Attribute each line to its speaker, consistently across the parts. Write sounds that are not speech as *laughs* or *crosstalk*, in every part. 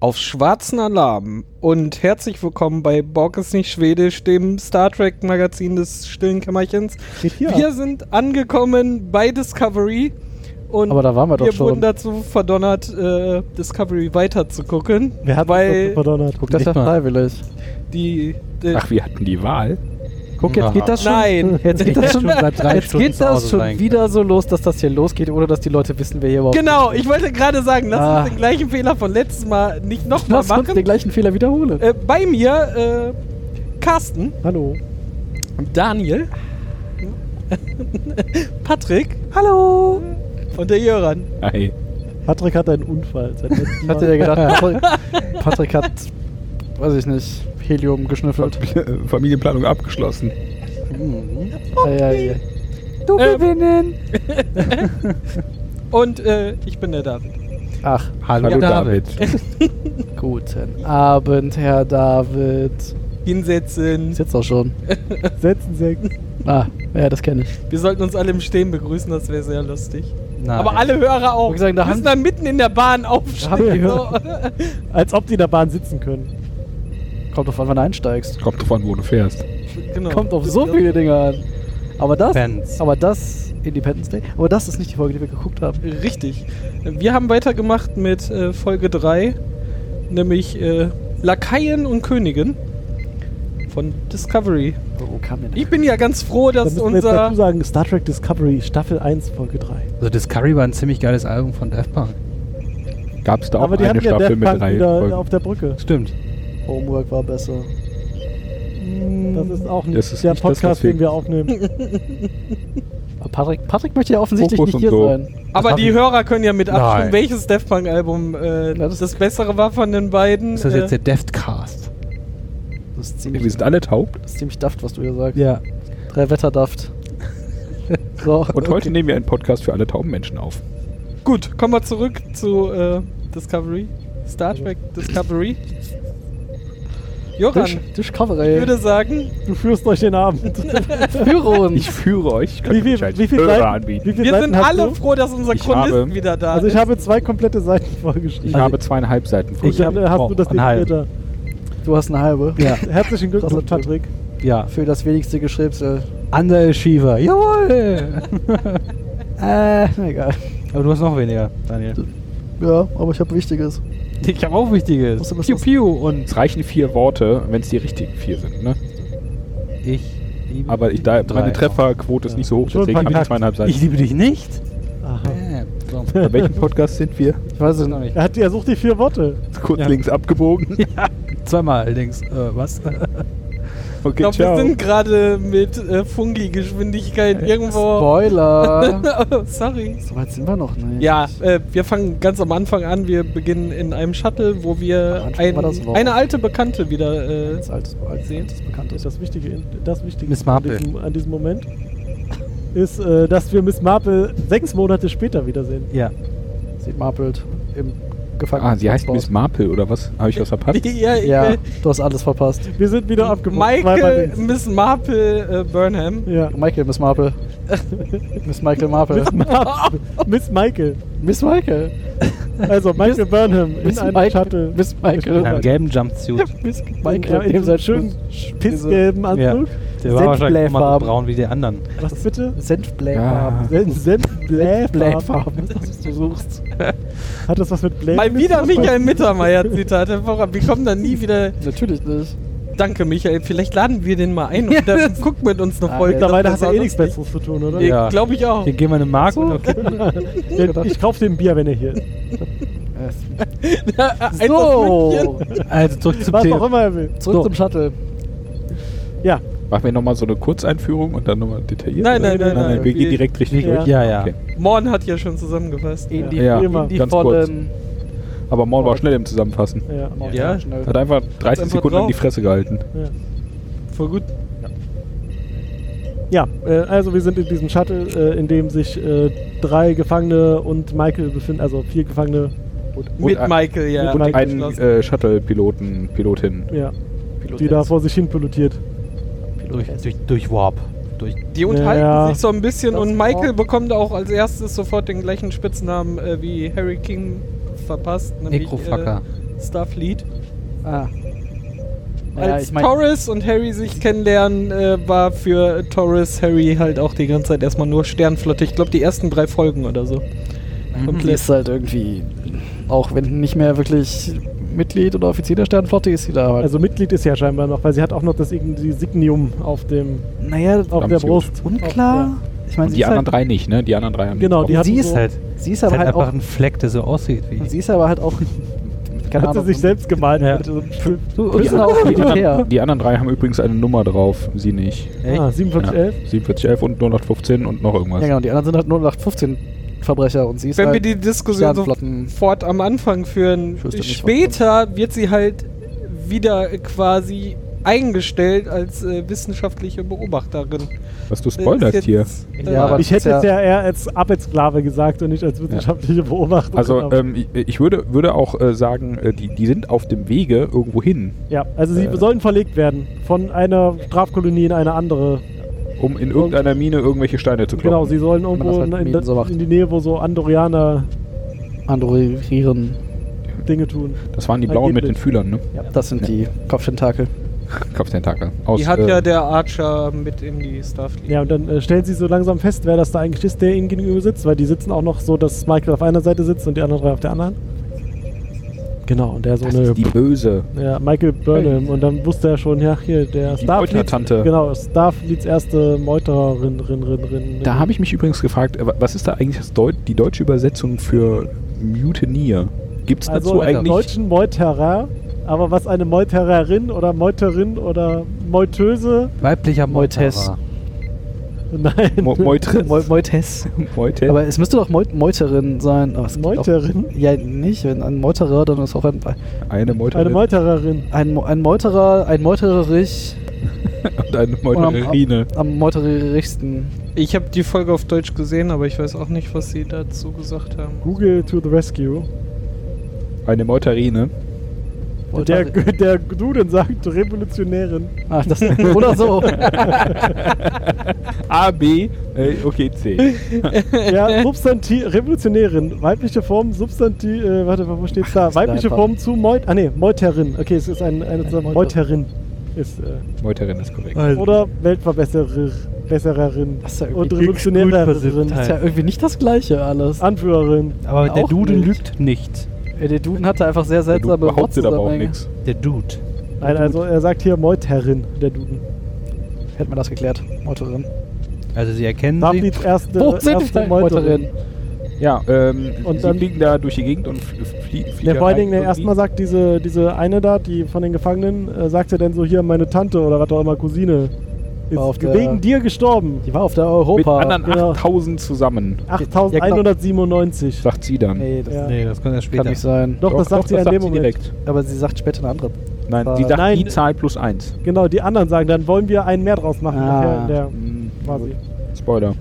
Speaker 1: auf schwarzen Alarm und herzlich willkommen bei Borg ist nicht Schwedisch, dem Star Trek Magazin des stillen Kämmerchens.
Speaker 2: Steht hier.
Speaker 1: Wir sind angekommen bei Discovery und
Speaker 2: Aber da waren wir doch
Speaker 1: wir
Speaker 2: schon.
Speaker 1: wurden dazu verdonnert, äh, Discovery weiterzugucken,
Speaker 2: Wer hat
Speaker 1: weil
Speaker 2: uns dazu verdonnert?
Speaker 3: Guck das
Speaker 4: Nicht
Speaker 3: doch
Speaker 4: mal.
Speaker 3: freiwillig.
Speaker 1: die, die
Speaker 5: Ach, wir hatten die Wahl.
Speaker 3: Guck, jetzt
Speaker 4: Aha.
Speaker 3: geht das schon.
Speaker 1: Nein.
Speaker 3: *laughs* Jetzt geht das schon.
Speaker 4: Bleibt drei
Speaker 3: Jetzt
Speaker 4: Stunden
Speaker 3: geht das
Speaker 4: zu Hause
Speaker 3: schon
Speaker 4: sein.
Speaker 3: wieder so los, dass das hier losgeht, ohne dass die Leute wissen, wer hier überhaupt *laughs*
Speaker 1: Genau, ich wollte gerade sagen, lass
Speaker 3: Ah.
Speaker 1: uns den gleichen Fehler von letztes Mal nicht nochmal
Speaker 3: Lass uns den
Speaker 1: machen.
Speaker 3: gleichen Fehler wiederholen.
Speaker 1: Äh, bei mir äh, Carsten,
Speaker 2: Hallo.
Speaker 1: Daniel, *laughs* Patrick, hallo und der Jöran.
Speaker 5: Ei.
Speaker 2: Patrick hat einen Unfall. Seit letztem
Speaker 3: *laughs* Ich hatte ja
Speaker 2: Mal.
Speaker 3: gedacht, *laughs* Patrick, Patrick hat, weiß ich nicht, Helium geschnüffelt.
Speaker 5: *laughs* Familienplanung abgeschlossen.
Speaker 3: Ei, ei, ei. Ähm.
Speaker 1: Du gewinnen! und äh, ich bin der David.
Speaker 3: Ach,
Speaker 5: Hallo,
Speaker 4: Ja,
Speaker 5: David.
Speaker 3: guten Abend, Herr David.
Speaker 1: Hinsetzen.
Speaker 3: Ist jetzt auch schon.
Speaker 2: Setzen Sie.
Speaker 3: Ah, ja, das kenne ich.
Speaker 1: Wir sollten uns alle im Stehen begrüßen, das wäre sehr lustig.
Speaker 4: Nein.
Speaker 1: Aber alle Hörer auch.
Speaker 3: Ich würd sagen, da
Speaker 1: Wir müssen
Speaker 3: haben-
Speaker 1: dann mitten in der Bahn aufstehen.
Speaker 2: Da Als ob die in der Bahn sitzen können.
Speaker 3: Kommt drauf an, wann du einsteigst.
Speaker 5: Kommt davon, wo du fährst.
Speaker 1: So. *laughs* Genau.
Speaker 3: Kommt auf so viele Dinge an. Aber das,
Speaker 4: Fans.
Speaker 3: aber das, Independence Day, aber das ist nicht die Folge, die wir geguckt haben.
Speaker 1: Richtig. Wir haben weitergemacht mit äh, Folge 3, nämlich äh, Lakaien und Königin von Discovery.
Speaker 3: Wo kam denn
Speaker 1: Ich bin ja ganz froh,
Speaker 2: Da
Speaker 1: dass
Speaker 2: müssen wir jetzt dazu
Speaker 1: unser.
Speaker 2: sagen, Star Trek Discovery Staffel 1, Folge 3.
Speaker 4: Also Discovery war ein ziemlich geiles Album von Daft Punk.
Speaker 5: Gab es da auch
Speaker 2: Aber die
Speaker 5: eine
Speaker 2: hatten ja
Speaker 5: Staffel
Speaker 2: Daft
Speaker 5: mit
Speaker 2: Punk
Speaker 5: drei
Speaker 2: wieder
Speaker 5: Folgen?
Speaker 2: auf der Brücke.
Speaker 4: Stimmt.
Speaker 3: Homework war besser.
Speaker 1: Hm.
Speaker 2: Das ist auch nicht
Speaker 5: Das ist
Speaker 2: der
Speaker 5: nicht das, was
Speaker 2: Podcast,
Speaker 5: wir-
Speaker 2: den wir aufnehmen.
Speaker 3: Aber Patrick, Patrick möchte ja offensichtlich
Speaker 5: Fokus
Speaker 3: nicht hier
Speaker 5: und so.
Speaker 3: sein.
Speaker 1: Aber die Hörer können ja mit abstimmen,
Speaker 4: Nein.
Speaker 1: welches Def Punk-Album äh,
Speaker 3: Na,
Speaker 1: das,
Speaker 3: das-
Speaker 1: bessere war von den beiden.
Speaker 4: Ist das jetzt
Speaker 1: äh,
Speaker 4: der Deftcast?
Speaker 3: Das ist
Speaker 5: Wir
Speaker 3: ziemlich,
Speaker 5: sind alle taub.
Speaker 2: *laughs*
Speaker 3: das ist ziemlich daft, was du hier sagst.
Speaker 4: Ja.
Speaker 3: Drei Wetterdaft. so.
Speaker 5: Und heute nehmen wir einen Podcast für alle tauben Menschen auf.
Speaker 1: gut, kommen wir zurück zu äh, Discovery. Star Trek Discovery. Joran,
Speaker 3: Tisch,
Speaker 1: ich
Speaker 3: Tischcoverei.
Speaker 1: würde sagen,
Speaker 2: Du führst euch den
Speaker 5: *laughs*
Speaker 2: Abend.
Speaker 3: Für uns.
Speaker 5: Ich führe euch. Ich
Speaker 2: Mhm. Wie viel,
Speaker 5: könnte euch als
Speaker 2: wie viel
Speaker 5: halt Hörer
Speaker 2: Seiten, wie
Speaker 5: anbieten.
Speaker 2: viel
Speaker 1: wir
Speaker 2: Seiten
Speaker 1: sind
Speaker 2: hast
Speaker 1: alle
Speaker 2: du?
Speaker 1: froh, dass unser
Speaker 5: Ich
Speaker 1: Chronist
Speaker 5: habe-
Speaker 1: wieder da
Speaker 2: Also ich
Speaker 1: ist.
Speaker 2: halt habe zwei komplette Seiten
Speaker 5: Ich
Speaker 2: vollgeschrieben.
Speaker 5: habe zweieinhalb Seiten
Speaker 2: Und
Speaker 4: Ich
Speaker 2: dann
Speaker 4: hab-
Speaker 2: äh, hast du
Speaker 4: oh,
Speaker 2: das
Speaker 4: eine halbe.
Speaker 2: definiert.
Speaker 3: Du hast eine halbe.
Speaker 4: Ja.
Speaker 2: Herzlichen Glückwunsch,
Speaker 3: Das hat-
Speaker 2: Patrick.
Speaker 4: Ja.
Speaker 3: Für das wenigste Geschripsel.
Speaker 4: Underachiever. Jawohl!
Speaker 3: Äh, egal.
Speaker 4: *laughs* Aber du hast noch weniger, Daniel.
Speaker 3: Ja, aber ich habe Wichtiges.
Speaker 4: Ich habe auch Wichtiges.
Speaker 3: Musst du was-
Speaker 4: Piu, piu. Und
Speaker 5: Es reichen vier Worte, wenn es die richtigen vier sind. Ne?
Speaker 4: ich liebe
Speaker 5: Aber ich, da,
Speaker 4: drei.
Speaker 5: meine Trefferquote ist nicht so hoch,
Speaker 2: Schon
Speaker 5: deswegen habe ich
Speaker 2: verkackt.
Speaker 5: zweieinhalb Seiten.
Speaker 4: Ich liebe dich nicht?
Speaker 2: Aha.
Speaker 4: Bam. So.
Speaker 5: Bei welchem Podcast sind wir?
Speaker 4: Ich weiß es noch nicht.
Speaker 2: Er, hat, er sucht die vier Worte.
Speaker 5: Kurz
Speaker 4: Ja.
Speaker 2: *laughs*
Speaker 5: links abgebogen.
Speaker 4: Zweimal links. Äh, was?
Speaker 5: Okay,
Speaker 1: Ich glaube,
Speaker 5: ciao.
Speaker 1: wir sind gerade mit äh, Fungi-Geschwindigkeit irgendwo.
Speaker 3: Äh, Spoiler. *laughs*
Speaker 1: *laughs* Oh, Sorry.
Speaker 3: so weit sind wir noch nicht.
Speaker 1: Ja, äh, wir fangen ganz am Anfang an. Wir beginnen in einem Shuttle, wo
Speaker 3: Am
Speaker 1: wir
Speaker 3: Anfang
Speaker 1: ein,
Speaker 3: war das Wort.
Speaker 1: eine alte Bekannte wieder. Äh,
Speaker 3: Als altes, als altes
Speaker 2: Das,
Speaker 3: bekanntes.
Speaker 2: das Wichtige, in- das Wichtige
Speaker 4: Miss
Speaker 2: an,
Speaker 4: Marple.
Speaker 2: diesem, an diesem Moment ist, äh, dass wir Miss Marple sechs Monate später wiedersehen.
Speaker 4: *laughs* ja.
Speaker 3: Sie marpelt im Gefangenen.
Speaker 5: Ah, sie heißt Miss Marple oder was? Habe ich was
Speaker 1: *laughs*
Speaker 5: verpasst?
Speaker 1: ja, ich
Speaker 3: Ja,
Speaker 1: will-
Speaker 3: du hast alles verpasst.
Speaker 2: Wir sind wieder abgebrochen.
Speaker 1: Michael,
Speaker 2: Zweimal links.
Speaker 1: Miss Marple, äh, Burnham.
Speaker 2: Ja.
Speaker 3: Michael, Miss Marple. Miss Michael Marple.
Speaker 2: Miss Michael.
Speaker 3: Miss Michael.
Speaker 2: Also Michael Burnham in
Speaker 3: Miss
Speaker 2: einem
Speaker 3: Mike-
Speaker 2: Shuttle.
Speaker 3: Miss Michael.
Speaker 4: In einem gelben Jumpsuit.
Speaker 2: Miss
Speaker 3: Michael,
Speaker 2: ja, in
Speaker 3: dem
Speaker 2: diesem
Speaker 3: sein
Speaker 2: schönen spissgelben Anzug.
Speaker 4: Der war wahrscheinlich immer so
Speaker 3: Senfblähfarben.
Speaker 4: braun wie die anderen.
Speaker 2: Was bitte?
Speaker 3: Senfblähfarben.
Speaker 2: Sen- Senf-
Speaker 3: Senfblähfarben.
Speaker 2: Blähfarben.
Speaker 3: Das ist, was du suchst.
Speaker 2: *laughs* Hat das was mit Blade?
Speaker 1: Mal wieder Michael
Speaker 2: mit. *laughs*
Speaker 1: Mittermeier-Zitat. hervor. Wir kommen dann nie wieder.
Speaker 3: Natürlich nicht.
Speaker 1: Danke, Michael. Vielleicht laden wir den mal ein und dann guckt mit uns eine
Speaker 3: Ah,
Speaker 1: Folge.
Speaker 2: Mittlerweile
Speaker 1: Das
Speaker 2: hat er
Speaker 1: war
Speaker 2: eh nichts
Speaker 1: lustig.
Speaker 2: Besseres zu tun, oder?
Speaker 1: Äh,
Speaker 4: Ja.
Speaker 1: Glaub ich auch.
Speaker 4: Hier gehen wir in den *laughs* Markt und
Speaker 2: Denn ich kaufe dem Bier, wenn er hier ist.
Speaker 1: *laughs* Ein
Speaker 3: So,
Speaker 4: Also zurück zum
Speaker 2: Was auch
Speaker 4: Thema.
Speaker 2: immer er will.
Speaker 3: zurück zum Shuttle.
Speaker 2: Ja,
Speaker 5: Machen wir nochmal so eine Kurzeinführung und dann nochmal detailliert?
Speaker 1: Nein, nein, nein,
Speaker 5: Oder?
Speaker 1: nein.
Speaker 5: Wir
Speaker 1: Wir-
Speaker 5: gehen direkt richtig
Speaker 2: Ja.
Speaker 5: durch.
Speaker 4: Ja, ja.
Speaker 5: Okay.
Speaker 1: Morn hat ja schon zusammengefasst.
Speaker 3: In die,
Speaker 5: Ja,
Speaker 3: in die
Speaker 5: ganz
Speaker 3: vollen.
Speaker 5: Aber Maul war schnell im Zusammenfassen.
Speaker 2: ja.
Speaker 3: Ja,
Speaker 1: Ja.
Speaker 3: schnell.
Speaker 5: Hat einfach 30
Speaker 1: einfach
Speaker 5: Sekunden
Speaker 1: drauf.
Speaker 5: in die Fresse gehalten.
Speaker 2: ja.
Speaker 1: Voll gut.
Speaker 2: Ja, äh, also wir sind in diesem Shuttle, äh, in dem sich äh, drei Gefangene und Michael befinden, also vier Gefangene.
Speaker 1: Mit
Speaker 5: ein-
Speaker 1: Michael, ja.
Speaker 2: und
Speaker 1: Michael
Speaker 5: Einen
Speaker 1: Schloss.
Speaker 5: äh, Shuttle-Piloten, Pilotin.
Speaker 2: Ja,
Speaker 3: Pilot
Speaker 2: die da vor sich hin pilotiert.
Speaker 4: Durch, durch, durch Warp. Durch
Speaker 1: Die unterhalten
Speaker 2: Ja.
Speaker 1: sich so ein bisschen
Speaker 3: Das
Speaker 1: und
Speaker 3: ist
Speaker 1: Michael
Speaker 3: auch-
Speaker 1: bekommt auch als erstes sofort den gleichen Spitznamen äh, wie Harry King verpasst. nämlich,
Speaker 4: Necrofucker.
Speaker 1: Äh, Starfleet.
Speaker 3: Ah. Naja,
Speaker 1: Als
Speaker 3: ich meine,
Speaker 1: Torres und Harry sich kennenlernen, äh, war für Torres Harry halt auch die ganze Zeit erstmal nur Sternflotte. Ich glaube, die ersten drei Folgen oder so.
Speaker 3: die ist halt irgendwie, auch wenn nicht mehr wirklich Mitglied oder Offizier der Sternflotte ist, sie da halt.
Speaker 2: Also Mitglied ist sie ja scheinbar noch, weil sie hat auch noch das irgendwie Signium auf dem
Speaker 3: naja,
Speaker 2: auf der
Speaker 5: Verdammt,
Speaker 2: Brust.
Speaker 3: unklar. Ich meine,
Speaker 5: Und
Speaker 3: sie
Speaker 5: die
Speaker 3: ist
Speaker 5: anderen
Speaker 3: halt,
Speaker 5: drei nicht, ne? Die anderen drei haben
Speaker 2: Genau,
Speaker 5: nicht
Speaker 2: die
Speaker 5: drauf.
Speaker 2: hat
Speaker 4: Sie ist
Speaker 2: so-
Speaker 4: halt,
Speaker 3: sie ist
Speaker 4: ist
Speaker 3: aber
Speaker 4: halt
Speaker 3: halt
Speaker 4: einfach
Speaker 3: auch,
Speaker 4: ein Fleck, der so aussieht wie.
Speaker 3: sie ist aber halt auch, keine
Speaker 2: Hat sie
Speaker 3: Ahnung,
Speaker 2: sich
Speaker 3: so-
Speaker 2: selbst gemalt.
Speaker 4: Ja.
Speaker 2: mit, äh,
Speaker 3: so ein
Speaker 5: die,
Speaker 3: bisschen auch
Speaker 5: anderen- die,
Speaker 3: elitär.
Speaker 5: anderen, die anderen drei haben übrigens eine Nummer drauf, sie nicht.
Speaker 4: Echt?
Speaker 2: Ah,
Speaker 5: Ja.
Speaker 2: 4711.
Speaker 5: 4711 und 0815 und noch irgendwas.
Speaker 3: Ja, genau, die anderen sind halt 0815 Verbrecher und sie ist
Speaker 1: Wenn wir
Speaker 3: halt
Speaker 1: die Diskussion so
Speaker 3: Sternflotten.
Speaker 1: fort am Anfang führen,
Speaker 3: Ich wüsste nicht,
Speaker 1: später wird sie halt wieder äh, quasi eingestellt als äh, wissenschaftliche Beobachterin.
Speaker 5: Was du
Speaker 1: Das ist
Speaker 5: spoilerst
Speaker 1: jetzt,
Speaker 5: hier.
Speaker 1: Äh,
Speaker 3: Ja, aber-
Speaker 2: Ich hätte
Speaker 3: Das ist
Speaker 2: jetzt
Speaker 3: ja-
Speaker 2: ja eher als Arbeitssklave gesagt und nicht als wissenschaftliche Beobachtung. Genau.
Speaker 1: genau.
Speaker 2: Aber-
Speaker 5: Also ähm, ich- ich würde, würde auch äh, sagen, äh, die, die sind auf dem Wege irgendwo hin,
Speaker 2: ja, also sie
Speaker 5: äh,
Speaker 2: sollen verlegt werden von einer Strafkolonie in eine andere.
Speaker 5: um in irgendeiner Mine irgendwelche Steine zu
Speaker 2: Genau,
Speaker 5: kloppen.
Speaker 2: sie sollen irgendwo
Speaker 3: das halt
Speaker 2: in,
Speaker 3: mieten, so macht.
Speaker 2: in die Nähe, wo so Andorianer
Speaker 3: andorieren.
Speaker 2: Dinge tun.
Speaker 5: Das waren die blauen mit den
Speaker 2: Angeblich.
Speaker 5: Fühlern, ne?
Speaker 3: Das sind die Kopftentakel.
Speaker 5: Kopftentakel. Aus,
Speaker 1: Die hat
Speaker 5: äh,
Speaker 1: ja der Archer mit in die Starfleet.
Speaker 2: Ja, und dann äh, stellen sie so langsam fest, wer das da eigentlich ist, der ihnen gegenüber sitzt, weil die sitzen auch noch so, dass Michael auf einer Seite sitzt und die anderen drei auf der anderen. Genau, und der so
Speaker 5: das
Speaker 2: eine.
Speaker 5: ist die Böse.
Speaker 2: Ja, Michael Burnham. Und dann wusste er schon, ja, hier, der
Speaker 5: Die
Speaker 2: Starfleet-
Speaker 5: Meutertante.
Speaker 2: Genau, Starfleets erste Meuterin, rin, rin, rin.
Speaker 5: Da habe ich mich übrigens gefragt, äh, wa- was ist da eigentlich das Deut die deutsche Übersetzung für Mutineer? Gibt es
Speaker 2: also
Speaker 5: dazu
Speaker 2: einen
Speaker 5: eigentlich...
Speaker 2: deutschen Meuterer, aber was eine Meutererin oder Meuterin oder Meutöse? *laughs*
Speaker 4: Weiblicher
Speaker 3: Moites.
Speaker 4: Meuterer.
Speaker 2: Nein.
Speaker 5: Mo- Meutres?
Speaker 3: Mo Moites.
Speaker 5: Meute?
Speaker 3: Aber es müsste doch Meut Meuterin sein. Aber es gibt auch-
Speaker 2: Meuterin?
Speaker 3: Ja, nicht. Wenn ein Meuterer, dann ist auch ein,
Speaker 5: Eine Meute.
Speaker 2: Eine Meutererin.
Speaker 3: ein, ein Meuterer, ein Meutererich
Speaker 5: Und eine
Speaker 3: und am,
Speaker 5: Meuterine.
Speaker 3: am meutererischsten.
Speaker 1: Ich habe die Folge auf Deutsch gesehen, aber ich weiß auch nicht, was sie dazu gesagt haben.
Speaker 2: Google to the rescue.
Speaker 5: Eine Meuterine.
Speaker 2: Der, der Duden sagt Revolutionärin.
Speaker 3: Ach, Ah, das, oder so.
Speaker 5: A, B, äh, okay, *laughs* C.
Speaker 3: *laughs*
Speaker 2: Ja, Substantiv, Revolutionärin. Weibliche Form, Substantiv, äh, warte, wo steht's da?
Speaker 3: ist da
Speaker 2: Weibliche
Speaker 3: einfach.
Speaker 2: Form zu Meut, ah ne, Meuterin. Okay, es ist ein, eine
Speaker 3: Eine
Speaker 2: Meuterin. Ist, äh,
Speaker 5: Meuterin ist korrekt.
Speaker 2: oder Weltverbessererin.
Speaker 3: Das ist ja
Speaker 2: Und
Speaker 3: irgendwie, das ist
Speaker 2: Revolutionärin.
Speaker 3: ja irgendwie nicht das gleiche alles.
Speaker 2: Ah. Anführerin.
Speaker 4: Aber der
Speaker 3: Auch
Speaker 4: Duden
Speaker 3: nicht.
Speaker 4: lügt nicht.
Speaker 3: Ey, der Duden hatte einfach sehr
Speaker 5: Der Dude
Speaker 3: seltsame
Speaker 5: behauptet aber auch
Speaker 3: Wortzusammenhänge.
Speaker 5: nichts.
Speaker 4: Der Dude.
Speaker 2: Nein, also er sagt hier Meuterin, der Duden.
Speaker 3: Hätten wir das geklärt. Meuterin.
Speaker 4: Also sie erkennen sie.
Speaker 2: Davids erste,
Speaker 3: Wo sind
Speaker 2: erste
Speaker 3: die Meuterin?
Speaker 5: Ja, ähm,
Speaker 2: Und
Speaker 5: sie
Speaker 2: dann-
Speaker 5: fliegen da durch die Gegend und fl- flie fliegen.
Speaker 2: Ja, vor allen Dingen,
Speaker 5: rein
Speaker 2: der erstmal
Speaker 5: irgendwie.
Speaker 2: sagt diese, diese eine da, die von den Gefangenen, äh, sagt ja dann so hier meine Tante oder was auch immer, Cousine. Ist
Speaker 3: Auf der-
Speaker 2: wegen dir gestorben.
Speaker 3: Die war auf der
Speaker 5: Mit
Speaker 3: Europa.
Speaker 5: anderen
Speaker 2: genau.
Speaker 5: 8000 zusammen,
Speaker 2: 8197.
Speaker 5: sagt sie dann.
Speaker 3: nee, das
Speaker 2: Ja.
Speaker 4: Nee, das kann ja später.
Speaker 3: kann nicht sein.
Speaker 2: Doch, das sagt sie an dem Moment.
Speaker 5: direkt.
Speaker 3: Aber sie sagt später eine andere.
Speaker 5: Nein,
Speaker 3: Äh,
Speaker 5: sie sagt
Speaker 2: nein.
Speaker 5: die Zahl plus 1.
Speaker 2: Genau, die anderen sagen, dann wollen wir einen mehr draus machen. nachher in der, Hm, quasi.
Speaker 5: Spoiler.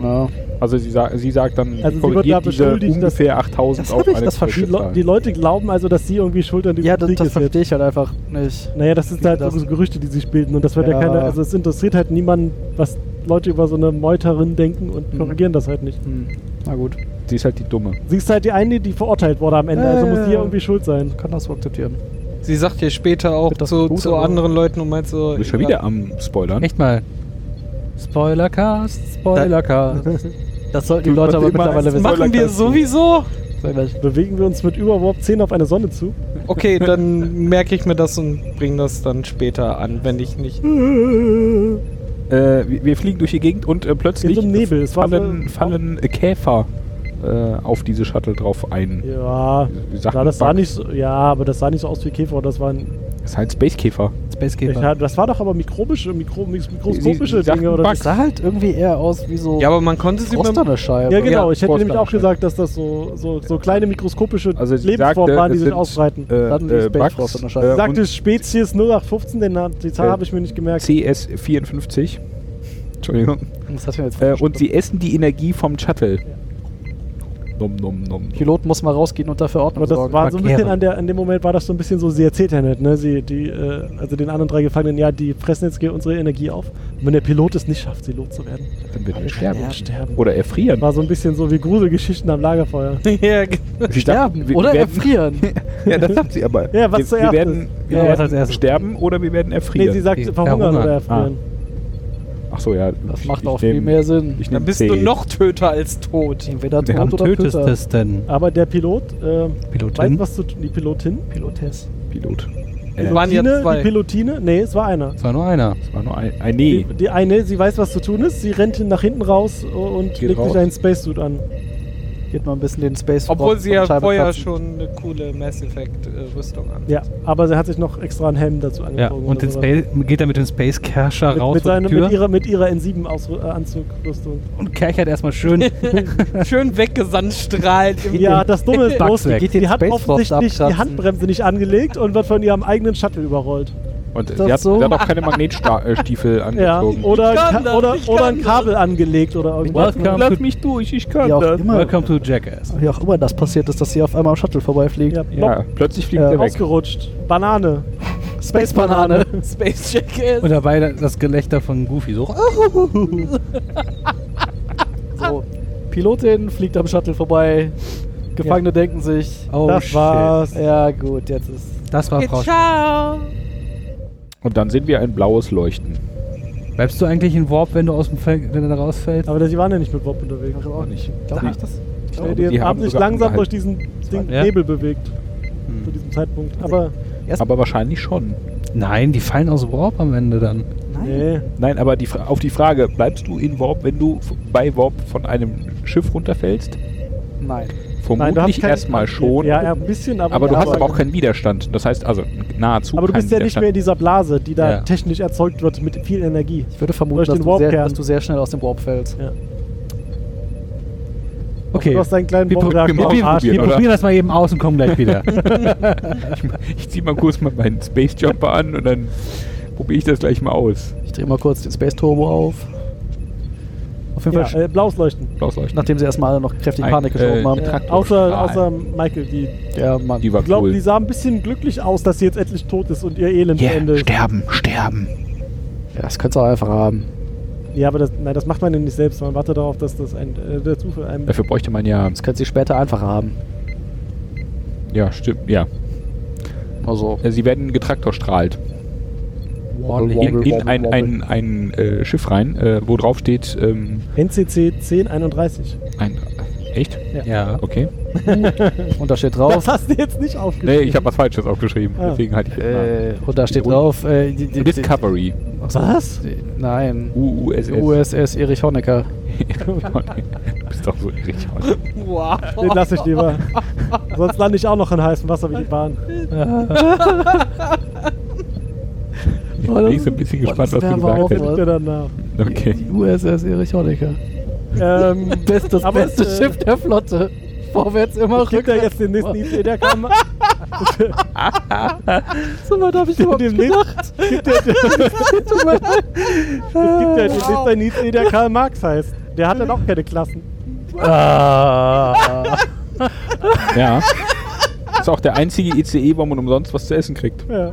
Speaker 3: Ja.
Speaker 5: Also sie, sa sie sagt dann,
Speaker 2: Also sie
Speaker 5: korrigiert
Speaker 2: wird da
Speaker 5: diese
Speaker 2: beschuldigt, dass-
Speaker 5: ungefähr 8000
Speaker 3: Das
Speaker 5: auf
Speaker 3: hab ich-
Speaker 5: eine
Speaker 3: das
Speaker 5: frische
Speaker 2: Die, Le
Speaker 5: Zahl.
Speaker 2: die Leute glauben also, dass sie irgendwie schuld an diesem
Speaker 3: ja, das,
Speaker 2: Krieg
Speaker 3: das
Speaker 2: ist jetzt.
Speaker 3: verstehe ich halt einfach nicht.
Speaker 2: Naja, das sind halt
Speaker 3: Das-
Speaker 2: so Gerüchte, die sich bilden und das wird ja,
Speaker 3: Ja.
Speaker 2: keine, also es interessiert halt niemanden, was Leute über so eine Meuterin denken und
Speaker 3: Mhm.
Speaker 2: korrigieren das halt nicht.
Speaker 3: Hm. Na gut,
Speaker 5: sie ist halt die Dumme.
Speaker 2: Sie ist halt die eine, die verurteilt wurde am Ende,
Speaker 3: Ja,
Speaker 2: also
Speaker 3: ja,
Speaker 2: muss
Speaker 3: ja.
Speaker 2: die ja irgendwie schuld sein.
Speaker 3: kann das so akzeptieren.
Speaker 1: Sie sagt ja später auch
Speaker 3: Wird das
Speaker 1: zu,
Speaker 3: gut,
Speaker 1: zu
Speaker 3: aber-
Speaker 1: anderen Leuten und meint so.
Speaker 5: Du bist schon
Speaker 1: ja,
Speaker 5: wieder am Spoilern.
Speaker 4: Echt mal. Spoilercast, Spoilercast.
Speaker 3: Das sollten die
Speaker 5: Du, was
Speaker 3: Leute aber
Speaker 5: immer
Speaker 3: mittlerweile
Speaker 5: als
Speaker 3: wissen.
Speaker 1: Machen wir
Speaker 5: Spoilercast.
Speaker 1: sowieso?
Speaker 3: Sag gleich.
Speaker 2: Bewegen wir uns mit Überwarp 10 auf eine Sonne zu?
Speaker 1: Okay, dann merke ich mir das und bringe das dann später an, wenn ich nicht.
Speaker 2: Hm.
Speaker 5: Äh, wir, wir fliegen durch die Gegend und äh,
Speaker 2: In
Speaker 5: plötzlich
Speaker 2: so einem Nebel. Es war
Speaker 5: fallen,
Speaker 2: so,
Speaker 5: fallen äh, Käfer äh, auf diese Shuttle drauf ein.
Speaker 2: Ja,
Speaker 5: Wie sagt
Speaker 2: ja, das sah
Speaker 5: man?
Speaker 2: nicht so, ja, aber das sah nicht so aus wie Käfer, das waren
Speaker 5: Das ist halt Spacekäfer.
Speaker 4: Spacekeeper.
Speaker 2: ja, das war doch aber mikrobische, mikro, mik- mikroskopische
Speaker 5: Sie- sie sagten
Speaker 2: Dinge oder
Speaker 5: Bug.
Speaker 2: nicht?
Speaker 3: Sah halt irgendwie eher aus wie so
Speaker 1: Ja, aber man konnte sie beim.
Speaker 3: rosterne Scheibe.
Speaker 2: Ja, genau,
Speaker 1: Ja,
Speaker 2: ich hätte
Speaker 5: Vorstand
Speaker 2: nämlich auch
Speaker 5: wahrscheinlich.
Speaker 2: gesagt, dass das so, so, so kleine mikroskopische
Speaker 5: Also sie
Speaker 2: Lebensformen
Speaker 5: sagte,
Speaker 2: waren, die
Speaker 5: es
Speaker 2: sich
Speaker 5: sind,
Speaker 2: ausbreiten.
Speaker 3: Dann die
Speaker 5: Äh, äh,
Speaker 3: Spacefrost
Speaker 5: Bugs,
Speaker 3: an der Scheibe.
Speaker 5: äh,
Speaker 2: sagte
Speaker 5: und
Speaker 2: Spezies 0815, den, Na- die Zahl
Speaker 5: Äh,
Speaker 2: habe ich mir nicht gemerkt.
Speaker 5: CS54. Entschuldigung.
Speaker 3: Was hat denn jetzt
Speaker 5: Äh, und sie essen die Energie vom Shuttle. Nom, nom, nom.
Speaker 3: Pilot muss mal rausgehen und dafür Ordnung
Speaker 2: Aber das
Speaker 3: sorgen.
Speaker 2: war so ein bisschen
Speaker 4: Verkehre.
Speaker 2: an, der, an dem Moment war das so ein bisschen so, sie erzählt ja nicht, ne? Sie, die, äh, also den anderen drei Gefangenen, ja, die fressen jetzt ge- unsere Energie auf. Und wenn der Pilot es nicht schafft, sie loszuwerden,
Speaker 5: Dann wird er
Speaker 2: dann
Speaker 5: sterben.
Speaker 2: kann er sterben.
Speaker 5: Oder erfrieren.
Speaker 2: War so ein bisschen so wie Gruselgeschichten am Lagerfeuer.
Speaker 1: *laughs* ja, ge-
Speaker 5: Sie
Speaker 3: Sterben
Speaker 5: wir
Speaker 3: oder
Speaker 5: werden,
Speaker 3: erfrieren.
Speaker 5: *laughs*
Speaker 1: *laughs*
Speaker 5: Ja, das sagt sie aber.
Speaker 2: Ja, was
Speaker 5: wir,
Speaker 2: zuerst
Speaker 5: wir werden,
Speaker 2: ist.
Speaker 5: wir
Speaker 2: Ja,
Speaker 4: was als
Speaker 5: werden
Speaker 4: erstes.
Speaker 5: sterben oder wir werden
Speaker 2: Nee, sie
Speaker 5: erfrieren.
Speaker 2: sagt
Speaker 4: Die
Speaker 2: verhungern
Speaker 4: verhungern.
Speaker 5: Ah.
Speaker 2: oder erfrieren.
Speaker 5: Ach so, ja.
Speaker 3: Das
Speaker 5: ich-
Speaker 3: macht
Speaker 5: ich
Speaker 3: auch
Speaker 5: nehm-
Speaker 3: viel mehr Sinn.
Speaker 5: Ich
Speaker 1: dann
Speaker 5: nehm
Speaker 1: bist
Speaker 5: C.
Speaker 1: du noch töter als tot.
Speaker 3: Entweder
Speaker 5: Ja,
Speaker 3: tot
Speaker 4: Warum
Speaker 3: oder
Speaker 4: tötest
Speaker 3: Töter.
Speaker 4: es denn?
Speaker 2: Aber der Pilot, äh, weiß
Speaker 4: Pilotin?
Speaker 2: was zu tun. Die Pilotin?
Speaker 3: Pilotess.
Speaker 5: Pilot.
Speaker 1: Es
Speaker 5: Äh,
Speaker 1: waren ja
Speaker 2: Tine, die
Speaker 1: zwei.
Speaker 2: Pilotine? Nee, es war einer.
Speaker 4: Es war nur einer.
Speaker 5: Das war nur ein. ein
Speaker 2: Die,
Speaker 5: nee.
Speaker 2: die eine, sie weiß, was zu tun ist, sie rennt nach hinten raus und
Speaker 5: Geht
Speaker 2: legt
Speaker 5: raus.
Speaker 2: sich einen Spacesuit an.
Speaker 3: Geht mal ein bisschen den Space
Speaker 1: Obwohl sie ja
Speaker 3: Scheibe
Speaker 1: vorher
Speaker 3: platzen.
Speaker 1: schon eine coole Mass Effect äh, Rüstung an.
Speaker 2: Ja, aber sie hat sich noch extra einen Helm dazu
Speaker 4: Ja,
Speaker 2: angezogen.
Speaker 4: und
Speaker 2: oder
Speaker 4: den
Speaker 2: sowas.
Speaker 4: Space, geht er mit dem Space Kerscher
Speaker 2: mit,
Speaker 4: raus
Speaker 2: mit,
Speaker 4: zur
Speaker 2: seinem,
Speaker 4: Tür
Speaker 2: mit ihrer, mit ihrer äh, N7-Anzugrüstung.
Speaker 4: und kerchert erstmal schön.
Speaker 1: *laughs* Schön weggesandstrahlt
Speaker 2: *laughs*
Speaker 1: im
Speaker 2: Ja, das Dumme ist
Speaker 4: Bugs
Speaker 2: bloß, die,
Speaker 4: weg.
Speaker 2: die,
Speaker 3: Geht den
Speaker 2: hat
Speaker 3: Space
Speaker 2: offensichtlich
Speaker 3: Force
Speaker 2: nicht, die
Speaker 3: abkratzen.
Speaker 2: Handbremse nicht angelegt und wird von ihrem eigenen Shuttle überrollt.
Speaker 5: Und sie
Speaker 3: das
Speaker 5: hat,
Speaker 3: so?
Speaker 5: sie hat auch keine Magnetstiefel
Speaker 2: Ja,
Speaker 5: angezogen.
Speaker 2: oder,
Speaker 1: Ich kann
Speaker 2: ka-
Speaker 1: das,
Speaker 2: oder,
Speaker 1: ich
Speaker 2: oder
Speaker 1: kann
Speaker 2: ein Kabel angelegt oder irgendwas.
Speaker 4: Welcome
Speaker 5: Lass
Speaker 4: to-
Speaker 5: mich durch, ich kann
Speaker 3: Wie auch
Speaker 5: das.
Speaker 3: immer,
Speaker 4: Welcome to Jackass.
Speaker 3: wie auch immer das passiert ist, dass sie auf einmal am Shuttle vorbeifliegt.
Speaker 2: Ja,
Speaker 5: Ja,
Speaker 2: plopp,
Speaker 5: plötzlich fliegt
Speaker 3: Äh,
Speaker 5: er weg.
Speaker 2: ausgerutscht. Banane.
Speaker 3: Space Banane.
Speaker 1: Space Jack ist.
Speaker 4: Und dabei das Gelächter von Goofy so. oh,
Speaker 3: So. Pilotin fliegt am Shuttle vorbei. Gefangene denken sich,
Speaker 4: Oh
Speaker 2: das
Speaker 4: shit.
Speaker 2: war's.
Speaker 3: ja gut, jetzt ist
Speaker 4: Das war Frau. Sch-
Speaker 1: Ciao.
Speaker 5: Und dann sehen wir ein blaues Leuchten.
Speaker 4: Bleibst du eigentlich in Warp, wenn du aus dem Feld, wenn du da rausfällst?
Speaker 2: Aber sie waren ja nicht mit Bob unterwegs.
Speaker 3: auch nicht. Glaub
Speaker 5: Da-
Speaker 3: nicht, dass
Speaker 2: Ich
Speaker 5: glaube,
Speaker 2: glaube, die,
Speaker 5: die
Speaker 2: haben
Speaker 5: haben
Speaker 2: sich
Speaker 5: sogar halt
Speaker 2: langsam
Speaker 5: angehalten.
Speaker 2: durch diesen Ding
Speaker 4: Ja.
Speaker 2: Nebel bewegt. Zu
Speaker 4: Hm.
Speaker 2: diesem Zeitpunkt. Aber
Speaker 5: Aber wahrscheinlich schon.
Speaker 4: Nein, die fallen aus Warp am Ende dann.
Speaker 2: nee.
Speaker 5: Nein, aber die, Fra- auf die Frage, bleibst du in Warp, wenn du f- bei Warp von einem Schiff runterfällst?
Speaker 3: Nein.
Speaker 2: Nein, du hast
Speaker 5: Vermutlich
Speaker 2: keinen-
Speaker 5: erstmal schon.
Speaker 2: Ja, ja, ein bisschen, aber,
Speaker 5: aber du
Speaker 2: ja,
Speaker 5: hast aber auch keinen Widerstand. Das heißt also nahezu
Speaker 2: Aber du
Speaker 5: keinen
Speaker 2: bist ja nicht
Speaker 5: Widerstand.
Speaker 2: mehr in dieser Blase, die da
Speaker 4: Ja.
Speaker 2: technisch erzeugt wird mit viel Energie.
Speaker 3: Ich würde vermuten,
Speaker 2: Durch
Speaker 3: dass
Speaker 2: den
Speaker 3: du, sehr,
Speaker 2: Warpkern.
Speaker 3: dass du sehr schnell aus dem Warp fällst.
Speaker 4: Okay.
Speaker 2: Du hast deinen kleinen
Speaker 4: wir, pro-
Speaker 2: Bombenlager
Speaker 4: wir,
Speaker 5: im
Speaker 4: wir,
Speaker 5: Arsch,
Speaker 4: wir
Speaker 5: oder?
Speaker 4: probieren das mal eben aus und kommen gleich wieder.
Speaker 5: *laughs* Ich zieh mal kurz mal meinen Space Jumper an und dann probiere ich das gleich mal aus.
Speaker 3: Ich drehe mal kurz den Space Turbo auf. Auf jeden
Speaker 2: Ja,
Speaker 3: Fall,
Speaker 2: äh, blaues Leuchten.
Speaker 5: Blaues Leuchten.
Speaker 3: nachdem sie erstmal alle noch kräftig
Speaker 5: Ein-
Speaker 3: Panik
Speaker 5: äh,
Speaker 3: geschoben haben.
Speaker 5: Traktor.
Speaker 2: Außer,
Speaker 5: Strahl.
Speaker 2: außer Michael, die
Speaker 3: Ja, Mann.
Speaker 5: Die war
Speaker 2: Ich glaube,
Speaker 5: cool.
Speaker 2: die sah ein bisschen glücklich aus, dass sie jetzt endlich tot ist und ihr Elend yeah, Ende. ist.
Speaker 5: sterben, sterben.
Speaker 3: Ja, das könntest du auch einfach haben.
Speaker 2: Ja, aber das, nein, das macht man ja nicht selbst. Man wartet darauf, dass das ein, äh, der Zufall einem.
Speaker 5: Dafür bräuchte man ja.
Speaker 3: Das könntest du später einfach haben.
Speaker 5: Ja, stimmt. Ja.
Speaker 3: Also,
Speaker 5: Äh, Sie werden getraktorstrahlt
Speaker 3: wobble,
Speaker 5: in, in ein, ein, ein äh, Schiff rein, äh, wo drauf steht. Ähm,
Speaker 2: NCC 1031.
Speaker 5: ein, echt?
Speaker 4: ja.
Speaker 5: Okay.
Speaker 3: Und da steht
Speaker 2: Das
Speaker 3: drauf,
Speaker 2: hast du jetzt nicht
Speaker 5: Nee,
Speaker 2: aufgeschrieben.
Speaker 5: ich habe was Falsches aufgeschrieben.
Speaker 2: Ah.
Speaker 5: Deswegen halte ich.
Speaker 3: äh, und da steht
Speaker 5: Und-
Speaker 3: drauf, äh, die, die, die,
Speaker 5: Discovery.
Speaker 2: Was?
Speaker 3: die, nein,
Speaker 5: UUSS.
Speaker 3: USS Erich Honecker.
Speaker 5: du *laughs* bist doch so richtig.
Speaker 1: Wow.
Speaker 2: Den lasse ich lieber. Sonst lande ich auch noch in heißem Wasser wie die Bahn.
Speaker 5: Ich bin jetzt ein bisschen gespannt, was du
Speaker 2: Worauf
Speaker 5: gesagt
Speaker 2: hätte ich
Speaker 5: hast.
Speaker 2: denn danach?
Speaker 5: Okay.
Speaker 3: USS Erich Honecker.
Speaker 2: Ähm,
Speaker 3: Best, das
Speaker 2: aber
Speaker 3: beste
Speaker 2: es, äh,
Speaker 3: Schiff der Flotte. Vorwärts immer
Speaker 2: Es gibt ja
Speaker 3: rückwärts.
Speaker 2: jetzt den nächsten IC,
Speaker 3: *laughs*
Speaker 2: der kam.
Speaker 3: So weit habe ich überhaupt
Speaker 2: den
Speaker 3: gedacht.
Speaker 2: Es gibt ja,
Speaker 3: *laughs* Tut mir leid.
Speaker 2: *laughs* es gibt ja den nächsten einen IC, der Karl Marx heißt. Der hat dann auch keine Klassen.
Speaker 5: Ja. Ist auch der einzige ICE, wo man umsonst was zu essen kriegt.
Speaker 2: Ja.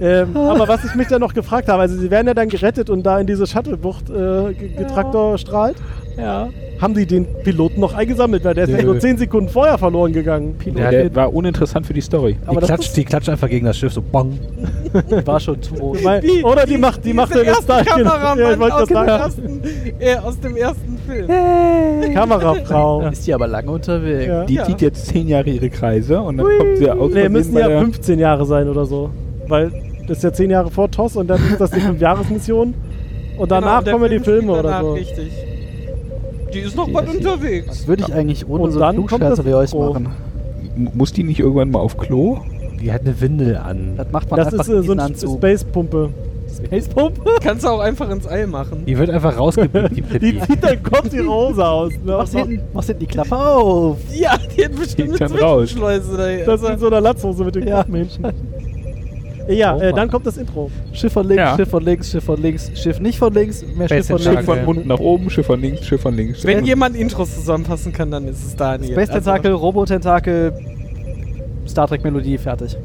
Speaker 2: Ähm,
Speaker 3: Ah.
Speaker 2: aber was ich mich dann noch gefragt habe, also sie werden ja dann gerettet und da in diese Shuttlebucht äh, ge- getraktor strahlt,
Speaker 3: Ja.
Speaker 2: haben die den Piloten noch eingesammelt, weil der ist ja
Speaker 4: Nö.
Speaker 2: nur 10 Sekunden vorher verloren gegangen.
Speaker 3: Pilot.
Speaker 5: Der,
Speaker 4: Ja,
Speaker 5: der
Speaker 4: die-
Speaker 5: war uninteressant für die Story.
Speaker 4: Die,
Speaker 3: Aber das
Speaker 4: klatscht, die klatscht einfach gegen das Schiff so bong.
Speaker 3: *laughs* war schon zu groß.
Speaker 2: Weil,
Speaker 1: Die-
Speaker 2: oder die, macht, die macht
Speaker 1: den
Speaker 2: den jetzt da.
Speaker 1: Kameramann
Speaker 2: Ja, ich wollte
Speaker 1: aus,
Speaker 2: das
Speaker 1: dem
Speaker 2: sagen.
Speaker 1: ersten, äh, aus dem ersten Film.
Speaker 2: Kamerafrau.
Speaker 3: Ist die aber lange unterwegs.
Speaker 2: Ja.
Speaker 5: Die
Speaker 1: Ja.
Speaker 5: zieht jetzt zehn Jahre ihre Kreise und dann kommt sie aus
Speaker 2: Nee,
Speaker 5: Versehen
Speaker 2: müssen
Speaker 5: bei
Speaker 2: ja
Speaker 5: der-
Speaker 2: 15 Jahre sein oder so. Weil das ist ja 10 Jahre vor TOS und dann ist das die 5-Jahres-Mission. Und danach
Speaker 1: Genau, der
Speaker 2: kommen ja
Speaker 1: Film
Speaker 2: die
Speaker 1: spielt
Speaker 2: Filme oder
Speaker 1: danach
Speaker 2: so.
Speaker 1: Richtig. Die ist noch
Speaker 3: Die
Speaker 1: was
Speaker 3: ist-
Speaker 1: unterwegs.
Speaker 3: Das würde ich eigentlich ohne
Speaker 2: Und
Speaker 3: so
Speaker 2: dann kommt das
Speaker 3: Klugscheiße wie euch
Speaker 2: Mikro.
Speaker 3: machen.
Speaker 5: M- Muss die nicht irgendwann mal auf Klo?
Speaker 4: Die hat eine Windel an.
Speaker 3: Das macht man
Speaker 2: Das
Speaker 3: einfach
Speaker 2: ist äh, so
Speaker 3: diesen
Speaker 2: eine
Speaker 3: Anzug.
Speaker 2: Space-Pumpe. Space-Pumpe?
Speaker 1: Kannst du auch einfach ins All machen.
Speaker 4: Die wird einfach rausgepickt, die
Speaker 2: Die
Speaker 4: Pippi.
Speaker 2: zieht dann kurz ihre Hose aus. Ne?
Speaker 3: Machst hinten, machst hinten die Klappe auf.
Speaker 1: Ja, die hat bestimmt
Speaker 5: Geht
Speaker 1: eine
Speaker 5: dann raus.
Speaker 1: Zwischenschleuse da.
Speaker 2: Das
Speaker 1: Also,
Speaker 2: ist so eine Latzhose mit den
Speaker 3: Ja.
Speaker 2: Knopfmännchen. Ja,
Speaker 3: Oh
Speaker 2: äh, dann
Speaker 3: Mann.
Speaker 2: kommt das Intro.
Speaker 3: Schiff von links,
Speaker 5: Ja.
Speaker 3: Schiff von links, Schiff von links, Schiff nicht von links, mehr Schiff von
Speaker 4: Beste
Speaker 5: Schiff
Speaker 3: links.
Speaker 4: Tage.
Speaker 5: von unten nach oben, Schiff von links, Schiff von links.
Speaker 1: Wenn
Speaker 5: Äh,
Speaker 1: jemand Intros zusammenfassen kann, dann ist es Daniel. Also,
Speaker 3: Space Tentakel, Robo-Tentakel, Star Trek-Melodie, fertig.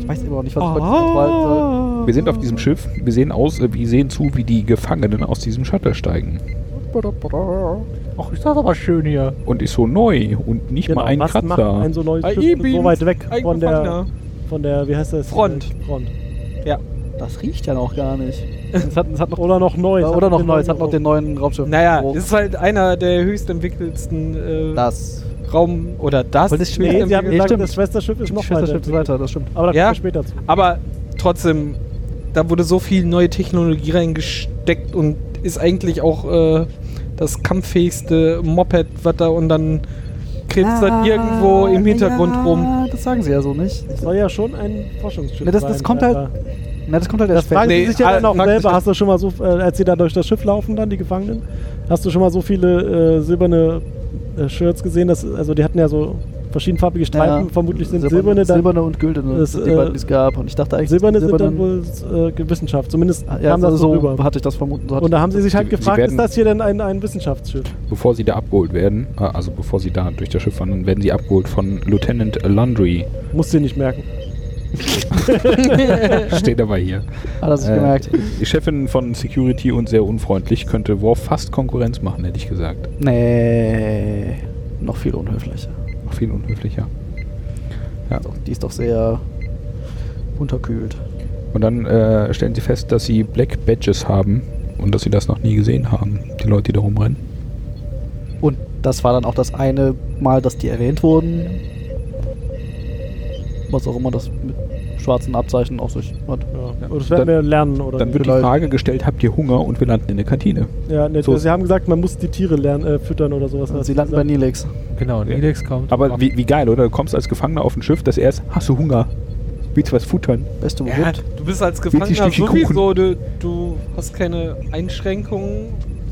Speaker 3: Ich weiß immer noch nicht, was ich heute wollen soll.
Speaker 5: Wir sind auf diesem Schiff, wir sehen aus, äh, wir sehen zu, wie die Gefangenen aus diesem Shuttle steigen.
Speaker 4: Ach, ist das aber schön hier.
Speaker 5: Und ist so neu und nicht mal ein
Speaker 2: Genau, was macht
Speaker 5: Kratzer.
Speaker 2: ein so neues
Speaker 1: Ah,
Speaker 2: Schiff
Speaker 1: E-Beams,
Speaker 2: so weit weg
Speaker 1: ein
Speaker 2: von der,
Speaker 1: Gefangener.
Speaker 2: von der, wie heißt das?
Speaker 1: Front.
Speaker 2: Äh, Front.
Speaker 3: Das riecht ja noch gar nicht. Es hat, es hat noch,
Speaker 2: Oder noch neu. es
Speaker 3: *laughs*
Speaker 2: hat
Speaker 3: oder noch
Speaker 2: den
Speaker 3: neu, es hat noch
Speaker 2: Logo.
Speaker 3: den neuen Raumschiff.
Speaker 1: Naja,
Speaker 3: Oh,
Speaker 1: das ist halt einer der höchst entwickelsten äh,
Speaker 3: das.
Speaker 1: Raum- oder das.
Speaker 3: Wolltest du-
Speaker 2: Nee, sie haben
Speaker 1: höchstentwickelte-
Speaker 3: Nee,
Speaker 2: gesagt,
Speaker 3: stimmt.
Speaker 2: das Schwesterschiff ist
Speaker 3: Noch
Speaker 2: noch
Speaker 3: Schwester Schiff ist
Speaker 2: weiter.
Speaker 3: weiter, das stimmt.
Speaker 2: Aber da
Speaker 1: Ja.
Speaker 2: kommen wir später zu.
Speaker 1: Aber trotzdem, da wurde so viel neue Technologie reingesteckt und ist eigentlich auch äh, das kampffähigste Moped, was da und dann krebst das irgendwo im Hintergrund
Speaker 3: Ah, ja,
Speaker 1: rum.
Speaker 3: Das sagen sie ja so nicht.
Speaker 2: Soll ja schon ein Forschungsschiff
Speaker 3: Ne, das-
Speaker 2: sein.
Speaker 3: das kommt
Speaker 2: aber-
Speaker 3: halt- Na, das kommt halt
Speaker 2: Das
Speaker 3: erst
Speaker 2: fragen
Speaker 3: später.
Speaker 2: die
Speaker 1: Nee,
Speaker 2: sich ja dann
Speaker 1: ah,
Speaker 2: auch
Speaker 1: fragt sich
Speaker 2: selber.
Speaker 1: das-
Speaker 2: Hast du schon mal so, äh, als sie da durch das Schiff laufen dann, die Gefangenen, hast du schon mal so viele äh, silberne äh, Shirts gesehen, dass, also die hatten ja so verschiedenfarbige Streifen, vermutlich sind silberne, dann,
Speaker 3: silberne und güldene,
Speaker 2: das,
Speaker 3: sind die beiden,
Speaker 2: äh,
Speaker 3: die es gab. Und ich dachte eigentlich,
Speaker 2: silberne,
Speaker 3: silbernen-
Speaker 2: sind dann wohl äh, Wissenschaft, zumindest
Speaker 3: Ah,
Speaker 2: kam
Speaker 3: Ja,
Speaker 2: das
Speaker 3: so
Speaker 2: so rüber.
Speaker 3: hatte ich das vermuten. So hatte
Speaker 2: Und da haben sie sich halt
Speaker 5: Sie- sie
Speaker 2: gefragt,
Speaker 5: werden-
Speaker 2: ist das hier denn ein, ein Wissenschaftsschiff?
Speaker 5: Bevor sie da abgeholt werden, äh, also bevor sie da durch das Schiff fahren, dann werden sie abgeholt von Lieutenant Landry.
Speaker 2: Musst du nicht merken.
Speaker 5: *laughs* Steht aber hier.
Speaker 3: ich, hat er sich
Speaker 5: Äh,
Speaker 3: gemerkt.
Speaker 5: Die Chefin von Security und sehr unfreundlich könnte Worf fast Konkurrenz machen, hätte ich gesagt.
Speaker 3: Nee, noch viel unhöflicher.
Speaker 5: Noch viel unhöflicher.
Speaker 3: Doch, Die ist doch sehr unterkühlt.
Speaker 5: Und dann äh, stellen sie fest, dass sie Black Badges haben und dass sie das noch nie gesehen haben, die Leute, die da rumrennen.
Speaker 3: Und das war dann auch das eine Mal, dass die erwähnt wurden. Was auch immer das mit schwarzen Abzeichen auf sich hat.
Speaker 2: Ja.
Speaker 5: Ja.
Speaker 2: Und das werden
Speaker 5: Dann-
Speaker 2: wir lernen, oder?
Speaker 5: Dann wird die
Speaker 3: Vielleicht.
Speaker 5: Frage gestellt, habt ihr Hunger? Und wir landen in der Kantine.
Speaker 2: ja, nee,
Speaker 5: so-
Speaker 2: Sie haben gesagt, man muss die Tiere lernen, äh, füttern oder sowas.
Speaker 3: Und
Speaker 2: hast
Speaker 3: sie
Speaker 2: du
Speaker 3: landen bei
Speaker 2: gesagt.
Speaker 3: Nilix.
Speaker 4: Genau,
Speaker 5: Ja.
Speaker 4: Nidex kommt.
Speaker 5: Aber wie, wie geil, oder? Du kommst als Gefangener auf ein Schiff, das erst, hast du Hunger? Willst du was futtern?
Speaker 3: Beste
Speaker 1: Ja,
Speaker 3: Bewusst.
Speaker 1: du bist als
Speaker 5: Willst du
Speaker 1: Gefangener
Speaker 5: Stückchen Kuchen?
Speaker 1: sowieso, du, du hast keine Einschränkungen.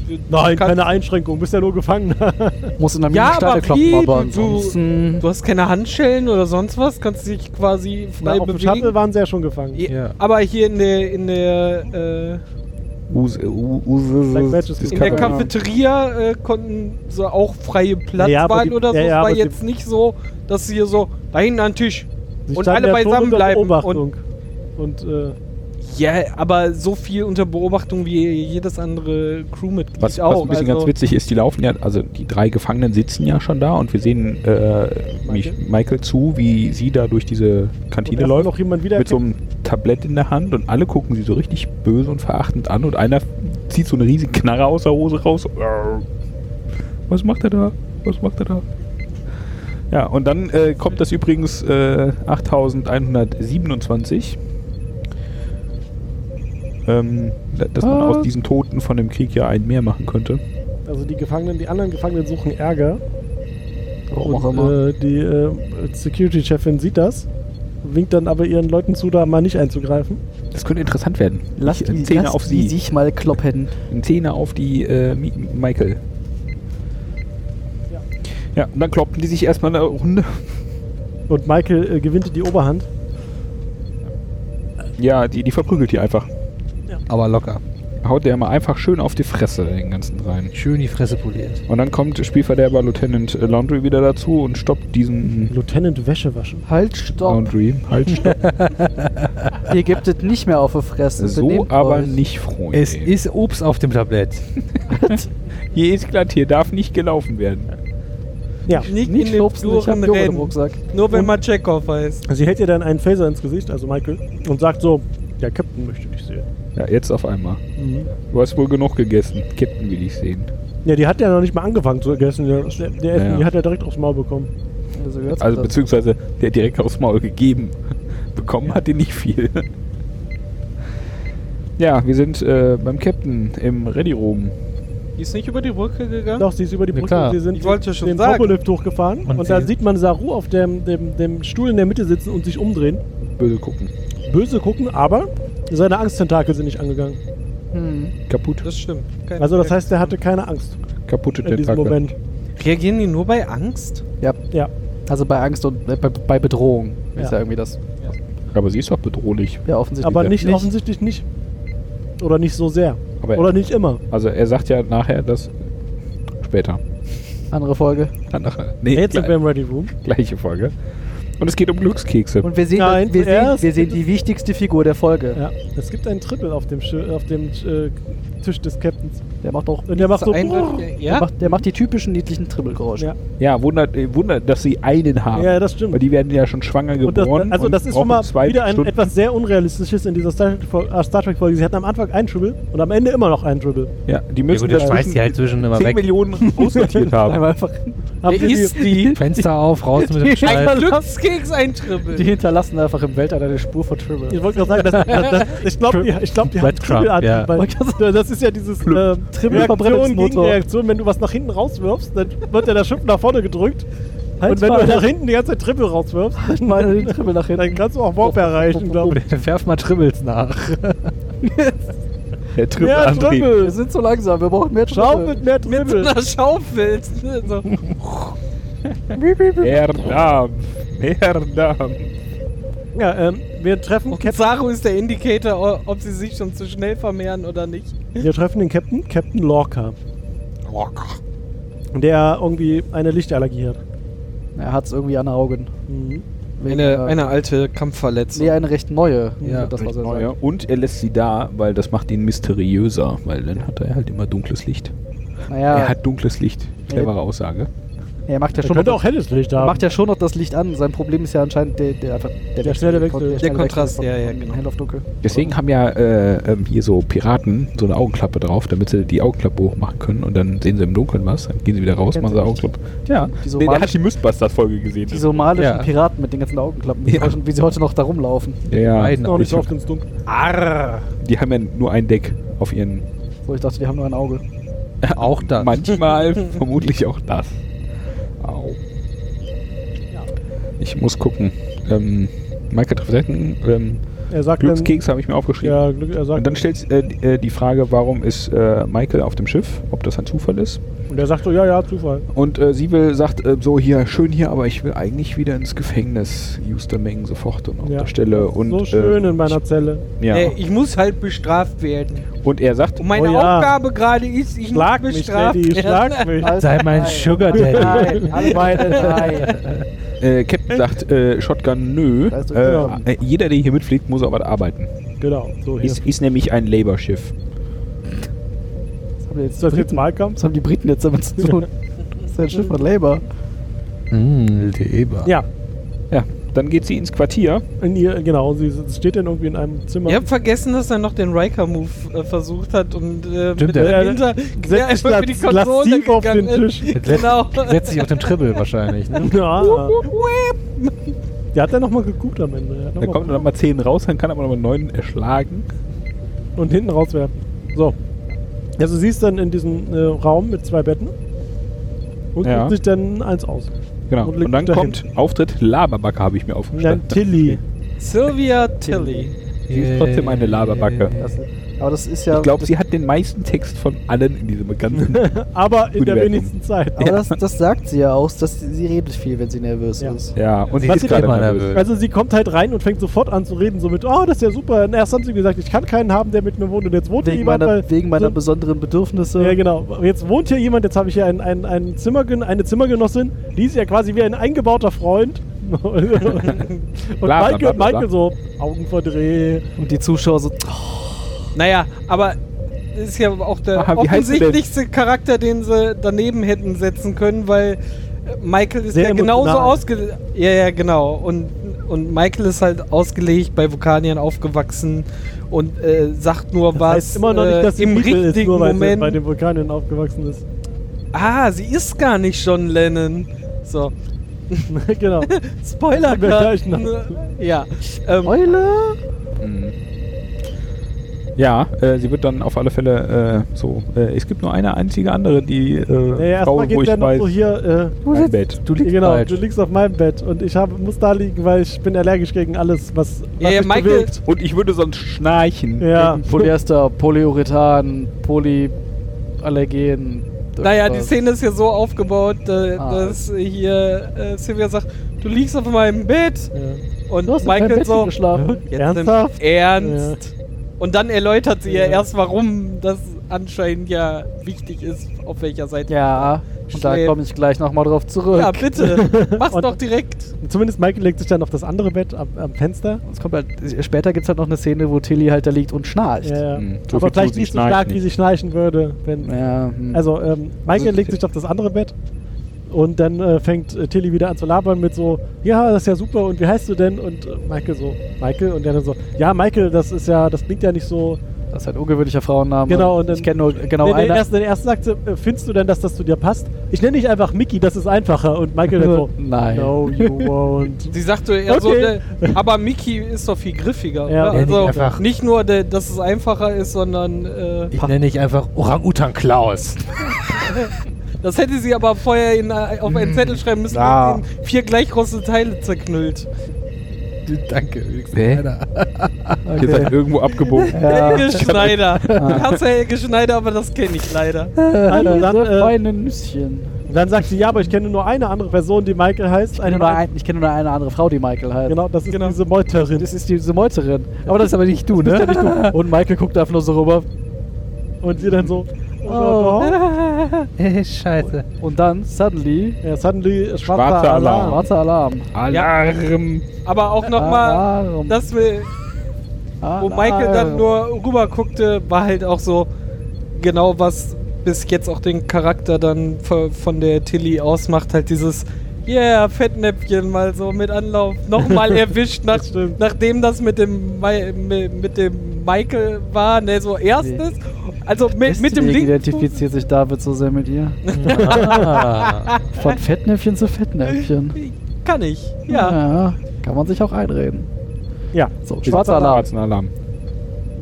Speaker 1: Du- du
Speaker 2: Nein,
Speaker 1: kannst-
Speaker 2: keine Einschränkung, bist ja nur gefangen. *laughs*
Speaker 3: Muss in der
Speaker 1: Ja,
Speaker 3: Mine Steine
Speaker 1: aber
Speaker 3: kloppen,
Speaker 1: wie?
Speaker 3: aber
Speaker 1: Du- äh, du-
Speaker 3: ansonsten.
Speaker 1: Du hast keine Handschellen oder sonst was, kannst dich quasi
Speaker 2: Na,
Speaker 1: frei
Speaker 2: auf dem Shuttle
Speaker 1: bewegen.
Speaker 2: waren sie ja schon gefangen.
Speaker 1: Ja,
Speaker 4: Ja.
Speaker 1: Aber hier in der in der äh,
Speaker 5: Us, u, us,
Speaker 2: Black Badges
Speaker 5: das
Speaker 2: ist
Speaker 1: In der
Speaker 5: kann-
Speaker 2: Kaffee-
Speaker 1: Cafeteria äh, konnten so auch freie
Speaker 2: Ja,
Speaker 1: Platzwahlen
Speaker 2: aber die-
Speaker 1: oder so.
Speaker 2: ja, ja,
Speaker 1: es war
Speaker 2: aber die-
Speaker 1: jetzt nicht so, dass sie hier so da hinten an den Tisch.
Speaker 2: Sie
Speaker 1: und
Speaker 2: standen
Speaker 1: alle
Speaker 2: ja schon
Speaker 1: beisammen
Speaker 2: unter
Speaker 1: bleiben. Und,
Speaker 2: Beobachtung. Und, äh,
Speaker 1: ja, aber so viel unter Beobachtung wie jedes andere Crewmitglied
Speaker 5: Was,
Speaker 1: auch.
Speaker 5: was ein bisschen
Speaker 1: also,
Speaker 5: ganz witzig ist, die laufen ja, also die drei Gefangenen sitzen ja schon da und wir sehen äh, mich, Michael zu, wie sie da durch diese
Speaker 2: und
Speaker 5: Kantine
Speaker 2: erst
Speaker 5: läuft.
Speaker 2: noch jemand wieder
Speaker 5: mit so einem Tablett in der Hand und alle gucken sie so richtig böse und verachtend an und einer zieht so eine riesige Knarre aus der Hose raus. Was macht er da? Was macht er da? Ja, und dann äh, kommt das übrigens äh, 8127. Ähm, da- dass man
Speaker 3: Was?
Speaker 5: aus diesen Toten von dem Krieg ja ein mehr machen könnte.
Speaker 2: also die Gefangenen, die anderen Gefangenen suchen Ärger.
Speaker 3: Warum auch
Speaker 2: und,
Speaker 3: immer.
Speaker 2: Äh, die äh, Security-Chefin sieht das, winkt dann aber ihren Leuten zu, da mal nicht einzugreifen.
Speaker 5: Das könnte interessant werden.
Speaker 3: Lass
Speaker 5: Ich- äh,
Speaker 3: die,
Speaker 5: Zähne
Speaker 3: lass
Speaker 5: auf
Speaker 3: die
Speaker 5: sie.
Speaker 3: sich mal kloppen.
Speaker 5: Zähne auf die äh, Mi- Michael.
Speaker 2: Ja.
Speaker 5: Ja, und dann kloppen die sich erstmal eine Runde.
Speaker 2: Und Michael äh, gewinnt die Oberhand.
Speaker 5: Ja, die, die verprügelt die einfach.
Speaker 4: aber locker.
Speaker 5: Haut der mal einfach schön auf die Fresse den ganzen rein.
Speaker 4: Schön die Fresse poliert.
Speaker 5: Und dann kommt Spielverderber Lieutenant Laundry wieder dazu und stoppt diesen
Speaker 2: Lieutenant Wäsche waschen.
Speaker 3: Halt, stopp.
Speaker 5: Laundry. Halt, stopp.
Speaker 3: Ihr gebt es nicht mehr auf die Fresse.
Speaker 5: so
Speaker 3: Benehmt
Speaker 5: aber
Speaker 3: euch.
Speaker 5: nicht, Freunde.
Speaker 4: Es ist Obst auf dem Tablett.
Speaker 5: hier ist glatt, hier darf nicht gelaufen werden.
Speaker 2: Ja.
Speaker 1: Nicht,
Speaker 3: Nicht
Speaker 1: in den
Speaker 3: schubsen, ich hab
Speaker 1: Fluren
Speaker 3: Joghurt im
Speaker 1: rennen.
Speaker 3: Rucksack.
Speaker 1: Nur wenn
Speaker 2: Und-
Speaker 1: man Chekhov heißt.
Speaker 2: Sie hält ihr dann einen Phaser ins Gesicht, also Michael, und sagt so, der Captain möchte dich sehen.
Speaker 5: Ja, jetzt auf einmal.
Speaker 2: Mhm.
Speaker 5: Du hast wohl genug gegessen. Captain will ich sehen.
Speaker 2: Ja, die hat ja noch nicht mal angefangen zu essen. Der, der,
Speaker 5: Ja, ja.
Speaker 2: Die hat ja direkt aufs Maul bekommen.
Speaker 3: Also, gehört's
Speaker 5: Also
Speaker 3: dazu.
Speaker 5: beziehungsweise der direkt aufs Maul gegeben. *laughs* Bekommen hat die nicht viel. *laughs* Ja, wir sind äh, beim Captain im Ready Room.
Speaker 1: Die ist nicht über die Brücke gegangen.
Speaker 2: Doch, sie ist über die
Speaker 4: Ja,
Speaker 2: Brücke.
Speaker 4: klar.
Speaker 2: und sie sind
Speaker 1: Ich wollte schon
Speaker 2: den
Speaker 1: sagen.
Speaker 2: Popolift hochgefahren. Und,
Speaker 4: Und
Speaker 2: da
Speaker 4: sie-
Speaker 2: sieht man Saru auf dem, dem, dem Stuhl in der Mitte sitzen und sich umdrehen.
Speaker 5: Böse gucken.
Speaker 2: Böse gucken, aber seine Angsttentakel sind nicht angegangen.
Speaker 3: Hm.
Speaker 5: Kaputt.
Speaker 1: Das stimmt. Keine
Speaker 2: Also das
Speaker 1: Reaktion.
Speaker 2: heißt, er hatte keine Angst
Speaker 5: Kaputte
Speaker 2: in diesem
Speaker 5: Tentakel.
Speaker 2: Moment.
Speaker 1: Reagieren die nur bei Angst?
Speaker 3: Ja,
Speaker 2: Ja.
Speaker 3: also bei Angst und äh, bei, bei Bedrohung ist
Speaker 2: Ja.
Speaker 3: ja irgendwie das.
Speaker 5: Aber sie ist doch bedrohlich.
Speaker 3: Ja, offensichtlich.
Speaker 2: Aber
Speaker 5: Ja.
Speaker 2: nicht,
Speaker 3: Nicht.
Speaker 2: offensichtlich nicht. Oder nicht so sehr.
Speaker 5: Aber
Speaker 2: Oder nicht immer.
Speaker 5: also er sagt ja nachher, dass später. *laughs*
Speaker 3: Andere Folge.
Speaker 5: Dann nachher. Nee,
Speaker 2: Jetzt
Speaker 5: gle
Speaker 2: sind wir im Ready Room.
Speaker 5: gleiche Folge. Und es geht um Glückskekse.
Speaker 3: Und wir sehen,
Speaker 2: Nein,
Speaker 3: wir sehen,
Speaker 2: erst-
Speaker 3: wir sehen die wichtigste Figur der Folge.
Speaker 2: Ja. Es gibt einen Triple auf dem, Schir- auf dem äh, Tisch des Captains.
Speaker 3: Der macht auch.
Speaker 2: Und der macht so.
Speaker 1: Eindeutig-
Speaker 3: Der,
Speaker 1: ja?
Speaker 3: macht, der macht die typischen niedlichen Tribble-Geräusche.
Speaker 2: Ja.
Speaker 5: ja, wundert, äh, wundert, dass sie einen haben.
Speaker 2: Ja, das
Speaker 5: Weil
Speaker 2: stimmt.
Speaker 5: die werden ja schon schwanger
Speaker 2: Und das,
Speaker 5: geboren.
Speaker 2: also
Speaker 5: und
Speaker 2: das ist
Speaker 5: brauchen
Speaker 2: schon mal
Speaker 5: zwei
Speaker 2: wieder ein,
Speaker 5: Stunden.
Speaker 2: etwas sehr Unrealistisches in dieser Star Trek-Fol- äh, Star Trek-Folge. Sie hatten am Anfang einen Tribble und am Ende immer noch einen Tribble.
Speaker 5: Ja, die
Speaker 6: Ja,
Speaker 5: müssen
Speaker 6: gut, der
Speaker 5: dazwischen
Speaker 6: schmeißt die
Speaker 5: *laughs*
Speaker 6: halt zwischen immer
Speaker 5: 10
Speaker 6: weg. *laughs*
Speaker 5: Millionen aussortiert haben.
Speaker 3: Einmal einfach
Speaker 2: Habt ihr die-
Speaker 1: die.
Speaker 4: *laughs* Fenster auf, raus mit dem Schweif.
Speaker 1: Ein Glückskeks eintribbeln.
Speaker 3: Die hinterlassen einfach im Weltall eine Spur von Tribble.
Speaker 2: Ich wollte gerade sagen, das, das, das, ich glaube, die, ich glaub, die haben
Speaker 6: Breadcrumb,
Speaker 2: Tribble an.
Speaker 6: ja.
Speaker 2: Weil das, das ist ja dieses äh, Reaktion gegen
Speaker 3: Verbrennungsmotor.
Speaker 2: Reaktion. Wenn du was nach hinten rauswirfst, dann wird ja das Schiff nach vorne gedrückt. und wenn
Speaker 3: mal.
Speaker 2: du nach hinten die ganze Zeit Tribble rauswirfst,
Speaker 3: Ich meine den Tribble nach
Speaker 2: dann
Speaker 3: hinten.
Speaker 2: kannst du auch Warp erreichen, glaube ich.
Speaker 4: *laughs* Werf mal Tribbles nach.
Speaker 5: Der Triple
Speaker 2: Mehr
Speaker 5: Antrieb.
Speaker 2: Tribble!
Speaker 3: Wir sind so langsam, wir brauchen mehr
Speaker 2: Schau
Speaker 3: Tribble.
Speaker 2: mit mehr
Speaker 1: Mit so
Speaker 2: Tribble!
Speaker 1: einer Schaufel. So.
Speaker 5: Verdammt. Verdammt.
Speaker 2: Ja, ähm, wir treffen
Speaker 1: Und Saru ist der Indikator, o- ob sie sich schon zu schnell vermehren oder nicht.
Speaker 2: Wir treffen den Captain, Captain Lorca,
Speaker 5: Rock.
Speaker 2: der irgendwie eine Lichtallergie hat.
Speaker 3: Er hat's irgendwie an den Augen.
Speaker 2: Mhm.
Speaker 3: Wegen,
Speaker 1: Eine,
Speaker 3: äh,
Speaker 1: eine alte Kampfverletzung.
Speaker 3: Nee, eine recht neue.
Speaker 1: Ja,
Speaker 3: das was er sagt.
Speaker 5: Oh Ja, und er lässt sie da, weil das macht ihn mysteriöser, weil dann hat er halt immer dunkles Licht.
Speaker 3: Naja,
Speaker 5: Er
Speaker 3: er,
Speaker 5: hat dunkles Licht. Clevere Aussage.
Speaker 3: macht ja
Speaker 2: Er
Speaker 3: schon noch
Speaker 2: könnte
Speaker 3: das,
Speaker 2: auch helles Licht
Speaker 3: er
Speaker 2: haben.
Speaker 3: macht ja schon noch das Licht an. Sein Problem ist ja anscheinend der, der einfach der,
Speaker 2: schnelle Wechsel. Der
Speaker 3: schnelle
Speaker 1: Kontrast,
Speaker 3: von-
Speaker 1: ja, ja,
Speaker 3: von
Speaker 1: genau.
Speaker 3: Hell auf dunkel.
Speaker 5: Deswegen haben ja äh, ähm, hier so Piraten so eine Augenklappe drauf, damit sie die Augenklappe hochmachen können und dann sehen sie im Dunkeln was. Dann gehen sie wieder raus,
Speaker 3: Kennst
Speaker 5: machen
Speaker 3: du
Speaker 5: sie
Speaker 3: nicht?
Speaker 5: Augenklappe. Ja,
Speaker 3: Die so
Speaker 5: nee, der
Speaker 3: magisch-
Speaker 5: hat die Mythbusters-Folge gesehen.
Speaker 3: Die somalischen
Speaker 4: Ja.
Speaker 3: Piraten mit den ganzen Augenklappen, wie,
Speaker 5: Ja.
Speaker 3: sie heute- wie sie heute noch da rumlaufen.
Speaker 5: ja,
Speaker 4: Beiden
Speaker 5: ja.
Speaker 2: auch nicht
Speaker 5: Ich,
Speaker 2: so oft ins Dunkel.
Speaker 5: die haben ja nur ein Deck auf ihren
Speaker 3: So, ich dachte, die haben nur ein Auge.
Speaker 4: Auch das.
Speaker 5: Manchmal vermutlich auch das. Au. Ich muss gucken. Ähm, Maike Trevetten, ähm,
Speaker 2: Er sagt dann,
Speaker 5: Glückskeks habe ich mir aufgeschrieben.
Speaker 2: ja, Glück, er sagt,
Speaker 5: Und dann stellt äh, die- äh, die Frage, warum ist äh, Michael auf dem Schiff, ob das ein Zufall ist.
Speaker 2: und er sagt so, ja, ja, Zufall.
Speaker 5: Und äh, sie will, sagt äh, so hier, schön hier, aber ich will eigentlich wieder ins Gefängnis. Houston Meng sofort und auf
Speaker 2: Ja.
Speaker 5: der Stelle. Und,
Speaker 2: so schön
Speaker 5: äh,
Speaker 2: in meiner Zelle.
Speaker 5: ja.
Speaker 1: Äh, ich muss halt bestraft werden.
Speaker 5: Und er sagt,
Speaker 1: Und meine
Speaker 2: Oh ja.
Speaker 1: Aufgabe gerade ist, ich
Speaker 2: Schlag
Speaker 1: muss
Speaker 2: mich,
Speaker 1: bestraft
Speaker 2: Daddy,
Speaker 1: werden.
Speaker 2: schlag mich.
Speaker 4: Sei mein Sugar Daddy.
Speaker 3: Nein, alle *laughs* beide, nein.
Speaker 5: äh, Captain sagt, äh, Shotgun nö.
Speaker 3: Weißt du,
Speaker 5: Äh,
Speaker 2: genau.
Speaker 5: äh, jeder, der hier mitfliegt, muss aber arbeiten.
Speaker 2: Genau, so hier.
Speaker 5: Ist, ist nämlich ein Labour-Schiff.
Speaker 3: Das haben, die jetzt
Speaker 2: Ist das jetzt
Speaker 3: Briten,
Speaker 2: Malkampf?
Speaker 3: das haben die Briten jetzt damit zu tun. Das ist ja ein Schiff von Labour.
Speaker 4: Mm, Leber.
Speaker 2: Ja,
Speaker 5: Ja, dann geht sie ins Quartier.
Speaker 2: in ihr, genau. Sie s- steht dann irgendwie in einem Zimmer.
Speaker 1: Ihr habt vergessen, dass er noch den Riker-Move äh, versucht hat und äh,
Speaker 4: Stimmt,
Speaker 1: mit
Speaker 4: der-
Speaker 1: dem Hinter
Speaker 2: setzt
Speaker 1: quer *laughs* einfach über die
Speaker 2: sich
Speaker 1: Konsole
Speaker 2: lassiv auf den
Speaker 1: gegangen ist.
Speaker 2: Tisch.
Speaker 1: Genau.
Speaker 4: Setzt sich auf den Tribble wahrscheinlich. Ne?
Speaker 2: Ja.
Speaker 1: *laughs*
Speaker 2: Der hat dann nochmal geguckt am Ende. Er hat noch
Speaker 5: Da
Speaker 2: mal-
Speaker 5: kommt dann mal 10 raus, dann kann er aber nochmal 9 erschlagen.
Speaker 2: und hinten rauswerfen. So. Also sie ist dann in diesem äh, Raum mit zwei Betten und
Speaker 5: Ja.
Speaker 2: sucht sich dann eins aus.
Speaker 5: Genau.
Speaker 2: Und
Speaker 5: Und,
Speaker 2: legt
Speaker 5: dann
Speaker 2: dahin.
Speaker 5: kommt Auftritt Laberbacke, habe ich mir aufgeschrieben.
Speaker 2: Dann Tilly.
Speaker 1: Sylvia Tilly.
Speaker 5: Sie ist trotzdem eine Laberbacke.
Speaker 3: Das, aber das ist ja.
Speaker 5: Ich glaube, sie hat den meisten Text von allen in
Speaker 2: *laughs*
Speaker 5: diesem ganzen.
Speaker 2: Aber in
Speaker 5: Gute
Speaker 2: der
Speaker 5: Wertung.
Speaker 2: wenigsten Zeit.
Speaker 3: aber das, das sagt sie ja aus, dass sie, sie redet viel, wenn sie nervös
Speaker 2: Ja.
Speaker 3: ist.
Speaker 5: ja, und sie
Speaker 2: Was
Speaker 5: ist
Speaker 2: sie
Speaker 5: gerade
Speaker 4: immer
Speaker 5: nervös.
Speaker 4: nervös.
Speaker 2: Also sie kommt halt rein und fängt sofort an zu reden, so mit, oh, das ist ja super. Und erst haben sie gesagt, ich kann keinen haben, der mit mir wohnt. Und jetzt wohnt hier
Speaker 3: Wegen
Speaker 2: jemand.
Speaker 3: meiner,
Speaker 2: weil-
Speaker 3: wegen meiner
Speaker 2: so-
Speaker 3: besonderen Bedürfnisse.
Speaker 2: ja, genau. Jetzt wohnt hier jemand, jetzt habe ich hier ein, ein, ein Zimmergen eine Zimmergenossin, die ist ja quasi wie ein eingebauter Freund. *laughs* und
Speaker 5: bla, bla,
Speaker 2: Michael,
Speaker 5: bla.
Speaker 2: Michael so, Augenverdreh.
Speaker 3: Und die Zuschauer so.
Speaker 1: Naja, aber das ist ja auch der
Speaker 2: Ah,
Speaker 5: Aha, wie heißt sie denn?
Speaker 1: offensichtlichste Charakter, den sie daneben hätten setzen können, weil äh, Michael ist
Speaker 2: Sehr
Speaker 1: ja genauso
Speaker 2: emotional.
Speaker 1: ausgelegt. Ja, ja, genau. Und, und Michael ist halt ausgelegt, bei Vulkanien aufgewachsen und äh, sagt nur
Speaker 2: Das
Speaker 1: was
Speaker 2: heißt immer noch nicht, dass
Speaker 1: äh,
Speaker 2: sie
Speaker 1: im
Speaker 2: Beatle
Speaker 1: richtigen
Speaker 2: ist, nur weil sie
Speaker 1: Moment.
Speaker 2: bei den Vulkanen aufgewachsen ist. *laughs*
Speaker 1: ah, sie ist gar nicht John Lennon. So,
Speaker 2: genau.
Speaker 1: Spoiler.
Speaker 2: Wir gleich noch.
Speaker 1: ja. Ähm,
Speaker 3: Eule!
Speaker 5: Mhm. Ja, äh, sie wird dann auf alle Fälle äh, so. Äh, es gibt nur eine einzige andere, die äh,
Speaker 2: Naja, erstmal
Speaker 5: Frau, wo
Speaker 2: geht
Speaker 5: ich
Speaker 2: der noch
Speaker 5: weiß, halt.
Speaker 2: so
Speaker 5: *laughs*
Speaker 2: hier, äh,
Speaker 5: mein Bett.
Speaker 4: Du liegst
Speaker 2: genau,
Speaker 4: falsch.
Speaker 2: du liegst auf meinem Bett und ich hab, muss da liegen, weil ich bin allergisch gegen alles, was, was
Speaker 1: Ja, ja,
Speaker 2: mich
Speaker 1: Äh, Michael-
Speaker 2: bewegt.
Speaker 5: Und ich würde sonst schnarchen.
Speaker 2: Ja.
Speaker 3: Polyester, Polyurethan, Polyallergen.
Speaker 1: Naja, die Szene ist ja so aufgebaut, äh,
Speaker 3: Ah.
Speaker 1: dass hier äh, Sylvia sagt, du liegst auf meinem Bett. Und
Speaker 2: Du hast in deinem
Speaker 1: Michael
Speaker 2: Bettchen
Speaker 1: so,
Speaker 2: geschlafen.
Speaker 1: jetzt
Speaker 2: Ernsthaft?
Speaker 1: Im Ernst. Und dann erläutert sie ja.
Speaker 2: Ja.
Speaker 1: erst, warum das anscheinend ja wichtig ist, auf welcher Seite.
Speaker 3: Ja, und da
Speaker 1: Schnell.
Speaker 3: komme ich gleich nochmal drauf zurück.
Speaker 1: Ja, bitte, mach's
Speaker 2: Und-
Speaker 1: doch direkt.
Speaker 2: Zumindest Michael legt sich dann auf das andere Bett am, am Fenster.
Speaker 3: Es kommt halt, später gibt es halt noch eine Szene, wo Tilly halt da liegt und schnarcht.
Speaker 2: Ja,
Speaker 5: Hm, so
Speaker 2: aber
Speaker 5: viel
Speaker 2: vielleicht
Speaker 5: zu, sie
Speaker 2: nicht so
Speaker 5: schnarcht
Speaker 2: stark, wie
Speaker 5: nicht.
Speaker 2: sie schnarchen würde. Wenn,
Speaker 3: Ja, hm.
Speaker 2: Also, ähm, Michael legt sich auf das andere Bett und dann äh, fängt äh, Tilly wieder an zu labern mit so: Ja, das ist ja super und wie heißt du denn? Und äh, Michael so: Michael? Und der dann so: Ja, Michael, das ist ja, das klingt ja nicht so.
Speaker 3: das ist halt ein ungewöhnlicher Frauenname.
Speaker 2: Genau, und dann-
Speaker 3: ich kenne nur genau
Speaker 2: Nee,
Speaker 3: einen.
Speaker 2: der, erste, der erste sagt: so, äh, Findest du denn, dass das zu dir passt? Ich nenne dich einfach Mickey, das ist einfacher. Und Michael dann so:
Speaker 3: *laughs* Nein.
Speaker 2: No, you won't.
Speaker 1: Sie sagte eher so,
Speaker 2: Okay.
Speaker 1: ne, aber Mickey ist doch viel griffiger. oder?
Speaker 2: Ja. Ja,
Speaker 4: nicht
Speaker 1: also
Speaker 4: einfach.
Speaker 1: nicht nur, der, dass es einfacher ist, sondern äh,
Speaker 4: Ich nenne dich einfach Orang-Utan Klaus.
Speaker 1: das hätte sie aber vorher in, äh, auf
Speaker 2: Hm.
Speaker 1: einen Zettel schreiben müssen
Speaker 3: Ja.
Speaker 1: und in vier gleich große Teile zerknüllt.
Speaker 4: Danke.
Speaker 5: Hä? Ihr seid
Speaker 2: *laughs*
Speaker 5: irgendwo abgebogen.
Speaker 3: Ja. *laughs*
Speaker 1: Helge Schneider. Ich hasse Helge Schneider, aber das kenne ich leider.
Speaker 2: Also dann,
Speaker 3: Unsere
Speaker 2: äh,
Speaker 3: feinen Nüsschen.
Speaker 2: Und dann sagt sie: Ja, aber ich kenne nur eine andere Person, die Michael heißt.
Speaker 3: Ich kenne, nur ein, ich kenne nur eine andere Frau, die Michael heißt.
Speaker 2: Genau, das ist
Speaker 1: Genau.
Speaker 2: diese Meuterin. *laughs*
Speaker 3: Das ist *laughs* diese Meuterin. Aber das ist aber nicht du, ne? Und Michael guckt einfach nur so rüber.
Speaker 2: Und sie dann so: Oh,
Speaker 3: Oh.
Speaker 2: oh, oh.
Speaker 4: Scheiße.
Speaker 3: Und dann, suddenly,
Speaker 2: Ja, suddenly schwarzer,
Speaker 5: Schwarzer
Speaker 2: Alarm.
Speaker 5: Alarm.
Speaker 3: schwarzer Alarm.
Speaker 5: Alarm.
Speaker 1: Aber auch nochmal,
Speaker 3: Alarm.
Speaker 1: dass wir,
Speaker 3: Ah,
Speaker 1: wo Michael dann nur rüber guckte, war halt auch so genau was bis jetzt auch den Charakter dann ver- von der Tilly ausmacht, halt dieses Yeah, Fettnäpfchen mal so mit Anlauf nochmal erwischt, nach,
Speaker 2: Das stimmt.
Speaker 1: nachdem das mit dem, Mi mi- mit dem Michael war, ne, so erstes, also mit, mit dem
Speaker 3: Deswegen
Speaker 1: linken Fuß-
Speaker 3: identifiziert sich David so sehr mit ihr.
Speaker 4: Ah.
Speaker 1: *laughs*
Speaker 3: Von Fettnäpfchen zu Fettnäpfchen.
Speaker 1: kann ich, ja.
Speaker 3: Kann man sich auch einreden.
Speaker 2: Ja,
Speaker 3: So,
Speaker 5: Wir
Speaker 3: schwarzer
Speaker 5: sind-
Speaker 3: Alarm.
Speaker 5: Schwarzen Alarm.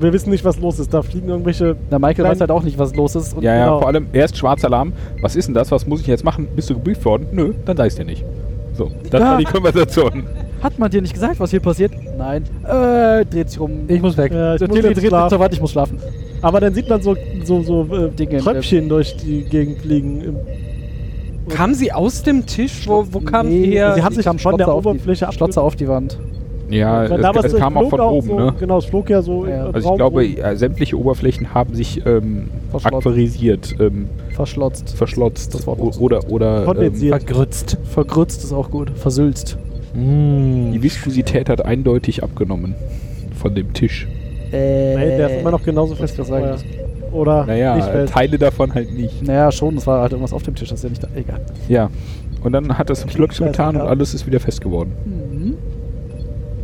Speaker 2: wir wissen nicht, was los ist. Da fliegen irgendwelche.
Speaker 3: Na, Michael
Speaker 2: Klein-
Speaker 3: weiß halt auch nicht, was los ist. Und
Speaker 5: Ja, ja,
Speaker 2: Genau.
Speaker 5: vor allem erst schwarzer Alarm. Was ist denn das? Was muss ich jetzt machen? Bist du gebrieft worden? Nö, dann sei es dir nicht. So, das
Speaker 3: Ja.
Speaker 5: war die Konversation.
Speaker 3: Hat man dir nicht gesagt, was hier passiert? Nein. Äh, dreht sich um.
Speaker 4: Ich muss weg.
Speaker 2: Äh, ich
Speaker 3: Der Tilly
Speaker 2: muss
Speaker 3: dreht
Speaker 2: jetzt
Speaker 3: sich
Speaker 2: schlafen.
Speaker 3: so weit, ich muss schlafen.
Speaker 2: Aber dann sieht man so, so, so äh,
Speaker 3: Dinge,
Speaker 2: Tröpfchen durch die Gegend fliegen. Im-
Speaker 1: Kam sie aus dem Tisch? Wo, wo kam
Speaker 3: Nee,
Speaker 1: die her?
Speaker 2: Sie hat sich am Schlotzer auf die-
Speaker 3: Schlotzer auf die Wand.
Speaker 5: Ja,
Speaker 2: Weil damals,
Speaker 5: es, es kam auch
Speaker 2: flog
Speaker 5: von oben,
Speaker 2: so,
Speaker 5: ne?
Speaker 2: Genau, es flog ja so.
Speaker 3: Ja.
Speaker 2: im
Speaker 5: Also ich
Speaker 2: Raum
Speaker 5: glaube,
Speaker 2: rum.
Speaker 5: ja, sämtliche Oberflächen haben sich ähm,
Speaker 3: Verschlotzt.
Speaker 5: aquarisiert, ähm,
Speaker 3: Verschlotzt.
Speaker 5: verschlotzt
Speaker 3: Das Wort
Speaker 5: o-
Speaker 3: dazu.
Speaker 5: oder oder ähm,
Speaker 2: kondensiert.
Speaker 4: Vergrützt. Mm.
Speaker 3: Vergrützt ist auch gut. Versülzt.
Speaker 5: die Viskosität hat eindeutig abgenommen von dem Tisch.
Speaker 3: Äh.
Speaker 2: Nee, der ist immer noch genauso fest
Speaker 3: ich grad
Speaker 2: vorher.
Speaker 3: sagen.
Speaker 2: Oder
Speaker 5: Naja,
Speaker 2: nicht fest.
Speaker 5: Teile davon halt nicht.
Speaker 3: Naja, schon, es war halt irgendwas auf dem Tisch, das ist ja nicht da. Egal.
Speaker 5: Ja. Und dann hat das ein Plötzlich
Speaker 2: Scheiße,
Speaker 5: getan und
Speaker 2: ja.
Speaker 5: alles ist wieder fest geworden.
Speaker 2: Mhm.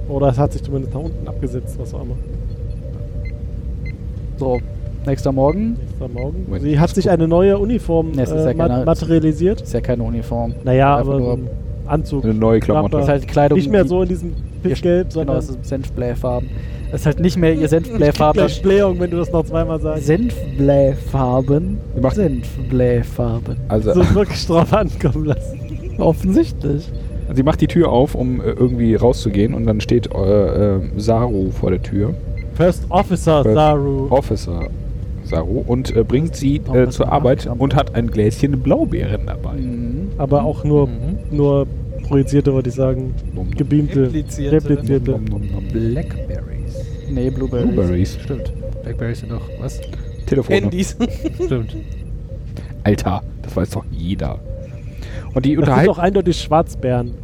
Speaker 2: Oder es hat sich zumindest nach unten abgesetzt, was auch immer.
Speaker 3: So, nächster Morgen.
Speaker 2: Nächster Morgen.
Speaker 5: Moment,
Speaker 2: Sie
Speaker 5: ich
Speaker 2: hat
Speaker 5: muss
Speaker 2: sich
Speaker 5: gucken.
Speaker 2: eine neue Uniform
Speaker 3: Nee, es ist
Speaker 2: äh,
Speaker 3: ja
Speaker 2: ma-
Speaker 3: keine-
Speaker 2: materialisiert.
Speaker 3: Ist ja keine Uniform.
Speaker 2: Naja,
Speaker 3: Einfach
Speaker 2: aber
Speaker 3: nur-
Speaker 2: so ein Anzug.
Speaker 5: Eine neue Klamotte.
Speaker 2: Knapper.
Speaker 3: Ist halt Kleidung,
Speaker 2: Nicht mehr
Speaker 3: die-
Speaker 2: so in diesem Pitchgelb,
Speaker 3: Genau,
Speaker 2: sondern
Speaker 3: es ist Senfblähfarben. Es ist halt nicht mehr ihr Senfblähfarben.
Speaker 2: Gleich Blähung, wenn du das noch zweimal sagst.
Speaker 3: Senfblähfarben.
Speaker 5: Ihr macht-
Speaker 3: Senfblähfarben.
Speaker 5: Also
Speaker 2: so wirklich drauf ankommen lassen.
Speaker 3: Offensichtlich.
Speaker 5: sie macht die Tür auf, um äh, irgendwie rauszugehen und dann steht äh, äh, Saru vor der Tür.
Speaker 2: First Officer
Speaker 5: First
Speaker 2: Saru.
Speaker 5: Officer Saru und äh, bringt sie
Speaker 3: Warum
Speaker 5: äh,
Speaker 3: das
Speaker 5: zur
Speaker 3: so
Speaker 5: Arbeit
Speaker 3: nachgedacht?
Speaker 5: und hat ein Gläschen Blaubeeren dabei.
Speaker 3: Hm. Mhm.
Speaker 2: Aber auch nur, nur projizierte, würde ich sagen.
Speaker 5: Nom, nom,
Speaker 2: Gebeamte.
Speaker 1: Replizierte.
Speaker 2: Replizierte.
Speaker 5: nom, nom, nom.
Speaker 4: Blackberries.
Speaker 3: Nee, Blueberries.
Speaker 5: Blueberries.
Speaker 4: Stimmt. Blackberries sind doch was?
Speaker 5: Telefone.
Speaker 1: Handys.
Speaker 4: Stimmt.
Speaker 5: Alter, das weiß doch jeder. Und die
Speaker 2: Das sind doch
Speaker 5: unterhalten,
Speaker 2: eindeutig Schwarzbären.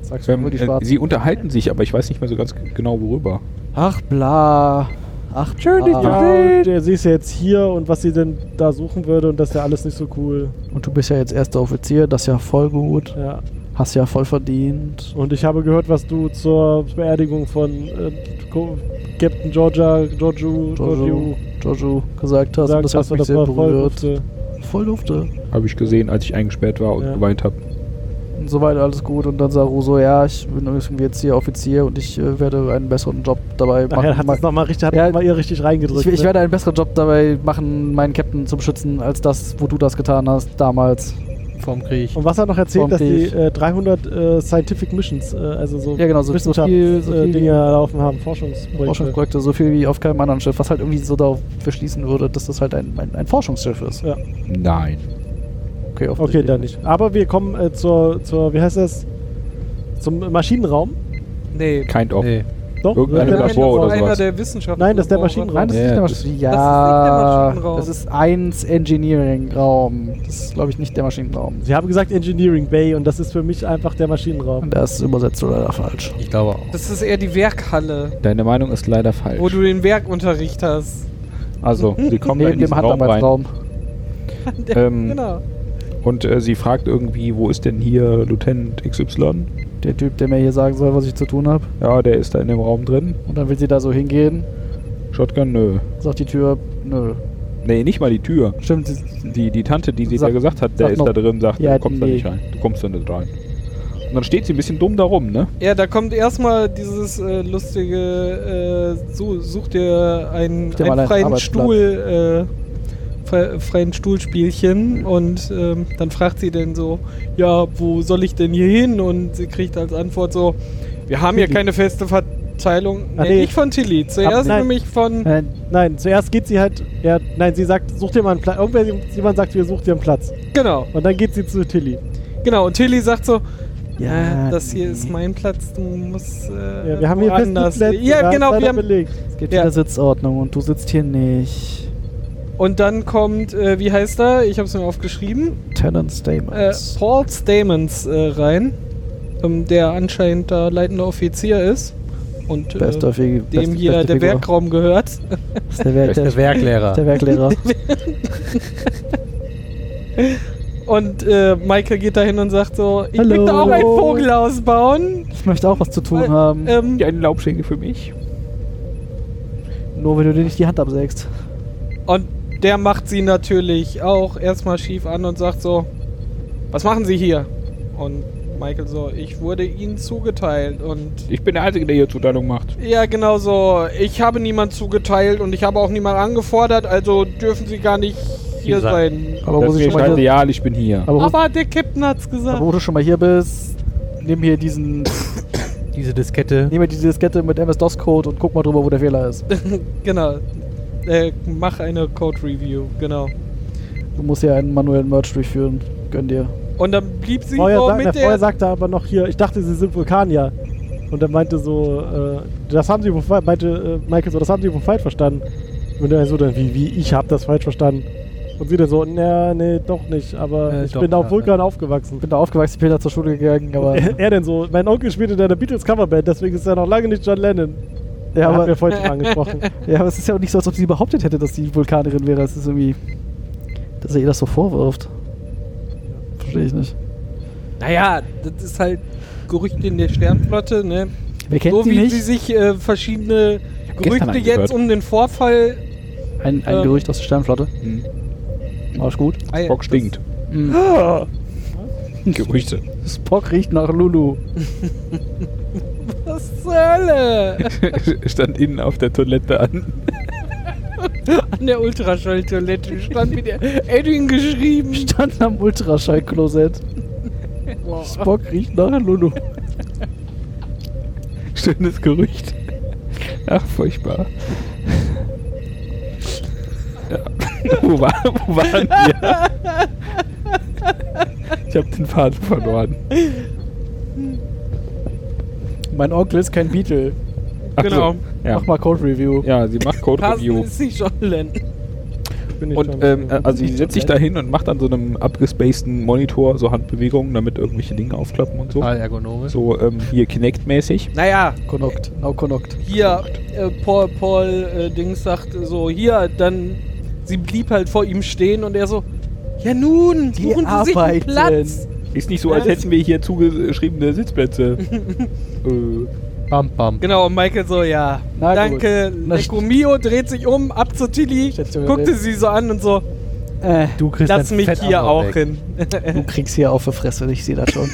Speaker 3: Sagst du
Speaker 5: ähm,
Speaker 3: nur die
Speaker 5: äh,
Speaker 3: Schwarzen.
Speaker 5: sie unterhalten sich, aber ich weiß nicht mehr so ganz g- genau worüber.
Speaker 3: Ach, bla. Ach,
Speaker 4: Schön, dich
Speaker 3: bla.
Speaker 4: zu sehen.
Speaker 2: Ja, und äh, sie ist ja jetzt hier und was sie denn da suchen würde und das ist ja alles nicht so cool.
Speaker 3: Und du bist ja jetzt erster Offizier, das ist ja voll gut.
Speaker 2: Ja.
Speaker 3: Hast ja voll verdient.
Speaker 2: Und ich habe gehört, was du zur Beerdigung von äh, Co- Captain Georgia, Giorgio,
Speaker 3: Jojo,
Speaker 2: Giorgio
Speaker 3: Jojo gesagt hast. und
Speaker 2: gesagt
Speaker 3: das
Speaker 2: hast,
Speaker 3: hat mich
Speaker 2: und das
Speaker 3: sehr
Speaker 2: war voll äh.
Speaker 3: berührt.
Speaker 2: gute-
Speaker 3: Voll dufte.
Speaker 5: Habe ich gesehen, als ich eingesperrt war und
Speaker 2: Ja.
Speaker 5: geweint habe.
Speaker 3: Und soweit alles gut. Und dann Saru so, ja, ich bin irgendwie jetzt hier Offizier und ich äh, werde einen besseren Job dabei
Speaker 2: Ach,
Speaker 3: machen.
Speaker 2: er hat
Speaker 3: Ma-
Speaker 2: das nochmal richtig, hat
Speaker 3: Ja,
Speaker 2: noch mal ihr richtig reingedrückt.
Speaker 3: ich, ich
Speaker 2: ne?
Speaker 3: werde einen besseren Job dabei machen, meinen Captain zu beschützen, als das, wo du das getan hast damals.
Speaker 4: Vom Krieg.
Speaker 2: Und was er noch
Speaker 3: Vom
Speaker 2: erzählt, dass die
Speaker 3: Tisch.
Speaker 2: äh, 300 äh, Scientific Missions, äh, also so
Speaker 3: Ja, genau, so- so
Speaker 2: Wissenschafts-
Speaker 3: viel- so
Speaker 2: äh,
Speaker 3: viel-
Speaker 2: Dinge laufen haben, Forschungsprojekte.
Speaker 3: Forschungsprojekte, so viel wie auf keinem anderen Schiff, was halt irgendwie so darauf verschließen würde, dass das halt ein, ein, ein Forschungsschiff ist.
Speaker 2: Ja.
Speaker 5: Nein.
Speaker 3: okay,
Speaker 2: Okay,
Speaker 3: offensichtlich.
Speaker 2: dann nicht. Aber wir kommen äh, zur, zur, wie heißt das? Zum Maschinenraum.
Speaker 1: Nee.
Speaker 5: Kind of.
Speaker 4: Nee.
Speaker 2: Doch?
Speaker 5: Irgendeine
Speaker 2: Ja,
Speaker 1: Nein, das
Speaker 5: Labor
Speaker 1: war
Speaker 5: oder
Speaker 1: einer
Speaker 5: sowas.
Speaker 1: der Wissenschaftler.
Speaker 2: Nein, das ist der Maschinenraum.
Speaker 4: Nein, das
Speaker 5: Ja,
Speaker 4: ist nicht der
Speaker 5: das-
Speaker 4: Maschine.
Speaker 3: Ja,
Speaker 1: Maschinenraum.
Speaker 3: das ist eins Engineering-Raum. Das ist, glaube ich, nicht der Maschinenraum.
Speaker 2: Sie haben gesagt Engineering Bay und das ist für mich einfach der Maschinenraum.
Speaker 3: Das ist übersetzt leider falsch.
Speaker 4: Ich glaube auch.
Speaker 1: Das ist eher die Werkhalle,
Speaker 5: Deine Meinung ist leider falsch.
Speaker 1: wo du den Werkunterricht hast.
Speaker 5: also, sie kommt da in
Speaker 3: Neben dem
Speaker 5: diesen Raum rein.
Speaker 3: Handarbeitsraum.
Speaker 1: *laughs*
Speaker 5: Ähm,
Speaker 1: genau.
Speaker 5: Und äh, sie fragt irgendwie, wo ist denn hier Lieutenant XY?
Speaker 3: Der Typ, der mir hier sagen soll, was ich zu tun habe.
Speaker 5: Ja, der ist da in dem Raum drin.
Speaker 3: Und dann will sie da so hingehen.
Speaker 5: Shotgun, nö.
Speaker 3: Sagt die Tür, nö.
Speaker 5: Nee, nicht mal die Tür.
Speaker 3: Stimmt, sie-
Speaker 5: Die, die Tante, die sie
Speaker 3: Sag-
Speaker 5: da gesagt hat,
Speaker 3: sag
Speaker 5: der ist
Speaker 3: noch-
Speaker 5: da drin, sagt,
Speaker 3: Ja,
Speaker 5: du kommst
Speaker 3: nee.
Speaker 5: da nicht rein. Du kommst da nicht rein. Und dann steht sie ein bisschen dumm da rum, ne?
Speaker 1: Ja, da kommt erstmal dieses äh, lustige, äh, so, such dir einen,
Speaker 3: dir mal
Speaker 1: einen
Speaker 3: einen
Speaker 1: freien
Speaker 3: Arbeitsplatz.
Speaker 1: Stuhl, äh, fre freien Stuhlspielchen und ähm, dann fragt sie dann so, ja, wo soll ich denn hier hin? Und sie kriegt als Antwort so, wir haben hier
Speaker 2: Tilly.
Speaker 1: keine feste Verteilung.
Speaker 2: Ach,
Speaker 1: Nee,
Speaker 2: nee.
Speaker 1: Nicht von Tilly, zuerst
Speaker 2: nein.
Speaker 1: nämlich von...
Speaker 3: Äh,
Speaker 2: Nein, zuerst geht sie halt, ja, nein, sie sagt, such dir mal einen Platz. Irgendwer, jemand sagt, wir suchen dir einen Platz.
Speaker 1: Genau,
Speaker 2: Und dann geht sie zu Tilly.
Speaker 1: genau. Und Tilly sagt so, ja,
Speaker 3: Ja,
Speaker 1: das hier
Speaker 3: nee.
Speaker 1: ist mein Platz, du musst äh,
Speaker 2: Ja, wir haben hier festen
Speaker 1: woanders
Speaker 2: Platz.
Speaker 1: hin. Ja, genau, wir haben,
Speaker 2: belegt.
Speaker 3: es gibt
Speaker 1: Ja.
Speaker 3: wieder Sitzordnung und du sitzt hier nicht.
Speaker 1: Und dann kommt, äh, wie heißt er? Ich habe es mir aufgeschrieben.
Speaker 3: Tenant
Speaker 1: Äh,
Speaker 3: Statements.
Speaker 1: Paul Stamens äh, rein, ähm, der anscheinend da leitender Offizier ist und äh,
Speaker 3: Bester Figur.
Speaker 1: dem hier der Werkraum gehört.
Speaker 3: Ist der, Werk,
Speaker 4: Der *laughs*
Speaker 3: der,
Speaker 4: Werklehrer.
Speaker 1: *laughs*
Speaker 3: der Werklehrer.
Speaker 1: Und äh, Michael geht da hin und sagt so, ich
Speaker 3: Hallo.
Speaker 1: möchte auch einen Vogel ausbauen.
Speaker 3: Ich möchte auch was zu tun
Speaker 1: Weil,
Speaker 3: haben.
Speaker 1: Ähm,
Speaker 5: Ja, eine Laubschenke für mich.
Speaker 3: Nur wenn du dir nicht die Hand absägst.
Speaker 1: Und der macht sie natürlich auch erstmal schief an und sagt so, was machen Sie hier? Und Michael so, ich wurde Ihnen zugeteilt und
Speaker 5: Ich bin der Einzige, der hier Zuteilung macht.
Speaker 1: Ja, genau so. Ich habe niemand zugeteilt und ich habe auch niemand angefordert, also dürfen sie gar nicht hier
Speaker 4: Hier sein.
Speaker 1: sein.
Speaker 3: Aber wo,
Speaker 5: das
Speaker 3: du
Speaker 5: ist
Speaker 3: schon mal hier,
Speaker 5: ja, ich bin hier.
Speaker 3: aber, wo,
Speaker 1: Aber der Captain hat's gesagt.
Speaker 3: aber wo du schon mal hier bist, nimm hier diesen,
Speaker 4: Diese Diskette.
Speaker 3: nimm hier diese Diskette mit MS-DOS-Code und guck mal drüber, wo der Fehler ist.
Speaker 1: Genau. Äh, mach eine Code-Review, genau.
Speaker 3: Du musst hier einen manuellen Merge durchführen. Gönn dir.
Speaker 1: Und dann blieb sie
Speaker 2: Vorher,
Speaker 1: so
Speaker 2: sag, na,
Speaker 1: mit
Speaker 2: vorher
Speaker 1: der...
Speaker 2: sagte er aber noch hier, ich dachte, sie sind Vulkanier. Und er meinte so, äh, das haben sie wohl falsch, meinte äh, Michael so, das haben sie wohl falsch verstanden. Und er so dann, wie, wie, ich hab das falsch verstanden. Und sie dann so, na, nee, doch nicht, aber
Speaker 4: Äh,
Speaker 2: ich
Speaker 4: doch,
Speaker 2: bin auf
Speaker 4: ja,
Speaker 2: Vulkan aufgewachsen.
Speaker 3: Ich bin da aufgewachsen, ich bin da zur Schule gegangen, aber.
Speaker 2: *laughs*
Speaker 1: *laughs*
Speaker 2: Er, er denn so, mein Onkel spielt in einer Beatles-Coverband, deswegen ist er noch lange nicht John Lennon.
Speaker 3: ja,
Speaker 2: Ja, hat
Speaker 3: aber
Speaker 2: mir vorhin schon angesprochen.
Speaker 3: ja, aber es ist ja auch nicht so, als ob sie behauptet hätte, dass sie Vulkanerin wäre. Es ist irgendwie. Dass er ihr das so vorwirft. Verstehe ich nicht.
Speaker 1: Naja, das ist halt Gerüchte in der Sternflotte, ne?
Speaker 3: Wer kennt
Speaker 1: So
Speaker 3: sie
Speaker 1: wie
Speaker 3: nicht?
Speaker 1: sie sich äh, verschiedene
Speaker 5: gestern
Speaker 1: Gerüchte
Speaker 5: einen
Speaker 1: jetzt
Speaker 5: gehört.
Speaker 1: um den Vorfall...
Speaker 3: Ein, ein
Speaker 1: Ähm.
Speaker 3: Gerücht aus der Sternflotte.
Speaker 5: Hm.
Speaker 3: Mach's gut.
Speaker 1: Ah ja,
Speaker 5: Bock
Speaker 1: das-
Speaker 3: *laughs*
Speaker 5: stinkt.
Speaker 1: Hm.
Speaker 5: Gerüchte. *laughs*
Speaker 3: Spock riecht nach Lulu.
Speaker 1: Was zur Hölle? *laughs*
Speaker 5: Stand innen auf der Toilette an.
Speaker 1: An der Ultraschalltoilette stand wieder Edwin geschrieben.
Speaker 3: Stand am Ultraschallklosett.
Speaker 1: Boah.
Speaker 3: Spock riecht nach Lulu.
Speaker 5: Schönes Gerücht. Ach, furchtbar. Ja. *laughs* wo, war, wo waren wir? Ich habe den Faden verloren.
Speaker 3: Mein Onkel ist kein Beetle.
Speaker 5: Ach so.
Speaker 1: Genau.
Speaker 5: Ja.
Speaker 3: Mach mal Code Review.
Speaker 5: ja, sie macht Code
Speaker 1: Carsten
Speaker 5: Review.
Speaker 1: ist nicht John Lennon.
Speaker 2: Bin ich
Speaker 5: Und
Speaker 2: schon.
Speaker 5: ähm, äh, also sie setzt sich da hin und macht an so einem abgespaceden Monitor so Handbewegungen, damit irgendwelche Dinge aufklappen und so.
Speaker 4: Total ergonomisch.
Speaker 5: So ähm, hier Kinect-mäßig.
Speaker 1: Naja,
Speaker 3: Connect. Now Connect.
Speaker 1: hier, äh, Paul, Paul äh, Dings sagt so, hier, dann, sie blieb halt vor ihm stehen und er so, ja nun, suchen Sie
Speaker 3: Die
Speaker 1: sich einen
Speaker 3: arbeiten.
Speaker 1: Platz.
Speaker 5: Ist nicht so, als
Speaker 1: Ja.
Speaker 5: hätten wir hier
Speaker 1: *laughs*
Speaker 5: zugeschriebene Sitzplätze. äh,
Speaker 4: Bam, bam.
Speaker 1: Genau, und Michael so, ja,
Speaker 3: Na gut.
Speaker 1: danke,
Speaker 3: Na,
Speaker 1: Lecco Mio dreht sich um, ab zu Tilly,
Speaker 3: Station
Speaker 1: guckte
Speaker 3: Rede.
Speaker 1: sie so an und so,
Speaker 3: Äh,
Speaker 4: Du kriegst
Speaker 1: lass
Speaker 4: dein
Speaker 1: mich
Speaker 4: Fett
Speaker 1: hier
Speaker 4: auch
Speaker 1: auch
Speaker 4: weg.
Speaker 1: hin. *laughs*
Speaker 3: du kriegst hier auf die Fresse, ich sehe das schon.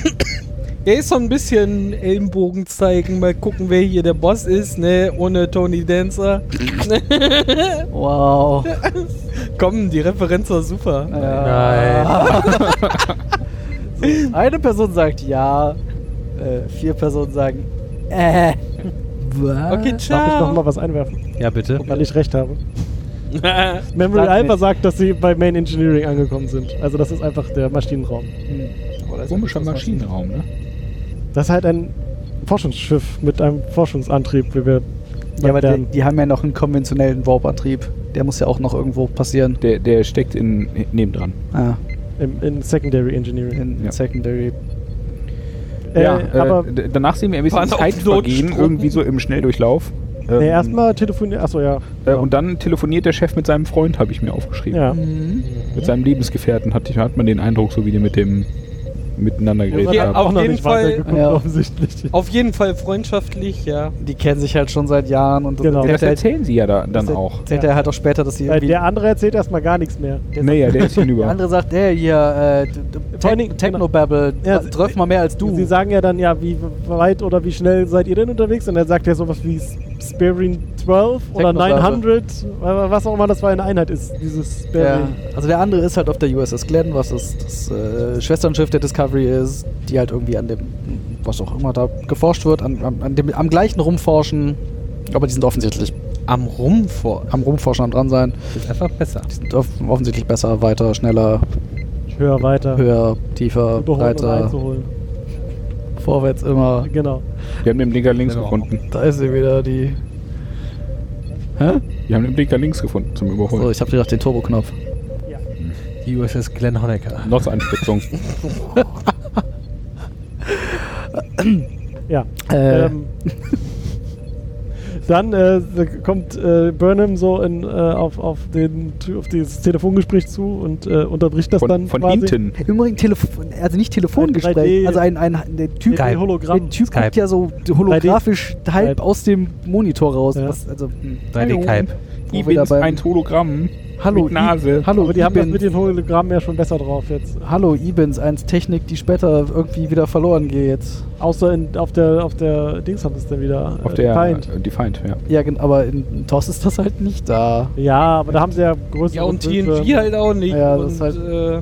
Speaker 1: Er ist so ein bisschen Ellenbogen zeigen, mal gucken, wer hier der Boss ist, ne, ohne Tony Dancer.
Speaker 3: Wow.
Speaker 1: Komm, die Referenz war super.
Speaker 4: Nein.
Speaker 3: So, eine Person sagt ja, äh, vier Personen sagen äh.
Speaker 4: Was?
Speaker 1: Okay,
Speaker 2: Darf ich
Speaker 1: ciao.
Speaker 3: Ah.
Speaker 2: nochmal was einwerfen?
Speaker 4: Ja, bitte.
Speaker 1: *laughs*
Speaker 2: Weil ich recht habe. Memory
Speaker 3: Sag
Speaker 2: Alpha
Speaker 3: nicht.
Speaker 2: sagt, dass sie bei Main Engineering angekommen sind. Also das ist einfach der Maschinenraum.
Speaker 3: Oder ist
Speaker 5: Komischer
Speaker 3: das was-
Speaker 5: Maschinenraum, ne?
Speaker 2: Das ist halt ein Forschungsschiff mit einem Forschungsantrieb, wie wir
Speaker 3: Ja, aber die,
Speaker 2: dann
Speaker 3: die haben ja noch einen konventionellen Warp-Antrieb. Der muss ja auch noch irgendwo passieren.
Speaker 5: Der, der steckt in, nebendran.
Speaker 3: Ah,
Speaker 2: im, in Secondary Engineering.
Speaker 3: in
Speaker 5: Ja.
Speaker 3: Secondary.
Speaker 2: Äh,
Speaker 5: ja,
Speaker 2: aber
Speaker 5: aber d- danach sehen wir ein bisschen
Speaker 1: Waren auf
Speaker 5: Zeit vergehen,
Speaker 1: Notstrom.
Speaker 5: irgendwie so im Schnelldurchlauf. Ähm,
Speaker 2: nee, erstmal telefonieren. Achso, ja.
Speaker 5: Äh, und dann telefoniert der Chef mit seinem Freund, habe ich mir aufgeschrieben.
Speaker 2: ja.
Speaker 5: Mit seinem Lebensgefährten hat, hat man den Eindruck, so wie die mit dem miteinander
Speaker 2: Wir
Speaker 5: geredet
Speaker 1: Ja,
Speaker 2: haben
Speaker 5: haben.
Speaker 1: auch-
Speaker 2: auch noch
Speaker 1: jeden
Speaker 2: nicht
Speaker 1: Fall-
Speaker 2: weitergekommen,
Speaker 3: Ja.
Speaker 2: *laughs* offensichtlich.
Speaker 1: Auf jeden Fall freundschaftlich, ja.
Speaker 3: Die kennen sich halt schon seit Jahren und das
Speaker 2: Genau.
Speaker 5: Ja,
Speaker 3: erzählt,
Speaker 5: das
Speaker 3: er-
Speaker 5: erzählen sie ja da, dann
Speaker 3: das
Speaker 5: auch.
Speaker 3: erzählt er halt auch später, dass sie
Speaker 2: Weil
Speaker 3: irgendwie.
Speaker 2: der andere erzählt erstmal gar nichts mehr.
Speaker 5: Naja, der ist
Speaker 3: der
Speaker 5: hinüber.
Speaker 3: andere sagt, hey, hier, äh, d- d-
Speaker 2: Tony-
Speaker 3: Tec- Technobabble,
Speaker 2: Ja,
Speaker 3: ja, treff mal mehr als du.
Speaker 2: Sie sagen ja dann, ja, wie weit oder wie schnell seid ihr denn unterwegs? Und dann sagt er sowas wie Sparing 12 oder
Speaker 3: Technoslave.
Speaker 2: 900, wa- was auch immer das für eine Einheit ist, dieses
Speaker 3: ja.
Speaker 2: Sparing.
Speaker 3: Also der andere ist halt auf der USS Glenn, was das, das äh, Schwesternschiff der Discovery ist, die halt irgendwie an dem, was auch immer da geforscht wird, an, an, an dem, am gleichen rumforschen. Aber die sind offensichtlich
Speaker 1: Am Rumfor.
Speaker 3: am rumforschen, am dran sein.
Speaker 4: Ist einfach besser.
Speaker 3: Die sind off offensichtlich besser, weiter, schneller,
Speaker 2: Höher, weiter,
Speaker 3: höher, tiefer,
Speaker 2: überholen und
Speaker 3: breiter,
Speaker 2: einzuholen.
Speaker 3: vorwärts immer.
Speaker 2: Genau.
Speaker 5: Wir haben den Blinker links
Speaker 4: Genau.
Speaker 5: gefunden.
Speaker 3: Da ist sie wieder, die. Hä?
Speaker 5: Wir haben den Blinker links gefunden zum
Speaker 3: So,
Speaker 5: Überholen.
Speaker 3: Oh, ich hab gedacht, den Turboknopf.
Speaker 4: Die USS Glenn Honecker.
Speaker 5: Nossanspitzung.
Speaker 2: Ja.
Speaker 3: Äh, *laughs*
Speaker 2: Ähm, dann äh, da kommt äh, Burnham so in, äh, auf, auf, den, Tür- auf dieses Telefongespräch zu und äh, unterbricht das dann
Speaker 5: Von, von
Speaker 2: quasi.
Speaker 5: hinten.
Speaker 3: Übrigens, Telefon, also nicht
Speaker 2: Ein
Speaker 3: Telefongespräch,
Speaker 2: 3D
Speaker 3: also ein, ein der Typ,
Speaker 2: 3D Hologramm.
Speaker 3: der Typ
Speaker 4: Skype.
Speaker 3: guckt ja so holographisch halb
Speaker 2: 3D.
Speaker 3: aus dem Monitor raus.
Speaker 2: Ja.
Speaker 3: Was, also, hm.
Speaker 4: 3D-Kalb.
Speaker 3: wir
Speaker 5: Ibins,
Speaker 3: beim-
Speaker 5: ein Hologramm.
Speaker 3: Hallo,
Speaker 5: Mit Nase.
Speaker 3: I, hallo,
Speaker 2: Aber die haben das
Speaker 3: Ibens,
Speaker 2: mit den Hologrammen ja schon besser drauf jetzt.
Speaker 3: hallo Ibens, eins Technik, die später irgendwie wieder verloren geht.
Speaker 2: Außer in, auf der auf der Dings haben sie es dann wieder.
Speaker 5: Auf
Speaker 2: äh,
Speaker 5: der
Speaker 2: Feind.
Speaker 5: äh, Defiant, ja.
Speaker 3: Ja, gen- aber in TOS ist das halt nicht da.
Speaker 2: Ja, aber da haben sie ja größere
Speaker 1: Ja, und
Speaker 2: Wünsche.
Speaker 1: TNG halt auch nicht.
Speaker 3: ähm, Ja, das
Speaker 1: und,
Speaker 3: ist halt-
Speaker 1: äh,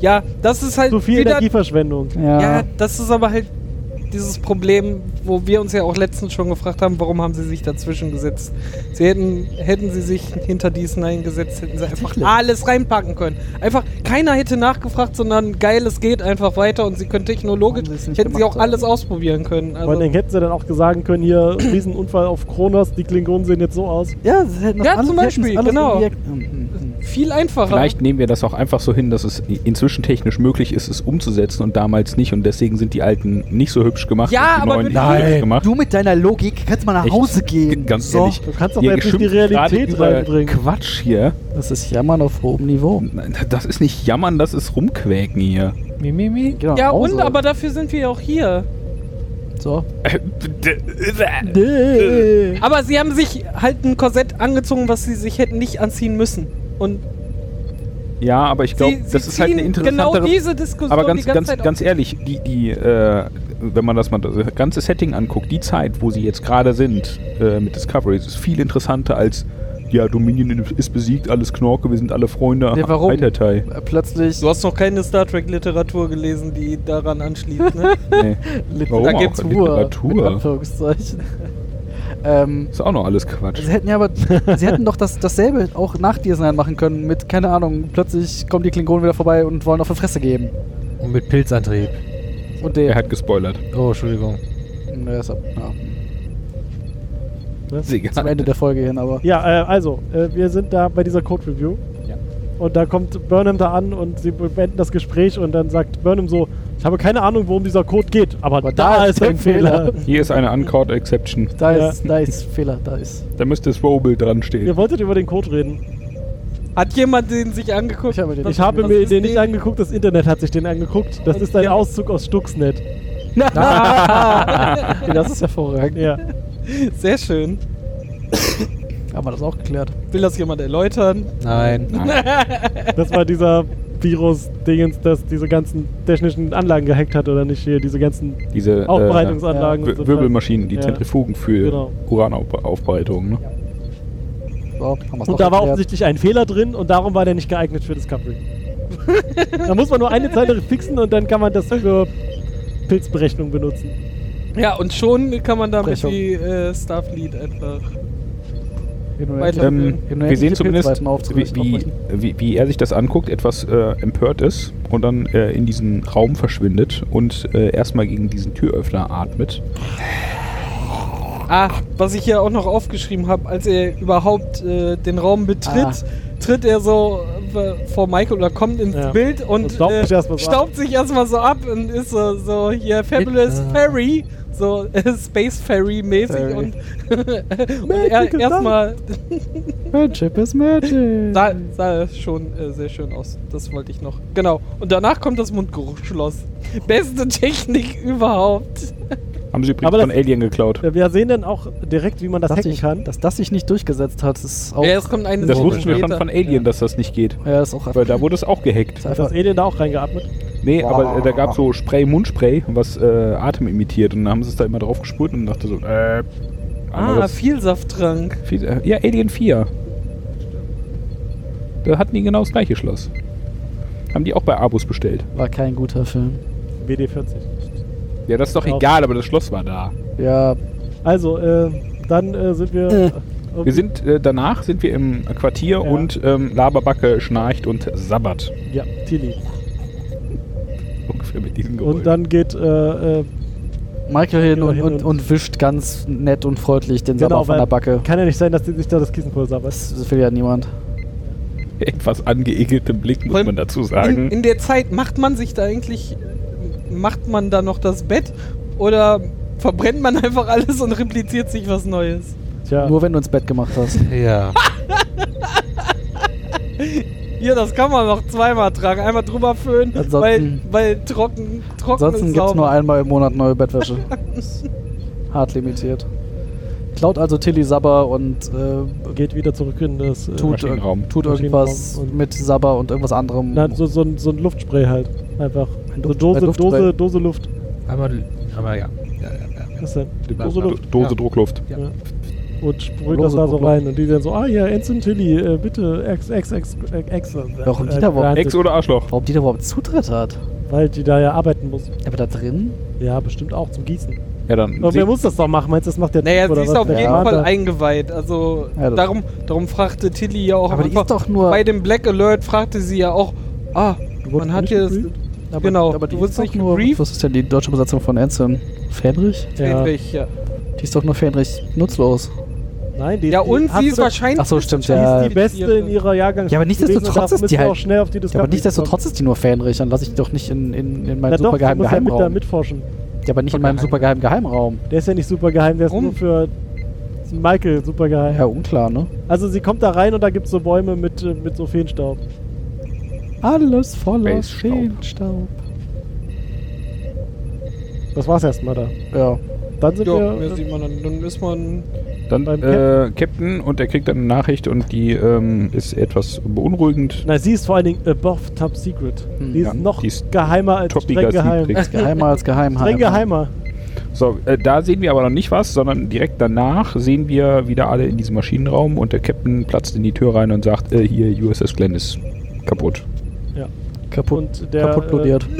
Speaker 1: ja, das ist halt
Speaker 2: Zu viel
Speaker 1: wieder
Speaker 2: Energieverschwendung.
Speaker 1: Ja, das ist aber halt dieses Problem, wo wir uns ja auch letztens schon gefragt haben, warum haben sie sich dazwischen gesetzt? Sie hätten, hätten sie sich hinter die Nein gesetzt, hätten sie einfach
Speaker 3: Tatsächlich.
Speaker 1: alles reinpacken können. Einfach, keiner hätte nachgefragt, sondern geil, es geht einfach weiter und sie können technologisch,
Speaker 3: Warum sie es
Speaker 1: hätten
Speaker 3: nicht
Speaker 1: sie auch
Speaker 3: gemacht haben.
Speaker 1: alles ausprobieren können.
Speaker 2: Vor allen
Speaker 1: Also,
Speaker 2: Dingen hätten sie dann auch sagen können, hier Riesenunfall auf Kronos, die Klingonen sehen jetzt so aus.
Speaker 3: Ja, das hätten das
Speaker 1: Ja,
Speaker 3: alles-
Speaker 1: zum
Speaker 3: die hätten
Speaker 1: Beispiel,
Speaker 3: das alles
Speaker 1: genau.
Speaker 3: irgendwie- Hm, hm, hm.
Speaker 1: viel einfacher.
Speaker 5: Vielleicht nehmen wir das auch einfach so hin, dass es inzwischen technisch möglich ist, es umzusetzen und damals nicht. Und deswegen sind die alten nicht so hübsch gemacht.
Speaker 1: Ja,
Speaker 5: und die
Speaker 1: aber
Speaker 5: neuen
Speaker 1: mit-
Speaker 5: nicht so hübsch
Speaker 4: Nein.
Speaker 5: gemacht.
Speaker 3: Du mit deiner Logik kannst mal nach
Speaker 5: Echt?
Speaker 3: Hause gehen.
Speaker 5: Ganz
Speaker 3: so.
Speaker 5: ehrlich.
Speaker 2: Du kannst doch
Speaker 5: Ihr
Speaker 2: jetzt nicht die
Speaker 5: geschimpft gerade
Speaker 2: Realität
Speaker 5: über
Speaker 2: reinbringen.
Speaker 5: Quatsch hier.
Speaker 3: Das ist Jammern auf hohem Niveau.
Speaker 5: Nein, Das ist nicht jammern, das ist rumquäken hier.
Speaker 4: Mi, mi, mi.
Speaker 3: Geh doch nach
Speaker 1: ja,
Speaker 3: Hause.
Speaker 1: und aber dafür sind wir ja auch hier.
Speaker 3: So. äh,
Speaker 1: Aber sie haben sich halt ein Korsett angezogen, was sie sich hätten nicht anziehen müssen. Und
Speaker 5: Ja, aber ich
Speaker 1: sie,
Speaker 5: glaube,
Speaker 1: sie
Speaker 5: das ist halt eine
Speaker 1: ziehen
Speaker 5: interessantere
Speaker 1: genau diese Diskussion
Speaker 5: Aber
Speaker 1: die
Speaker 5: ganz,
Speaker 1: ganze
Speaker 5: ganz,
Speaker 1: Zeit auf.
Speaker 5: ganz ehrlich, die, die, äh, wenn man das mal das ganze Setting anguckt, die Zeit, wo sie jetzt gerade sind äh, mit Discovery, ist viel interessanter als ja, Dominion ist besiegt, alles Knorke, wir sind alle Freunde.
Speaker 3: Ja, warum? *laughs*
Speaker 5: Heitertei.
Speaker 3: Äh, Plötzlich.
Speaker 1: Du hast noch keine Star Trek-Literatur gelesen, die daran anschließt, *laughs* ne?
Speaker 5: Nee. Warum
Speaker 1: Da
Speaker 5: auch?
Speaker 1: gibt's
Speaker 3: Mit
Speaker 5: Literatur.
Speaker 3: Anführungszeichen. *laughs* ähm,
Speaker 5: Ist auch noch alles Quatsch.
Speaker 3: sie hätten ja aber, sie hätten doch das, dasselbe auch nach Design machen können mit, keine Ahnung, plötzlich kommen die Klingonen wieder vorbei und wollen auf die Fresse geben.
Speaker 4: Und mit Pilzantrieb.
Speaker 3: Und
Speaker 5: Er
Speaker 3: der.
Speaker 5: hat gespoilert.
Speaker 4: Oh, Entschuldigung.
Speaker 3: Ja, ist ab- ja,
Speaker 2: Was?
Speaker 3: zum Ende der Folge hin, aber.
Speaker 2: ne? Ja, äh, also, äh, wir sind da bei dieser Code Review.
Speaker 4: Ja.
Speaker 2: Und da kommt Burnham da an und sie beenden das Gespräch und dann sagt Burnham so, ich habe keine Ahnung, worum dieser Code geht, aber, da, ist ein Fehler.
Speaker 5: Hier ist eine Uncaught Exception.
Speaker 3: Da
Speaker 2: Ja.
Speaker 3: ist, da ist Fehler, da ist.
Speaker 5: Da müsste das Robil dran stehen.
Speaker 2: Ihr wolltet über den Code reden.
Speaker 1: Hat jemand den sich angeguckt?
Speaker 3: Ich habe den-
Speaker 1: Was-
Speaker 2: Ich habe
Speaker 1: was
Speaker 2: mir
Speaker 1: ist
Speaker 2: den nicht
Speaker 1: dem?
Speaker 2: angeguckt, das Internet hat sich den angeguckt. Das ist ein Auszug aus Stuxnet.
Speaker 1: *laughs*
Speaker 3: Ey, das ist hervorragend.
Speaker 2: Ja.
Speaker 1: Sehr schön.
Speaker 3: Haben wir das auch geklärt.
Speaker 1: Will das jemand erläutern?
Speaker 4: Nein.
Speaker 5: Nein.
Speaker 2: Das war dieser Virus-Dingens, das diese ganzen technischen Anlagen gehackt hat, oder nicht? Hier, diese ganzen
Speaker 5: Diese äh,
Speaker 2: Aufbereitungsanlagen. und so
Speaker 5: Wir- Wirbelmaschinen, die
Speaker 2: Ja.
Speaker 5: Zentrifugen für
Speaker 2: Genau.
Speaker 5: Uranaufbereitung. Ne?
Speaker 3: So, haben wir's
Speaker 2: Und
Speaker 3: doch
Speaker 2: da war
Speaker 3: geklärt.
Speaker 2: offensichtlich ein Fehler drin und darum war der nicht geeignet für Discovery. da muss man nur eine Zeile fixen und dann kann man das für Pilzberechnung benutzen.
Speaker 1: Ja, und schon kann man damit
Speaker 3: Brechung.
Speaker 1: die äh, Starfleet einfach Weiter.
Speaker 5: Ähm,
Speaker 3: Eben nur
Speaker 5: wir
Speaker 3: endliche
Speaker 5: sehen zumindest,
Speaker 3: Pilzweiten aufzurichten,
Speaker 5: wie,
Speaker 3: aufrichten.
Speaker 5: wie, wie, wie er sich das anguckt, etwas äh, empört ist und dann äh, in diesen Raum verschwindet und äh, erstmal gegen diesen Türöffner atmet.
Speaker 1: Ah, was ich hier auch noch aufgeschrieben habe, als er überhaupt äh, den Raum betritt,
Speaker 3: Ah.
Speaker 1: tritt er so äh, vor Michael oder kommt ins
Speaker 2: Ja.
Speaker 1: Bild und,
Speaker 2: Und staubt
Speaker 1: äh,
Speaker 2: sich erstmal so ab.
Speaker 1: staubt sich erstmal so ab und ist so, so hier Fabulous
Speaker 4: ah.
Speaker 1: Ferry, so äh, Space Ferry mäßig
Speaker 3: Ferry.
Speaker 1: und, *laughs* und
Speaker 3: Magic
Speaker 1: er,
Speaker 3: is
Speaker 1: erstmal
Speaker 3: Magic is magic.
Speaker 1: sah, sah er schon äh, sehr schön aus. Das wollte ich noch. Genau. Und danach kommt das Mundgeruchsschloss. Beste Technik *laughs* überhaupt.
Speaker 5: Haben sie übrigens
Speaker 2: Aber das-
Speaker 5: von Alien geklaut.
Speaker 2: Äh, Wir sehen dann auch direkt, wie man das
Speaker 3: Dass,
Speaker 2: hacken
Speaker 3: ich,
Speaker 2: kann.
Speaker 3: dass das sich nicht durchgesetzt hat, ist auch.
Speaker 1: Ja, es kommt eine
Speaker 5: Das
Speaker 1: Sekunde
Speaker 5: wussten wir schon
Speaker 1: später.
Speaker 5: von Alien, dass das nicht geht.
Speaker 3: ja, ist auch
Speaker 5: Weil da wurde es auch gehackt.
Speaker 3: ist
Speaker 2: Hat das
Speaker 3: einfach.
Speaker 2: Alien da auch reingeatmet?
Speaker 5: Nee, aber äh, da gab es so Spray, Mundspray, was äh, Atem imitiert. Und dann haben sie es da immer drauf gesprüht und dachte so, äh,
Speaker 1: Ah,
Speaker 5: anderes-
Speaker 1: Vielsafttrank.
Speaker 5: viel, äh, ja, Alien 4. Da hatten die genau das gleiche Schloss. Haben die auch bei Abus bestellt.
Speaker 3: War kein guter Film.
Speaker 2: WD40.
Speaker 5: Ja, das ist doch
Speaker 2: Auf-
Speaker 5: egal, aber das Schloss war da.
Speaker 3: Ja,
Speaker 2: Also, äh, dann äh, sind
Speaker 3: Äh.
Speaker 2: wir. äh, irgendwie-
Speaker 5: Wir sind äh, danach sind wir im Quartier
Speaker 2: Ja.
Speaker 5: und ähm, Laberbacke schnarcht und sabbert.
Speaker 2: Ja, Tilly.
Speaker 5: Ungefähr mit diesen Geräuschen.
Speaker 2: Und dann geht. Äh, äh,
Speaker 3: Michael hin,
Speaker 2: Michael
Speaker 3: und,
Speaker 2: hin
Speaker 3: und,
Speaker 2: und-
Speaker 3: und wischt ganz nett und freundlich den
Speaker 2: genau,
Speaker 3: Sabber von
Speaker 2: weil
Speaker 3: der Backe.
Speaker 2: Kann ja nicht sein, dass die sich da das Kissen voll sabbert.
Speaker 3: Das will ja niemand.
Speaker 5: etwas angeekelte Blick, muss
Speaker 1: Wollen-
Speaker 5: man dazu
Speaker 1: In,
Speaker 5: sagen.
Speaker 1: in der Zeit macht man sich da eigentlich, macht man da noch das Bett oder verbrennt man *laughs* einfach alles und repliziert sich was Neues?
Speaker 2: Tja,
Speaker 3: Nur wenn du ins Bett gemacht hast.
Speaker 6: Ja.
Speaker 1: Hier, das kann man noch zweimal tragen. Einmal drüber föhnen, weil,
Speaker 3: Ansonsten-
Speaker 1: weil trocken, trocken
Speaker 3: Ansonsten
Speaker 1: ist
Speaker 3: gibt es
Speaker 1: sauber.
Speaker 3: nur einmal im Monat neue Bettwäsche. Hart limitiert. Klaut also Tilly Sabber und äh,
Speaker 2: geht wieder zurück in das. Äh,
Speaker 3: tut,
Speaker 5: Maschinenraum.
Speaker 3: tut
Speaker 2: Maschinenraum
Speaker 3: irgendwas
Speaker 2: und-
Speaker 3: mit Sabber und irgendwas anderem.
Speaker 2: Nein, so, so, ein- so ein Luftspray halt. Einfach.
Speaker 3: Ein
Speaker 2: so
Speaker 3: Duft-
Speaker 2: Dose,
Speaker 3: ein Luftspray.
Speaker 2: Dose, Dose Luft.
Speaker 6: Einmal, einmal ja. Ja, ja, ja. ja.
Speaker 2: Was denn?
Speaker 5: Dose,
Speaker 2: Dose
Speaker 5: Dose,
Speaker 2: Luft.
Speaker 6: Ja.
Speaker 5: Druckluft.
Speaker 6: Ja.
Speaker 2: Ja. Und sprüht das
Speaker 3: Lose
Speaker 2: da so
Speaker 3: Problem.
Speaker 2: rein. Und die dann so, ah ja, Ensign Tilly, äh, bitte, ex, ex, ex, ex, ex.
Speaker 3: Warum die da überhaupt-
Speaker 5: Ex
Speaker 2: Ex
Speaker 5: oder Arschloch?
Speaker 3: Warum die da überhaupt Zutritt hat?
Speaker 2: Weil die da ja arbeiten muss.
Speaker 3: Aber da drin?
Speaker 2: Ja, bestimmt auch zum Gießen.
Speaker 5: Ja, dann.
Speaker 2: Aber
Speaker 5: sie-
Speaker 2: wer muss das doch machen? Meinst du, das macht der
Speaker 1: Naja,
Speaker 2: Typ
Speaker 1: sie
Speaker 2: oder
Speaker 1: ist
Speaker 2: was?
Speaker 1: auf
Speaker 2: Der
Speaker 1: jeden
Speaker 2: Vater?
Speaker 1: Fall eingeweiht. Also
Speaker 3: Ja, das-
Speaker 1: darum, darum fragte Tilly ja auch
Speaker 3: Aber die
Speaker 1: einfach,
Speaker 3: ist doch nur-
Speaker 1: bei dem Black Alert fragte sie ja auch, ah,
Speaker 2: wurdest
Speaker 1: man hat
Speaker 2: nicht
Speaker 1: hier das
Speaker 2: gebrieft?
Speaker 3: Aber,
Speaker 1: Genau,
Speaker 3: aber
Speaker 1: du
Speaker 3: die
Speaker 1: wurdest
Speaker 3: ist doch
Speaker 1: nicht
Speaker 3: nur,
Speaker 1: gebrieft?
Speaker 3: Was ist denn die deutsche Besatzung von Ensign? Fähnrich?
Speaker 2: Ja.
Speaker 1: Fähnrich, ja.
Speaker 3: Die ist doch nur Fähnrich nutzlos.
Speaker 2: Nein, die
Speaker 1: Ja,
Speaker 2: die-
Speaker 1: und
Speaker 2: hast
Speaker 1: sie
Speaker 2: du
Speaker 1: ist
Speaker 2: doch-
Speaker 1: wahrscheinlich
Speaker 3: Ach so, stimmt,
Speaker 2: Die
Speaker 3: ja.
Speaker 2: ist die beste in ihrer Jahrgang.
Speaker 3: Ja, aber nichtsdestotrotz ist die halt-
Speaker 2: auch schnell auf die
Speaker 3: Ja,
Speaker 2: Discovery.
Speaker 3: aber nichtsdestotrotz halt ist die nur Fähnrich. Dann lasse ich die doch nicht in, in, in meinen
Speaker 2: Na doch, du
Speaker 3: supergeheimen
Speaker 2: musst ja mit da
Speaker 3: Geheimraum.
Speaker 2: mitforschen.
Speaker 3: ja, aber nicht in meinem supergeheimen Geheimraum.
Speaker 2: Der ist ja nicht super geheim, der ist
Speaker 1: Warum?
Speaker 2: nur für Michael super geheim.
Speaker 3: Ja, unklar, ne?
Speaker 2: Also sie kommt da rein und da gibt es so Bäume mit, äh, mit so Feenstaub.
Speaker 3: Alles voller
Speaker 5: Space-Staub.
Speaker 3: Feenstaub.
Speaker 2: Das war's erstmal da.
Speaker 3: Ja.
Speaker 2: Dann sind
Speaker 1: Ja,
Speaker 2: wir.
Speaker 1: mehr sieht man dann, dann ist man
Speaker 5: Dann
Speaker 2: Beim
Speaker 5: äh, Captain und er kriegt dann eine Nachricht und die ähm, ist etwas beunruhigend.
Speaker 2: Nein, sie ist vor allen Dingen above top secret.
Speaker 3: Hm,
Speaker 2: die ist
Speaker 5: ja.
Speaker 2: noch
Speaker 5: Die ist
Speaker 2: geheimer als
Speaker 5: Toppiger
Speaker 2: streng geheim.
Speaker 5: Secret.
Speaker 3: Geheimer als Geheimheim.
Speaker 2: *laughs* Streng geheimer.
Speaker 5: So, äh, da sehen wir aber noch nicht was, sondern direkt danach sehen wir wieder alle in diesem Maschinenraum und der Captain platzt in die Tür rein und sagt, äh, hier USS Glenn ist kaputt.
Speaker 3: Kaputt,
Speaker 2: Und der,
Speaker 3: kaputt plodiert.
Speaker 2: Äh,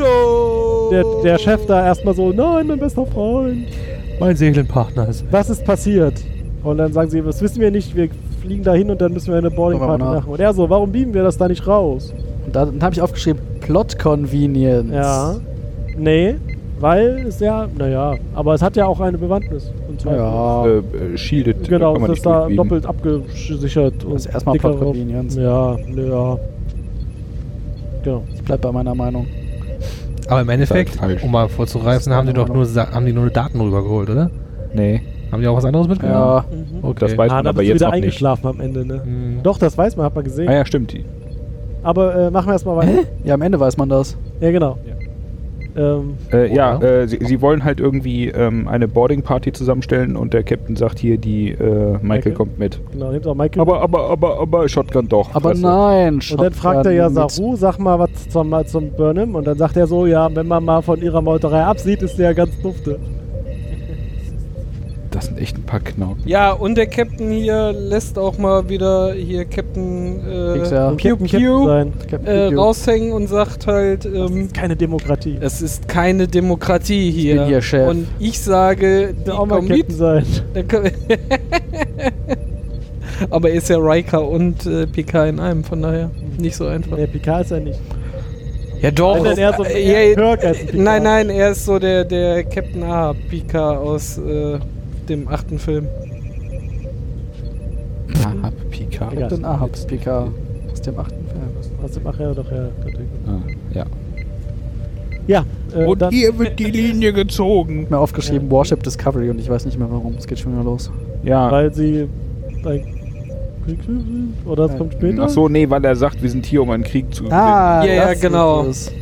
Speaker 2: der, der Chef da erstmal so, nein, mein bester Freund.
Speaker 6: Mein Seelenpartner ist.
Speaker 2: Was ist passiert? Und dann sagen sie, das wissen wir nicht, wir fliegen da hin und dann müssen wir eine Boarding Party
Speaker 3: Gucken wir mal nach.
Speaker 2: machen. Und er so, warum beamen wir das da nicht raus?
Speaker 3: Und da habe ich aufgeschrieben, Plot Convenience.
Speaker 2: Ja. Nee, weil es ja, naja, aber es hat ja auch eine Bewandtnis. Und zwar-
Speaker 3: Ja.
Speaker 5: Äh, äh, shielded.
Speaker 2: Ah. Genau,
Speaker 5: kann man
Speaker 2: es
Speaker 5: nicht
Speaker 2: ist da
Speaker 5: durchbiegen.
Speaker 2: doppelt abgesichert. und
Speaker 3: Also erstmal
Speaker 2: dicker
Speaker 3: Plot
Speaker 2: drauf.
Speaker 3: Convenience.
Speaker 2: Ja, ja. Genau.
Speaker 3: Ich bleib bei meiner Meinung.
Speaker 6: Aber im Endeffekt,
Speaker 5: falsch.
Speaker 6: um mal vorzureißen, haben die doch nur, Sa- haben die nur Daten rübergeholt, oder?
Speaker 5: Nee,
Speaker 6: Haben die auch was anderes mitgenommen?
Speaker 3: Ja.
Speaker 6: Okay.
Speaker 5: das Mhm. weiß man
Speaker 2: Ah, da
Speaker 5: aber
Speaker 2: bist du
Speaker 5: jetzt
Speaker 2: wieder
Speaker 5: noch nicht.
Speaker 2: eingeschlafen am Ende, ne?
Speaker 6: Mhm.
Speaker 2: Doch, das weiß man, hat man gesehen.
Speaker 5: Ah ja, stimmt. Die-
Speaker 2: Aber äh, machen wir erstmal weiter.
Speaker 3: Ja, am Ende weiß man das.
Speaker 2: ja, genau. Ähm,
Speaker 5: Äh, ja,
Speaker 6: Oder?
Speaker 5: äh, sie, sie wollen halt irgendwie ähm, eine Boarding-Party zusammenstellen und der Captain sagt hier, die äh, Michael,
Speaker 2: Michael?
Speaker 5: kommt mit.
Speaker 2: genau, nimmt auch Michael.
Speaker 5: Aber, aber, aber, aber, Shotgun doch. Also,
Speaker 3: Aber
Speaker 5: Fresse.
Speaker 3: nein,
Speaker 2: und dann fragt er ja Saru, sag mal was zum, mal zum Burnham. Und dann sagt er so, ja, wenn man mal von ihrer Meuterei absieht, ist der ja ganz dufte.
Speaker 5: Das sind echt ein paar Knauten.
Speaker 1: Ja, und der Captain hier lässt auch mal wieder hier Captain äh,
Speaker 3: Ja.
Speaker 1: Pew
Speaker 2: Captain
Speaker 1: Pew,
Speaker 2: sein.
Speaker 1: äh,
Speaker 3: raus.
Speaker 1: raushängen und sagt halt, ähm,
Speaker 2: Keine Demokratie.
Speaker 1: es ist keine Demokratie hier.
Speaker 3: bin hier Chef.
Speaker 1: Und ich sage, die
Speaker 2: Der auch mal
Speaker 1: kommen
Speaker 2: Captain
Speaker 1: mit.
Speaker 2: sein.
Speaker 1: Dann können- *laughs* Aber er ist ja Riker und äh, PK in einem, von daher nicht so einfach.
Speaker 2: Der PK ist er nicht.
Speaker 1: Ja, doch.
Speaker 2: Nein, nein, er ist so ein
Speaker 1: Äh, ja,
Speaker 2: Kirk als ein Picard.
Speaker 1: nein, nein, er ist so der, der Captain Ahab, PK aus äh, dem achten Film.
Speaker 5: Ahab, Picard.
Speaker 2: Egal.
Speaker 3: Captain Ahabs PK aus dem achten Film.
Speaker 2: Also mach ja doch ja. Kategorien.
Speaker 5: Ah, ja.
Speaker 2: Ja, äh,
Speaker 5: Und
Speaker 2: dann,
Speaker 5: hier wird die Linie gezogen.
Speaker 3: Ich hab mir aufgeschrieben Warship Discovery und ich weiß nicht mehr warum. Es geht schon wieder los.
Speaker 5: Ja.
Speaker 2: weil sie bei Krieg sind oder es
Speaker 3: Äh,
Speaker 2: kommt später. Ah.
Speaker 5: Ach so, nee, weil er sagt, wir sind hier, um einen Krieg zu gewinnen.
Speaker 3: Ah,
Speaker 1: ja, ja, genau.
Speaker 3: Ist es.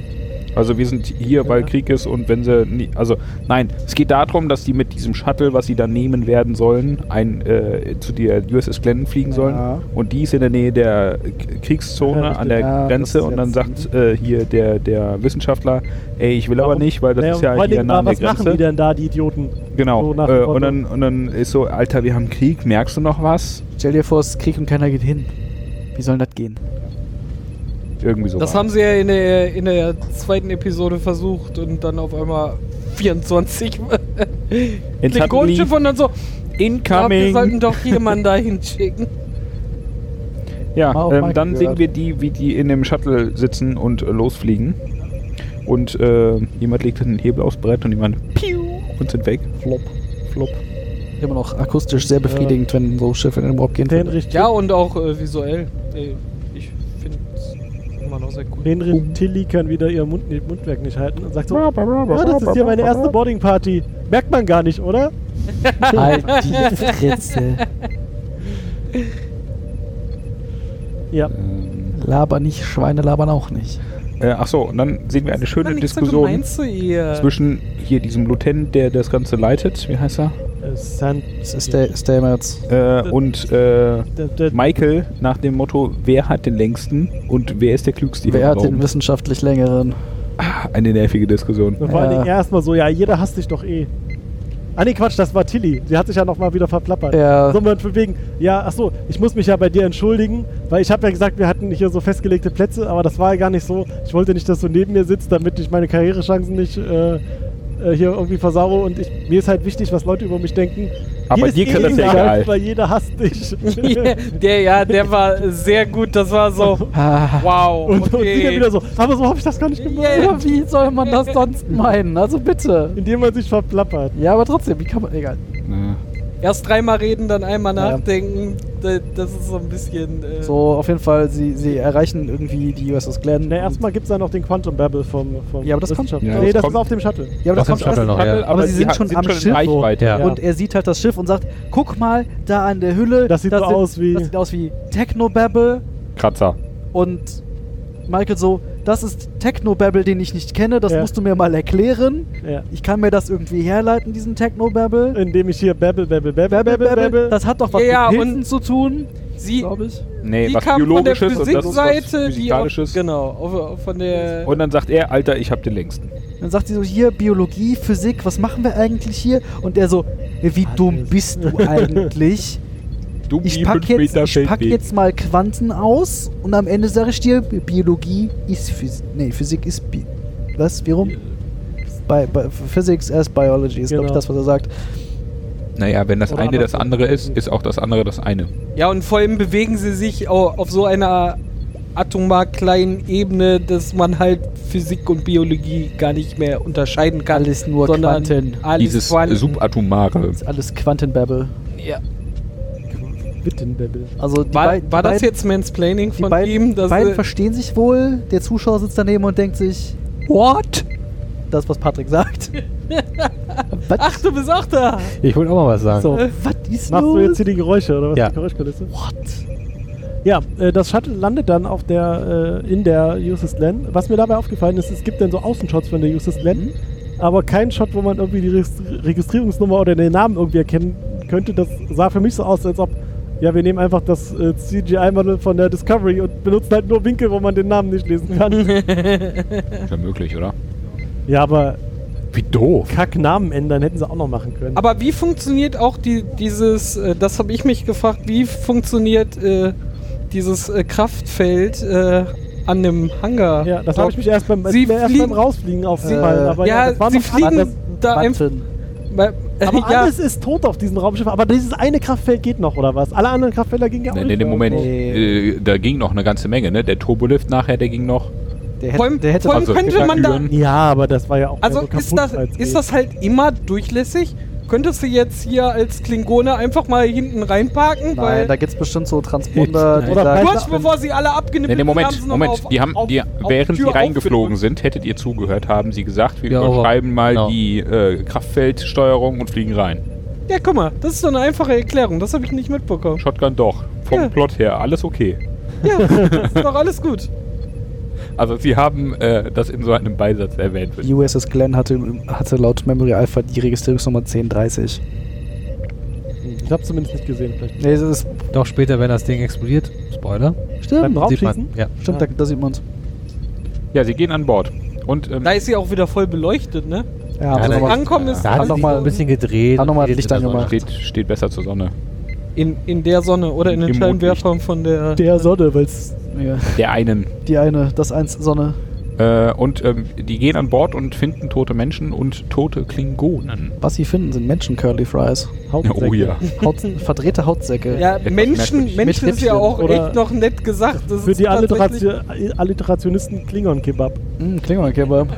Speaker 5: Also wir sind hier, weil
Speaker 2: Ja.
Speaker 5: Krieg ist und wenn sie nie, also nein, es geht darum, dass die mit diesem Shuttle, was sie dann nehmen werden sollen, ein äh, zu der USS Glenn fliegen
Speaker 3: Ja.
Speaker 5: sollen und die ist in der Nähe der K- Kriegszone
Speaker 2: Ja, richtig.
Speaker 5: an der
Speaker 3: Ja,
Speaker 5: Grenze
Speaker 3: das ist
Speaker 5: und dann
Speaker 3: jetzt-
Speaker 5: sagt äh, hier der der Wissenschaftler, ey, ich will
Speaker 2: Warum?
Speaker 5: aber nicht, weil das
Speaker 2: Naja,
Speaker 5: ist ja
Speaker 2: vor allen
Speaker 5: hier
Speaker 2: Dingen
Speaker 5: nah an
Speaker 2: war,
Speaker 5: der
Speaker 2: was machen die
Speaker 5: Grenze.
Speaker 2: denn da, die Idioten?
Speaker 5: Genau.
Speaker 2: So nach dem
Speaker 5: äh,
Speaker 2: Motto.
Speaker 5: und dann und dann ist so, Alter, wir haben Krieg, merkst du noch was?
Speaker 3: Stell dir vor, es ist Krieg und keiner geht hin. Wie soll das gehen?
Speaker 5: Irgendwie so.
Speaker 1: Das haben sie ja in der, in der zweiten Episode versucht und dann auf einmal 24 Klingonenschiff und dann so, ja, wir sollten
Speaker 5: Incoming.
Speaker 1: doch jemanden dahin schicken.
Speaker 3: Mal
Speaker 5: Ja,
Speaker 3: auf
Speaker 5: ähm,
Speaker 3: Mike
Speaker 5: dann sehen
Speaker 3: gehört.
Speaker 5: wir die, wie die in dem Shuttle sitzen und äh, losfliegen. Und äh, jemand legt einen Hebel aufs Brett und jemand piu und sind weg.
Speaker 3: Flop. Flop. Immer noch akustisch sehr befriedigend, wenn so Schiffe in den Warp gehen. würden.
Speaker 2: Henrich,
Speaker 1: Ja, und auch äh, visuell. Äh, ich finde es immer noch sehr cool.
Speaker 2: Henrich Tilly kann wieder ihr Mund, ihr Mundwerk nicht halten und sagt so, ja, das ist hier meine erste Boarding Party. Merkt man gar nicht, oder?
Speaker 3: Halt die Fritze.
Speaker 2: Ja.
Speaker 5: Ähm,
Speaker 3: Laber nicht, Schweine labern auch nicht.
Speaker 5: äh, ach so, und dann sehen wir eine
Speaker 1: Hat
Speaker 5: schöne
Speaker 1: nichts
Speaker 5: Diskussion
Speaker 1: gemeint zu
Speaker 3: Äh.
Speaker 1: ihr. *laughs*
Speaker 5: zwischen hier diesem Lieutenant, der das Ganze leitet, wie heißt er?
Speaker 2: Äh, San,
Speaker 3: Das ist der, ist der immer jetzt.
Speaker 5: Äh, und äh,
Speaker 2: der, der,
Speaker 5: Michael nach dem Motto, wer hat den längsten und wer ist der klügste?
Speaker 3: Wer
Speaker 5: im
Speaker 3: hat
Speaker 5: Raum?
Speaker 3: den wissenschaftlich längeren?
Speaker 5: Ah, Eine nervige Diskussion.
Speaker 2: und vor allen
Speaker 3: Ja.
Speaker 2: Dingen erstmal so, ja, jeder hasst dich doch eh. Ah nee, Quatsch, das war Tilly. Sie hat sich ja nochmal wieder verplappert.
Speaker 3: Ja.
Speaker 2: So, man von wegen, ja, ach so, ich muss mich ja bei dir entschuldigen, weil ich habe ja gesagt, wir hatten hier so festgelegte Plätze, aber das war ja gar nicht so. Ich wollte nicht, dass du neben mir sitzt, damit ich meine Karrierechancen nicht äh, äh, hier irgendwie versaue und ich, mir ist halt wichtig, was Leute über mich denken.
Speaker 5: Aber
Speaker 2: ist eh
Speaker 5: dir kann das ja
Speaker 2: egal,
Speaker 5: egal.
Speaker 2: Weil jeder hasst
Speaker 3: *laughs*
Speaker 2: dich. *laughs*
Speaker 1: Ja, der, ja, der war sehr gut. Das war so,
Speaker 3: Ah.
Speaker 1: wow,
Speaker 2: und, und sie dann
Speaker 1: okay.
Speaker 2: wieder so, aber so habe ich das gar nicht gemeint.
Speaker 1: Ja,
Speaker 3: Ja, wie soll man das sonst meinen? Also bitte.
Speaker 2: Indem man sich verplappert.
Speaker 3: Ja, aber trotzdem, wie kann man. Egal.
Speaker 1: Erst dreimal reden, dann einmal
Speaker 3: Ja.
Speaker 1: nachdenken. D- Das ist so ein bisschen... Äh,
Speaker 3: So, auf jeden Fall, sie, sie erreichen irgendwie die USS Glenn.
Speaker 2: Na, erstmal gibt es da noch den Quantum Babble vom, vom
Speaker 3: Ja, aber das kommt-
Speaker 2: Wissenschaftler.
Speaker 5: Ja,
Speaker 2: Nee,
Speaker 5: das
Speaker 2: das ist
Speaker 5: kommt-
Speaker 2: auf dem Shuttle.
Speaker 3: ja, aber das
Speaker 6: Auf dem
Speaker 3: kommt erst.
Speaker 6: Shuttle noch, ja.
Speaker 3: aber sie sind
Speaker 5: ha-
Speaker 3: schon am
Speaker 5: in
Speaker 3: Schiff.
Speaker 5: Reichweite.
Speaker 6: Ja.
Speaker 3: Und er sieht halt das Schiff und sagt: guck mal, da an der Hülle.
Speaker 2: Das sieht
Speaker 3: da
Speaker 2: so
Speaker 3: sind-
Speaker 2: aus wie-
Speaker 3: Das sieht aus wie Technobabble.
Speaker 5: Kratzer.
Speaker 3: Und Michael so: Das ist Technobabble, den ich nicht kenne. Das
Speaker 2: Ja.
Speaker 3: musst du mir mal erklären.
Speaker 2: Ja.
Speaker 3: Ich kann mir das irgendwie herleiten, diesen Technobabble.
Speaker 2: Indem ich hier Babble, Babble, Äh, Babble,
Speaker 3: Babble,
Speaker 2: Babble, Babble.
Speaker 3: Das hat doch was
Speaker 1: Ja,
Speaker 3: mit
Speaker 1: und-
Speaker 3: Hilfen zu tun,
Speaker 1: sie,
Speaker 3: glaube ich.
Speaker 5: Nee,
Speaker 1: die
Speaker 5: was
Speaker 1: kam von der
Speaker 5: biologisches und das ist was
Speaker 1: Physikseite, die auf,
Speaker 5: physikalisches.
Speaker 1: genau, auf, auf, von der
Speaker 5: Und dann sagt er, Alter, ich hab den längsten.
Speaker 3: Dann sagt sie so, hier Biologie, Physik, was machen wir eigentlich hier? Und er so, wie dumm bist
Speaker 2: *laughs*
Speaker 3: du eigentlich?
Speaker 5: Du
Speaker 3: Ich
Speaker 5: die
Speaker 3: pack
Speaker 5: fünf
Speaker 3: jetzt,
Speaker 5: Meter
Speaker 3: ich pack
Speaker 5: Feldweg.
Speaker 3: jetzt mal Quanten aus und am Ende sage ich dir, Biologie ist Physik. Nee, Physik ist Bi Was? Wie rum? Bi Bi Physics as Biology ist, glaube ich,
Speaker 2: Genau.
Speaker 3: das, was er sagt.
Speaker 5: Naja, wenn das
Speaker 2: Oder
Speaker 5: eine das
Speaker 2: andersrum.
Speaker 5: andere ist, ist auch das andere das eine.
Speaker 1: Ja, und vor allem bewegen sie sich au- auf so einer atomar kleinen Ebene, dass man halt Physik und Biologie gar nicht mehr unterscheiden kann.
Speaker 3: Alles nur
Speaker 1: sondern
Speaker 3: Quanten.
Speaker 1: Alles
Speaker 5: Dieses
Speaker 1: Quanten. Ähm.
Speaker 5: subatomare.
Speaker 3: Das ist alles Quantenbabble.
Speaker 1: Ja.
Speaker 2: Bittenbabble.
Speaker 3: Also die
Speaker 1: War,
Speaker 3: beid-
Speaker 1: war
Speaker 3: die
Speaker 1: das
Speaker 3: beid-
Speaker 1: jetzt Mansplaining
Speaker 3: Die
Speaker 1: von
Speaker 3: beiden,
Speaker 1: ihm? Dass
Speaker 3: beiden
Speaker 1: äh,
Speaker 3: verstehen sich wohl. Der Zuschauer sitzt daneben und denkt sich,
Speaker 1: What?
Speaker 3: das, was
Speaker 1: *laughs*
Speaker 3: Patrick sagt. was?
Speaker 1: Ach, du bist auch da!
Speaker 6: Ich wollte auch mal was sagen.
Speaker 2: So,
Speaker 3: was ist
Speaker 2: machst du
Speaker 3: los?
Speaker 2: jetzt hier die Geräusche oder was?
Speaker 6: Ja.
Speaker 2: Die Geräuschkulisse? What? Ja, äh, das Shuttle landet dann auf der, äh, in der USS Glenn. Was mir dabei aufgefallen ist, es gibt dann so Außenshots von der USS
Speaker 1: Mhm.
Speaker 2: Glenn, aber keinen Shot, wo man irgendwie die Registri- Registrierungsnummer oder den Namen irgendwie erkennen könnte. Das sah für mich so aus, als ob, ja, wir nehmen einfach das äh, CGI-Model von der Discovery und benutzen halt nur Winkel, wo man den Namen nicht lesen
Speaker 1: *laughs*
Speaker 2: kann.
Speaker 5: Ist ja möglich, oder?
Speaker 2: ja, aber
Speaker 5: Wie doof.
Speaker 2: Kack Namen ändern hätten sie auch noch machen können.
Speaker 1: Aber wie funktioniert auch die, dieses, äh, das habe ich mich gefragt, wie funktioniert äh, dieses äh, Kraftfeld äh, an dem Hangar?
Speaker 2: ja, das habe ich mich erst beim,
Speaker 1: Sie
Speaker 2: erst beim
Speaker 1: fliegen-
Speaker 2: Rausfliegen aufgefallen.
Speaker 3: Äh,
Speaker 2: aber
Speaker 1: ja,
Speaker 2: das war
Speaker 1: sie
Speaker 2: noch
Speaker 1: fliegen
Speaker 2: anders.
Speaker 1: da einfach.
Speaker 3: Quanten.
Speaker 1: Weil
Speaker 2: Aber
Speaker 1: *laughs* ja.
Speaker 2: alles ist tot auf diesem Raumschiff. Aber dieses eine Kraftfeld geht noch, oder was? Alle anderen Kraftfelder gingen ja auch
Speaker 5: Nee, nee,
Speaker 2: nicht
Speaker 5: nee,
Speaker 2: mehr.
Speaker 5: Moment.
Speaker 3: Nee.
Speaker 5: Äh, da ging noch eine ganze Menge, ne? Der Turbolift nachher, der ging noch.
Speaker 3: Der
Speaker 1: Vor allem,
Speaker 3: hätte, der hätte
Speaker 1: vor allem
Speaker 5: also
Speaker 1: könnte man da.
Speaker 5: Türen.
Speaker 2: Ja, aber das war ja auch
Speaker 1: Also
Speaker 2: mehr so
Speaker 1: ist, das,
Speaker 2: kaputt als
Speaker 1: ist das halt immer durchlässig? Könntest du jetzt hier als Klingone einfach mal hinten reinparken?
Speaker 3: Nein,
Speaker 1: weil
Speaker 3: da gibt's bestimmt so Transponder, die
Speaker 2: Oder
Speaker 3: sagen,
Speaker 1: kurz bevor sie alle abgenippelt
Speaker 5: Nee, nee,
Speaker 1: haben sie
Speaker 5: Moment,
Speaker 1: noch
Speaker 5: Moment.
Speaker 1: auf-
Speaker 5: Die haben,
Speaker 1: auf-
Speaker 5: die,
Speaker 1: auf
Speaker 5: während
Speaker 1: die
Speaker 5: sie
Speaker 1: Tür
Speaker 5: reingeflogen
Speaker 1: aufgedrückt.
Speaker 5: sind, hättet ihr zugehört, haben sie gesagt, wir
Speaker 6: Ja, aber-
Speaker 5: überschreiben mal
Speaker 6: genau.
Speaker 5: die äh, Kraftfeldsteuerung und fliegen rein.
Speaker 1: Ja, guck mal, das ist so eine einfache Erklärung. Das habe ich nicht mitbekommen.
Speaker 5: Shotgun doch. Vom
Speaker 1: Ja.
Speaker 5: Plot her, alles okay.
Speaker 1: Ja, das ist doch alles gut.
Speaker 5: Also sie haben äh, das in so einem Beisatz erwähnt.
Speaker 3: die USS Glenn hatte, hatte laut Memory Alpha die Registrierungsnummer 1030.
Speaker 2: Ich hab's zumindest nicht gesehen. Vielleicht.
Speaker 3: Nee, das ist,
Speaker 6: Doch später, wenn das Ding explodiert, Spoiler,
Speaker 2: Beim
Speaker 3: stimmt,
Speaker 6: sieht man.
Speaker 2: Raumschießen?
Speaker 6: Ja.
Speaker 3: stimmt, da, da sieht man's.
Speaker 5: Ja, sie gehen an Bord. Und ähm,
Speaker 1: Da ist sie auch wieder voll beleuchtet, ne?
Speaker 3: Ja,
Speaker 6: Ja,
Speaker 3: aber
Speaker 6: da-
Speaker 3: noch mal-
Speaker 1: Ankommen ist
Speaker 6: Da hat
Speaker 3: Hat
Speaker 6: sie
Speaker 3: noch
Speaker 6: sich
Speaker 3: mal-
Speaker 6: noch ein bisschen gedreht.
Speaker 3: hat noch mal
Speaker 6: und
Speaker 3: Licht
Speaker 6: in der Sonne.
Speaker 3: angemacht.
Speaker 5: steht, steht besser zur Sonne.
Speaker 1: in, in der Sonne oder in den
Speaker 5: Im
Speaker 1: Scheinwerfern von der.
Speaker 2: Der Sonne, weil's.
Speaker 1: Oh,
Speaker 3: ja,
Speaker 5: Der einen.
Speaker 3: die eine, das eins Sonne.
Speaker 5: Äh, und ähm, die gehen an Bord und finden tote Menschen und tote Klingonen.
Speaker 3: Was sie finden, sind Menschen Curly Fries.
Speaker 5: Oh ja.
Speaker 3: Haut, verdrehte Hautsäcke.
Speaker 1: ja,
Speaker 5: Etwas
Speaker 1: Menschen,
Speaker 5: merkwürdig.
Speaker 1: Menschen
Speaker 3: Mit
Speaker 1: ist ja auch
Speaker 2: Häppchen oder-
Speaker 1: echt noch nett gesagt. Das
Speaker 2: Für
Speaker 1: ist
Speaker 2: die
Speaker 1: tatsächlich-
Speaker 2: Alliteration, Alliterationisten Klingon-Kebab.
Speaker 3: Mm, Klingonkebab.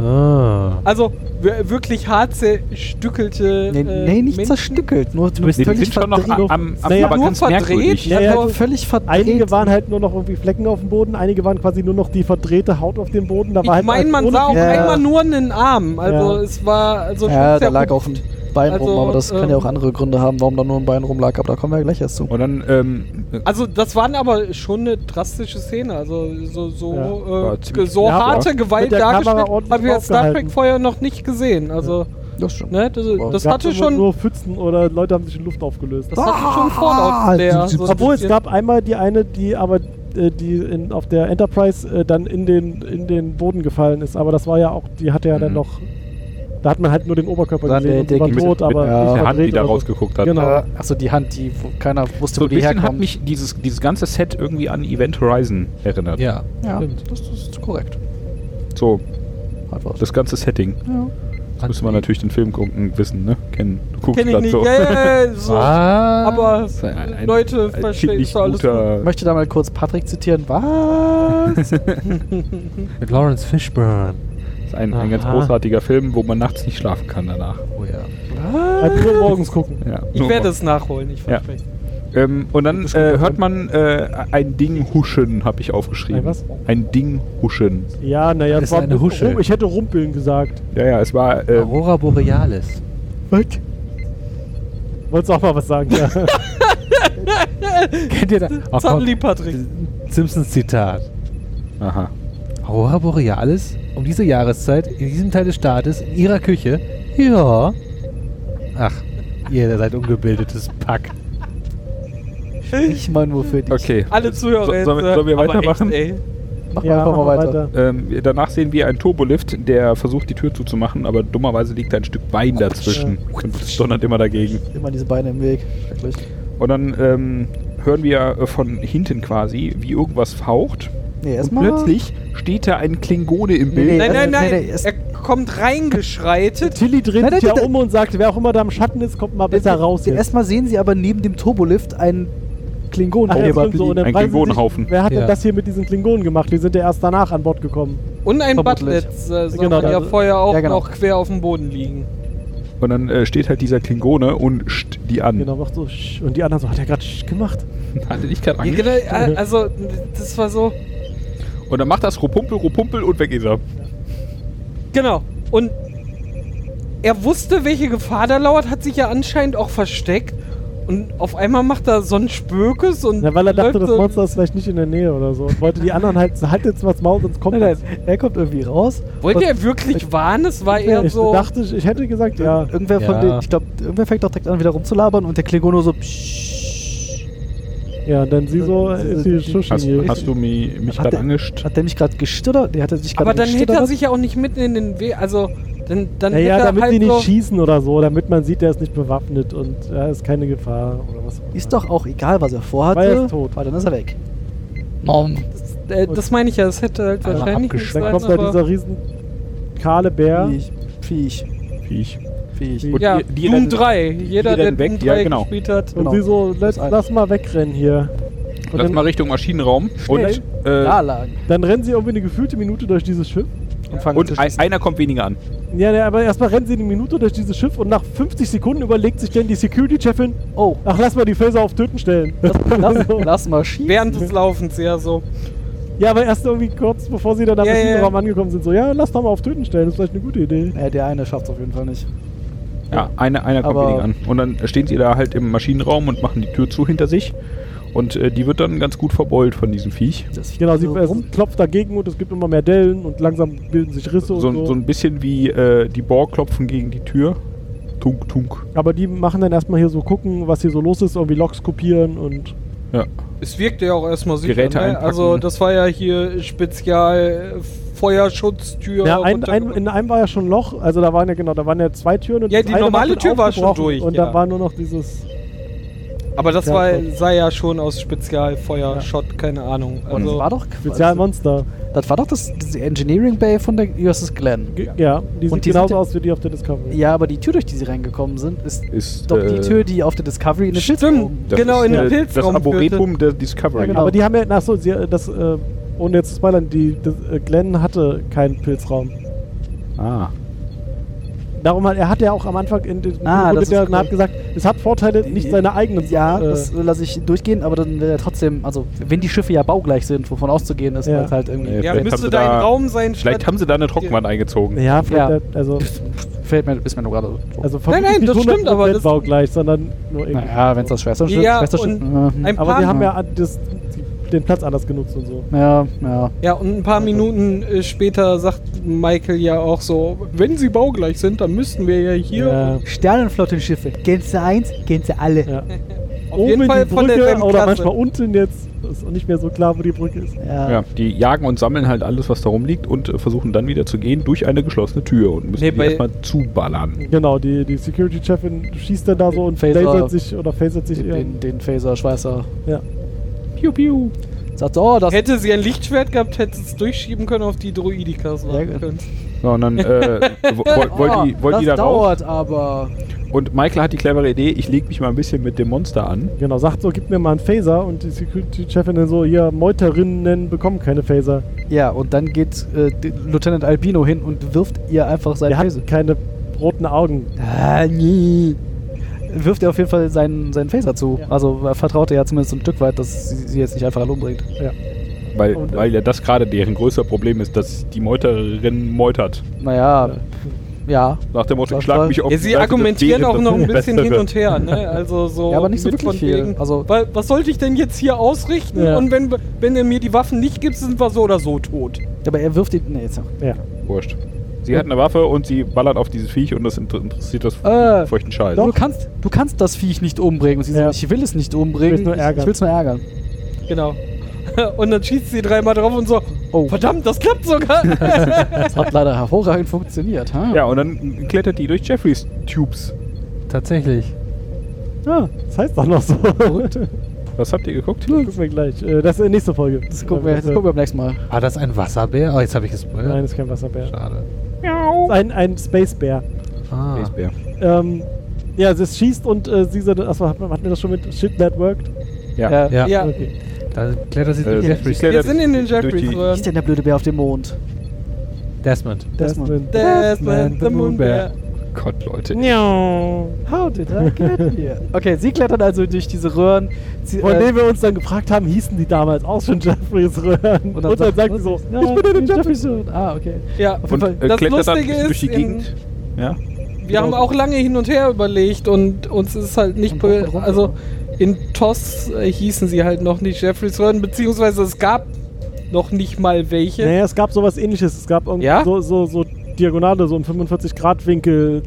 Speaker 6: Ah.
Speaker 1: Also wir- wirklich hart zerstückelte.
Speaker 3: Nee,
Speaker 1: äh,
Speaker 3: nee, nicht
Speaker 1: Menschen.
Speaker 3: zerstückelt, nur nur
Speaker 5: Nee, die
Speaker 3: völlig
Speaker 5: sind schon noch
Speaker 3: verdreht.
Speaker 5: am, am
Speaker 2: Naja,
Speaker 5: aber
Speaker 1: nur
Speaker 5: ganz
Speaker 1: verdreht.
Speaker 5: merkwürdig.
Speaker 2: Ja, ja,
Speaker 3: Also völlig verdreht.
Speaker 2: Einige waren halt nur noch irgendwie Flecken auf dem Boden, einige waren quasi nur noch die verdrehte Haut auf dem Boden. Da war
Speaker 1: Ich
Speaker 2: halt
Speaker 1: meine, man
Speaker 2: ohne
Speaker 1: sah auch
Speaker 2: viel-
Speaker 3: Ja.
Speaker 1: einmal nur einen Arm. Also
Speaker 2: Ja.
Speaker 1: es war also schon
Speaker 3: ja, da
Speaker 1: sehr
Speaker 3: lag
Speaker 1: gut.
Speaker 3: auch ein Bein rum,
Speaker 1: Also,
Speaker 3: aber das kann ja auch
Speaker 1: ähm,
Speaker 3: andere Gründe haben, warum da nur ein Bein rumlag, aber da kommen wir ja gleich erst zu.
Speaker 5: Und dann ähm, äh,
Speaker 1: Also das waren aber schon eine drastische Szene. Also so, so,
Speaker 5: Ja.
Speaker 1: äh,
Speaker 5: War
Speaker 1: ge-
Speaker 5: ziemlich-
Speaker 1: so
Speaker 2: Ja, aber
Speaker 1: harte
Speaker 2: mit
Speaker 1: Gewalt
Speaker 2: der Kamera
Speaker 1: dargestellt,
Speaker 2: ordentlich
Speaker 1: habe ich jetzt Star
Speaker 2: draufgehalten.
Speaker 1: Trek vorher noch nicht gesehen. Also
Speaker 3: Das stimmt.
Speaker 1: ne, das, das
Speaker 2: gab's
Speaker 1: hatte
Speaker 2: immer
Speaker 1: schon,
Speaker 2: Nur Pfützen oder Leute haben sich in Luft aufgelöst.
Speaker 1: das hatte
Speaker 5: Ah,
Speaker 1: schon Fallout. Der, so ein
Speaker 2: Obwohl es
Speaker 1: bisschen-
Speaker 2: gab einmal die eine, die aber äh, die in, auf der Enterprise äh, dann in den, in den Boden gefallen ist, aber das war ja auch, die hatte ja dann
Speaker 5: Mhm.
Speaker 2: noch, da hat man halt nur den Oberkörper
Speaker 3: Dann
Speaker 2: gesehen
Speaker 3: der-
Speaker 2: und die war
Speaker 3: der-
Speaker 5: mit,
Speaker 2: tot,
Speaker 5: mit
Speaker 2: aber
Speaker 5: der
Speaker 2: nicht
Speaker 5: Hand, die
Speaker 2: verdreht
Speaker 5: da
Speaker 2: oder so.
Speaker 5: rausgeguckt hat.
Speaker 2: Genau.
Speaker 3: Äh, Achso, die Hand, die wo keiner wusste,
Speaker 5: So
Speaker 3: wo
Speaker 5: ein
Speaker 3: die
Speaker 5: bisschen hat
Speaker 3: herkommt.
Speaker 5: mich dieses, dieses ganze Set irgendwie an Event Horizon erinnert.
Speaker 6: Ja,
Speaker 3: ja,
Speaker 6: stimmt.
Speaker 3: das ist korrekt.
Speaker 5: So,
Speaker 3: Antwort.
Speaker 5: das ganze Setting.
Speaker 3: Ja.
Speaker 5: Das müsste man natürlich den Film gucken, wissen, ne? Kennen. Du guckst
Speaker 1: kenn ich
Speaker 5: grad
Speaker 1: nicht. *laughs*
Speaker 5: so.
Speaker 1: Ja, ja, ja,
Speaker 5: *laughs*
Speaker 1: so.
Speaker 6: Ah.
Speaker 1: Aber
Speaker 5: Das ist ein- ein-
Speaker 1: Leute,
Speaker 5: ein
Speaker 1: versteht
Speaker 5: ziemlich
Speaker 1: ist doch alles gut.
Speaker 5: guter
Speaker 3: Ich möchte da mal kurz Patrick zitieren.
Speaker 5: *laughs*
Speaker 3: Was?
Speaker 6: Mit Lawrence Fishburne.
Speaker 5: das ist ein, ein ganz
Speaker 6: Aha.
Speaker 5: großartiger Film, wo man nachts nicht schlafen kann danach.
Speaker 6: Oh ja.
Speaker 2: Halt nur morgens gucken.
Speaker 5: Ja,
Speaker 1: Ich
Speaker 5: nur
Speaker 1: werde
Speaker 5: mal.
Speaker 1: es nachholen, ich
Speaker 5: Ah. Ja.
Speaker 1: verspreche.
Speaker 5: Ähm, und dann äh, hört man äh, ein Ding huschen, habe ich aufgeschrieben.
Speaker 2: Ein was?
Speaker 5: Ein Ding huschen.
Speaker 2: Ja, naja,
Speaker 6: Das
Speaker 2: es
Speaker 6: ist
Speaker 2: war
Speaker 6: eine Husche.
Speaker 2: Rum, ich hätte rumpeln gesagt.
Speaker 5: Ja, ja, es war. Äh,
Speaker 6: Aurora Borealis.
Speaker 3: Was?
Speaker 2: Wolltest du auch mal was sagen? Ja.
Speaker 6: Kennt ihr Oh das?
Speaker 4: Ah,
Speaker 1: Ja. Suddenly Patrick.
Speaker 6: Simpsons Zitat.
Speaker 5: Aha.
Speaker 6: Aurora Borealis um diese Jahreszeit in diesem Teil des Staates in ihrer Küche. Ja. Ach, ihr seid ungebildetes Pack.
Speaker 3: Ich meine nur für dich.
Speaker 5: Okay.
Speaker 1: Alle Zuhörer.
Speaker 5: So,
Speaker 1: jetzt,
Speaker 5: sollen wir-
Speaker 1: äh,
Speaker 5: sollen wir
Speaker 1: aber
Speaker 5: weitermachen?
Speaker 1: Echt, ey.
Speaker 3: Mach mal einfach mal weiter.
Speaker 5: Ähm, danach sehen wir einen Turbolift, der versucht, die Tür zuzumachen, aber dummerweise liegt ein Stück Bein dazwischen und es donnert immer dagegen.
Speaker 3: Immer diese Beine im Weg. Schrecklich.
Speaker 5: Und dann ähm, hören wir äh, von hinten quasi, wie irgendwas faucht.
Speaker 3: Nee,
Speaker 5: Und
Speaker 3: erstmal.
Speaker 5: plötzlich steht da ein Klingone im
Speaker 3: Nee,
Speaker 5: Bild.
Speaker 1: Nein, nein,
Speaker 3: Nee,
Speaker 1: nein.
Speaker 3: nee, es-
Speaker 1: er kommt reingeschreitet.
Speaker 2: Tilly dreht
Speaker 3: Nein,
Speaker 2: sich
Speaker 3: nein,
Speaker 2: ja
Speaker 3: nein.
Speaker 2: um und sagt, wer auch immer da im Schatten ist, kommt mal besser raus. jetzt.
Speaker 3: Erstmal sehen sie aber neben dem Turbolift einen Klingonen.
Speaker 2: Ach, ja, stimmt so. Und dann
Speaker 5: Ein
Speaker 2: fragen sie sich,
Speaker 5: Klingonenhaufen.
Speaker 2: Wer hat denn
Speaker 6: Ja.
Speaker 2: das hier mit diesen Klingonen gemacht? Die sind ja erst danach an Bord gekommen.
Speaker 1: Und ein
Speaker 3: Vermutlich.
Speaker 1: Buttnetz äh, soll
Speaker 2: Genau,
Speaker 1: man ja
Speaker 2: da-
Speaker 1: vorher auch
Speaker 3: ja, genau.
Speaker 1: noch quer auf dem Boden liegen.
Speaker 5: Und dann äh, steht halt dieser Klingone und scht die an.
Speaker 2: Genau, macht so Sch und die anderen so, hat er gerade Sch gemacht?
Speaker 5: Hatte ich gerade
Speaker 1: Ja,
Speaker 5: ange-
Speaker 1: genau, äh, also, das war so.
Speaker 5: Und dann macht das Rupumpel, Rupumpel und weg ist er.
Speaker 1: Genau. Und er wusste, welche Gefahr da lauert, hat sich ja anscheinend auch versteckt. Und auf einmal macht er so ein Spökes und.
Speaker 2: Na, weil er dachte,
Speaker 1: läuft
Speaker 2: das
Speaker 1: so-
Speaker 2: Monster ist vielleicht nicht in der Nähe oder so. Und wollte die anderen halt, halt jetzt mal das Maul, sonst kommt
Speaker 3: Nein,
Speaker 2: das.
Speaker 3: nein, er kommt irgendwie raus.
Speaker 1: Wollte
Speaker 3: Und
Speaker 1: er wirklich warnen? Es war eher
Speaker 2: Ich
Speaker 1: so.
Speaker 2: dachte, ich hätte gesagt, ja.
Speaker 3: Irgendwer von
Speaker 6: Ja.
Speaker 3: den, ich glaube, irgendwer fängt doch direkt an, wieder rumzulabern und der Klingone so. Psch,
Speaker 2: Ja, und dann sie so,
Speaker 3: Also,
Speaker 2: ist die
Speaker 3: die-
Speaker 2: Schuschen
Speaker 5: Hast,
Speaker 2: hier.
Speaker 5: hast du mi, mich
Speaker 3: Hat
Speaker 5: gerade
Speaker 3: der-
Speaker 5: angescht?
Speaker 3: Hat der mich gerade gestittert? Nee, hat er sich gerade
Speaker 1: aber dann hätte er
Speaker 3: gestittert?
Speaker 1: sich ja auch nicht mitten in den Weg. Also, dann, dann
Speaker 2: Naja,
Speaker 1: hätte er
Speaker 2: damit
Speaker 1: halt
Speaker 2: die nicht
Speaker 1: so.
Speaker 2: schießen oder so, damit man sieht, der ist nicht bewaffnet und da ist keine Gefahr oder was. auch immer.
Speaker 3: Ist doch auch egal, was er vorhatte.
Speaker 2: Weil er ist tot.
Speaker 3: Weil dann ist er weg. Mom.
Speaker 1: Äh, das meine ich ja, das hätte
Speaker 2: Also
Speaker 1: halt
Speaker 6: Einmal
Speaker 1: wahrscheinlich nicht
Speaker 6: abgeschreckt.
Speaker 2: Dann
Speaker 1: sein,
Speaker 2: kommt da
Speaker 1: aber
Speaker 2: dieser riesen kahle Bär.
Speaker 3: Viech. Viech.
Speaker 5: Viech. fähig.
Speaker 1: ja,
Speaker 5: die- die
Speaker 1: Doom
Speaker 5: rennen-
Speaker 1: 3. Jeder, der
Speaker 5: rennen weg.
Speaker 1: Doom 3
Speaker 5: Ja, genau.
Speaker 1: gespielt hat.
Speaker 2: Und sie so, lass, lass mal wegrennen hier. Und
Speaker 5: Lass
Speaker 2: dann,
Speaker 5: mal Richtung Maschinenraum.
Speaker 2: Schnell.
Speaker 5: Und, äh,
Speaker 3: Da lang.
Speaker 2: dann rennen sie irgendwie eine gefühlte Minute durch dieses Schiff.
Speaker 3: Und fangen zu
Speaker 5: und ein,
Speaker 3: schießen.
Speaker 5: einer kommt weniger an.
Speaker 2: Ja, ne, aber erstmal rennen sie eine Minute durch dieses Schiff und nach 50 Sekunden überlegt sich denn die Security-Chefin,
Speaker 3: Oh,
Speaker 2: ach, lass mal die Phaser auf Töten stellen. *laughs* Also,
Speaker 3: lass, lass mal schießen.
Speaker 1: Während des Laufens, ja, so.
Speaker 2: ja, aber erst irgendwie kurz, bevor sie dann am
Speaker 1: Ja, ja,
Speaker 2: Maschinenraum
Speaker 1: ja.
Speaker 2: angekommen sind, so, ja, lass doch mal auf Töten stellen, ist vielleicht eine gute Idee.
Speaker 3: Ja, Äh, der eine schafft es auf jeden Fall nicht.
Speaker 5: Ja, eine, einer kommt
Speaker 3: Aber-
Speaker 5: weniger an. Und dann stehen sie da halt im Maschinenraum und machen die Tür zu hinter sich. Und äh, die wird dann ganz gut verbeult von diesem Viech.
Speaker 3: Das
Speaker 2: Genau, sie
Speaker 3: so
Speaker 2: es
Speaker 3: rum.
Speaker 2: klopft dagegen und es gibt immer mehr Dellen und langsam bilden sich Risse
Speaker 5: So,
Speaker 2: und so.
Speaker 5: so ein bisschen wie äh, die Borg klopfen gegen die Tür. Tunk, tunk.
Speaker 2: aber die machen dann erstmal hier so gucken, was hier so los ist, irgendwie Loks kopieren und
Speaker 5: Ja.
Speaker 1: Es wirkte ja auch erstmal sicher.
Speaker 5: Geräte
Speaker 1: ne?
Speaker 5: einpacken.
Speaker 1: Also, das war ja hier Spezial äh, Feuerschutztür.
Speaker 2: Ja, ein,
Speaker 1: runter-
Speaker 2: ein, in einem war ja schon ein Loch, also da waren ja genau, da waren ja zwei Türen und
Speaker 1: Ja,
Speaker 2: das
Speaker 1: die
Speaker 2: eine
Speaker 1: normale
Speaker 2: schon
Speaker 1: Tür war schon
Speaker 2: aufgebrochen
Speaker 1: durch,
Speaker 2: Und
Speaker 1: ja.
Speaker 2: da war nur noch dieses.
Speaker 1: Aber das
Speaker 2: Ja,
Speaker 1: war,
Speaker 2: voll.
Speaker 1: sei ja schon aus Spezial Feuerschott, keine Ahnung.
Speaker 3: Und das
Speaker 1: Also,
Speaker 3: war doch
Speaker 2: Spezialmonster.
Speaker 3: Das war doch das, das Engineering Bay von der USS Glenn.
Speaker 2: Ge- Ja, die sieht
Speaker 3: Und die sind
Speaker 2: genauso
Speaker 3: ja-
Speaker 2: aus wie die auf der Discovery.
Speaker 3: Ja, aber die Tür, durch die sie reingekommen sind, ist
Speaker 5: Ist,
Speaker 3: doch
Speaker 5: äh,
Speaker 3: die Tür, die auf der Discovery in den
Speaker 1: Stimmt.
Speaker 3: Schlitzraum-
Speaker 5: das
Speaker 1: genau,
Speaker 5: ist,
Speaker 1: in den
Speaker 5: äh,
Speaker 1: Pilzraum
Speaker 5: Das Arboretum der Discovery.
Speaker 2: Ja, genau.
Speaker 3: genau.
Speaker 2: Aber die haben ja, ach so, sie, das, äh, ohne jetzt zu spoilern, die, das, äh, Glenn hatte keinen Pilzraum.
Speaker 5: Ah.
Speaker 2: Darum hat, er hat ja auch am Anfang in den
Speaker 3: Ah, das ist
Speaker 2: der hat
Speaker 3: cool.
Speaker 2: gesagt, es hat Vorteile, nicht seine eigenen.
Speaker 3: Ja,
Speaker 2: äh,
Speaker 3: das lasse ich durchgehen, aber dann wäre trotzdem, also wenn die Schiffe ja baugleich sind, wovon auszugehen ist,
Speaker 2: Ja.
Speaker 3: weil es halt irgendwie.
Speaker 5: Ja.
Speaker 1: ja,
Speaker 5: vielleicht haben
Speaker 1: müsste
Speaker 5: sie
Speaker 1: da
Speaker 5: da-
Speaker 1: ein Raum sein.
Speaker 5: Vielleicht
Speaker 1: statt-
Speaker 5: haben sie da eine Trockenwand eingezogen.
Speaker 2: ja, vielleicht,
Speaker 3: Ja.
Speaker 2: äh, also,
Speaker 3: Fällt mir, ist mir nur gerade so.
Speaker 2: also
Speaker 1: Nein, nein,
Speaker 2: vermutlich
Speaker 1: das
Speaker 2: nicht
Speaker 1: stimmt, aber
Speaker 2: 100%
Speaker 1: das-
Speaker 2: baugleich, sondern nur irgendwie.
Speaker 3: naja, wenn es das Schwesternschiff
Speaker 1: Ja,
Speaker 3: Schwesterschiff-
Speaker 1: und
Speaker 3: äh,
Speaker 1: Ein
Speaker 2: aber
Speaker 1: paar,
Speaker 2: die haben ja das, den Platz anders genutzt und so.
Speaker 3: ja, ja.
Speaker 1: ja, und ein paar Minuten äh, später sagt Michael ja auch so, wenn sie baugleich sind, dann müssten wir ja hier
Speaker 2: Ja.
Speaker 4: Sternenflottenschiffe. Gänse 1, Gänse alle.
Speaker 2: Ja.
Speaker 1: auf jeden Fall
Speaker 2: die
Speaker 1: von
Speaker 2: Brücke
Speaker 1: derselben
Speaker 2: oder
Speaker 1: Klasse.
Speaker 2: manchmal unten jetzt. Ist nicht mehr so klar, wo die Brücke ist.
Speaker 3: ja.
Speaker 5: Ja, die jagen und sammeln halt alles, was da rumliegt und äh, versuchen dann wieder zu gehen durch eine geschlossene Tür und müssen
Speaker 1: Nee,
Speaker 5: die
Speaker 1: bei-
Speaker 5: erstmal
Speaker 1: *laughs*
Speaker 5: zuballern.
Speaker 2: Genau, die, die Security-Chefin schießt dann da so und
Speaker 3: Phaser.
Speaker 2: lasert sich oder phasert sich
Speaker 3: Den,
Speaker 2: eher.
Speaker 3: den, den Phaser, Schweißer.
Speaker 2: Ja.
Speaker 5: Piu, piu.
Speaker 3: Sagt so, oh, das
Speaker 1: Hätte sie ein Lichtschwert gehabt, hätte sie es durchschieben können auf die Droidikas warten
Speaker 3: gut.
Speaker 1: können.
Speaker 5: So, und dann äh,
Speaker 1: *laughs*
Speaker 5: wo- woll- wollt
Speaker 3: oh,
Speaker 5: die, wollt
Speaker 3: das
Speaker 5: die da raus.
Speaker 3: dauert aber.
Speaker 5: Und Michael hat die clevere Idee, ich leg mich mal ein bisschen mit dem Monster an.
Speaker 2: Genau, sagt so, gib mir mal einen Phaser und die Security-Chefin dann so, hier, Meuterinnen bekommen keine Phaser.
Speaker 3: Ja, und dann geht äh, die- Lieutenant Albino hin und wirft ihr einfach seinen
Speaker 2: Der
Speaker 3: Phaser.
Speaker 2: hat keine roten Augen.
Speaker 3: Ah, nee. Wirft ihr auf jeden Fall seinen, seinen Phaser zu.
Speaker 2: Ja.
Speaker 3: Also er vertraut ihr ja zumindest ein Stück weit, dass sie, sie jetzt nicht einfach alle umbringt.
Speaker 5: Weil,
Speaker 1: Oh,
Speaker 2: Und, äh,
Speaker 5: weil ja das gerade deren größter Problem ist, dass die Meuterin meutert.
Speaker 3: Naja, ja.
Speaker 5: Nach dem Motto,
Speaker 3: Das
Speaker 5: schlag
Speaker 3: war-
Speaker 5: mich auf
Speaker 1: Ja,
Speaker 5: die
Speaker 1: sie
Speaker 5: Seite des
Speaker 1: argumentieren auch
Speaker 5: Wesentlichen
Speaker 1: noch ein bisschen
Speaker 5: Besseren.
Speaker 1: hin und her, ne? Also so
Speaker 3: Ja, aber nicht so
Speaker 1: mit
Speaker 3: wirklich
Speaker 1: von
Speaker 3: viel.
Speaker 1: wegen,
Speaker 3: Also-
Speaker 1: weil, was sollte ich denn jetzt hier ausrichten?
Speaker 2: Ja.
Speaker 1: Und wenn, wenn ihr mir die Waffen nicht gibt, sind wir so oder so tot.
Speaker 3: Aber er wirft ihn. Nee, jetzt noch.
Speaker 2: Ja.
Speaker 5: Wurscht. Sie hat eine Waffe und sie ballert auf dieses Viech und das inter interessiert das
Speaker 3: Äh,
Speaker 5: feuchten Scheiß.
Speaker 3: Du kannst, du kannst das Viech nicht umbringen. Und sie
Speaker 2: Ja.
Speaker 3: so, ich will es nicht umbringen.
Speaker 2: Ich will's nur ärgern.
Speaker 3: Ich will's nur *laughs* ärgern.
Speaker 1: Genau. *laughs* Und dann schießt sie dreimal drauf und so,
Speaker 3: Oh,
Speaker 1: verdammt, das klappt sogar. *laughs*
Speaker 3: das hat leider hervorragend funktioniert. Ha?
Speaker 5: Ja, und dann klettert die durch Jeffreys Tubes.
Speaker 4: Tatsächlich.
Speaker 2: Ah, das heißt doch noch so. *laughs* Gucken
Speaker 5: Was habt ihr geguckt?
Speaker 1: Ah.
Speaker 2: wir gleich. Äh, Das ist die nächste Folge.
Speaker 3: Das gucken wir, das gucken wir beim nächsten Mal.
Speaker 6: War das ein Wasserbär? Oh, jetzt habe ich gespoilert.
Speaker 2: Nein, das ist kein Wasserbär.
Speaker 6: Schade.
Speaker 2: Das ist Ein, ein Spacebär.
Speaker 6: Ah.
Speaker 5: Eisbär.
Speaker 2: Ähm, ja, es schießt und äh, sie sagt, achso, hat, man- hatten wir das schon mit Shit That Worked?
Speaker 5: Ja.
Speaker 3: Ja.
Speaker 6: Ja,
Speaker 1: ja,
Speaker 2: Okay.
Speaker 6: dann klettert sie
Speaker 5: Äh,
Speaker 6: durch
Speaker 5: sie
Speaker 6: Jeffreys.
Speaker 5: klettert
Speaker 1: wir sind in den
Speaker 5: durch die-
Speaker 3: Wie
Speaker 1: Jeffreys-Röhren.
Speaker 3: ist denn der blöde Bär auf dem Mond?
Speaker 6: Desmond.
Speaker 2: Desmond.
Speaker 1: Desmond, the Moonbear.
Speaker 5: Gott, Leute.
Speaker 3: How did I get here? Okay, sie klettern also durch diese Röhren. Sie,
Speaker 2: Von
Speaker 3: äh,
Speaker 2: denen wir uns dann gefragt haben, hießen die damals auch schon Jeffreys Röhren? Und dann, sagt sie so,
Speaker 3: ja,
Speaker 2: ich bin in den Jeffreys.
Speaker 3: Jefferson. Ah, okay.
Speaker 1: Ja,
Speaker 5: Und äh,
Speaker 1: das
Speaker 5: klettert dann ein
Speaker 1: Lustige ist,
Speaker 5: bisschen durch die Gegend. Ja.
Speaker 1: In, wir haben auch lange hin und her überlegt und uns ist halt nicht,
Speaker 3: Und hoch und
Speaker 1: be-
Speaker 3: runter.
Speaker 1: also in TOS äh, hießen sie halt noch nicht Jeffreys-Röhren, beziehungsweise es gab noch nicht mal welche.
Speaker 2: Naja, es gab sowas ähnliches. Es gab irgendwie
Speaker 1: Ja?
Speaker 2: so, so, so Diagonale, so im 45-Grad-Winkel,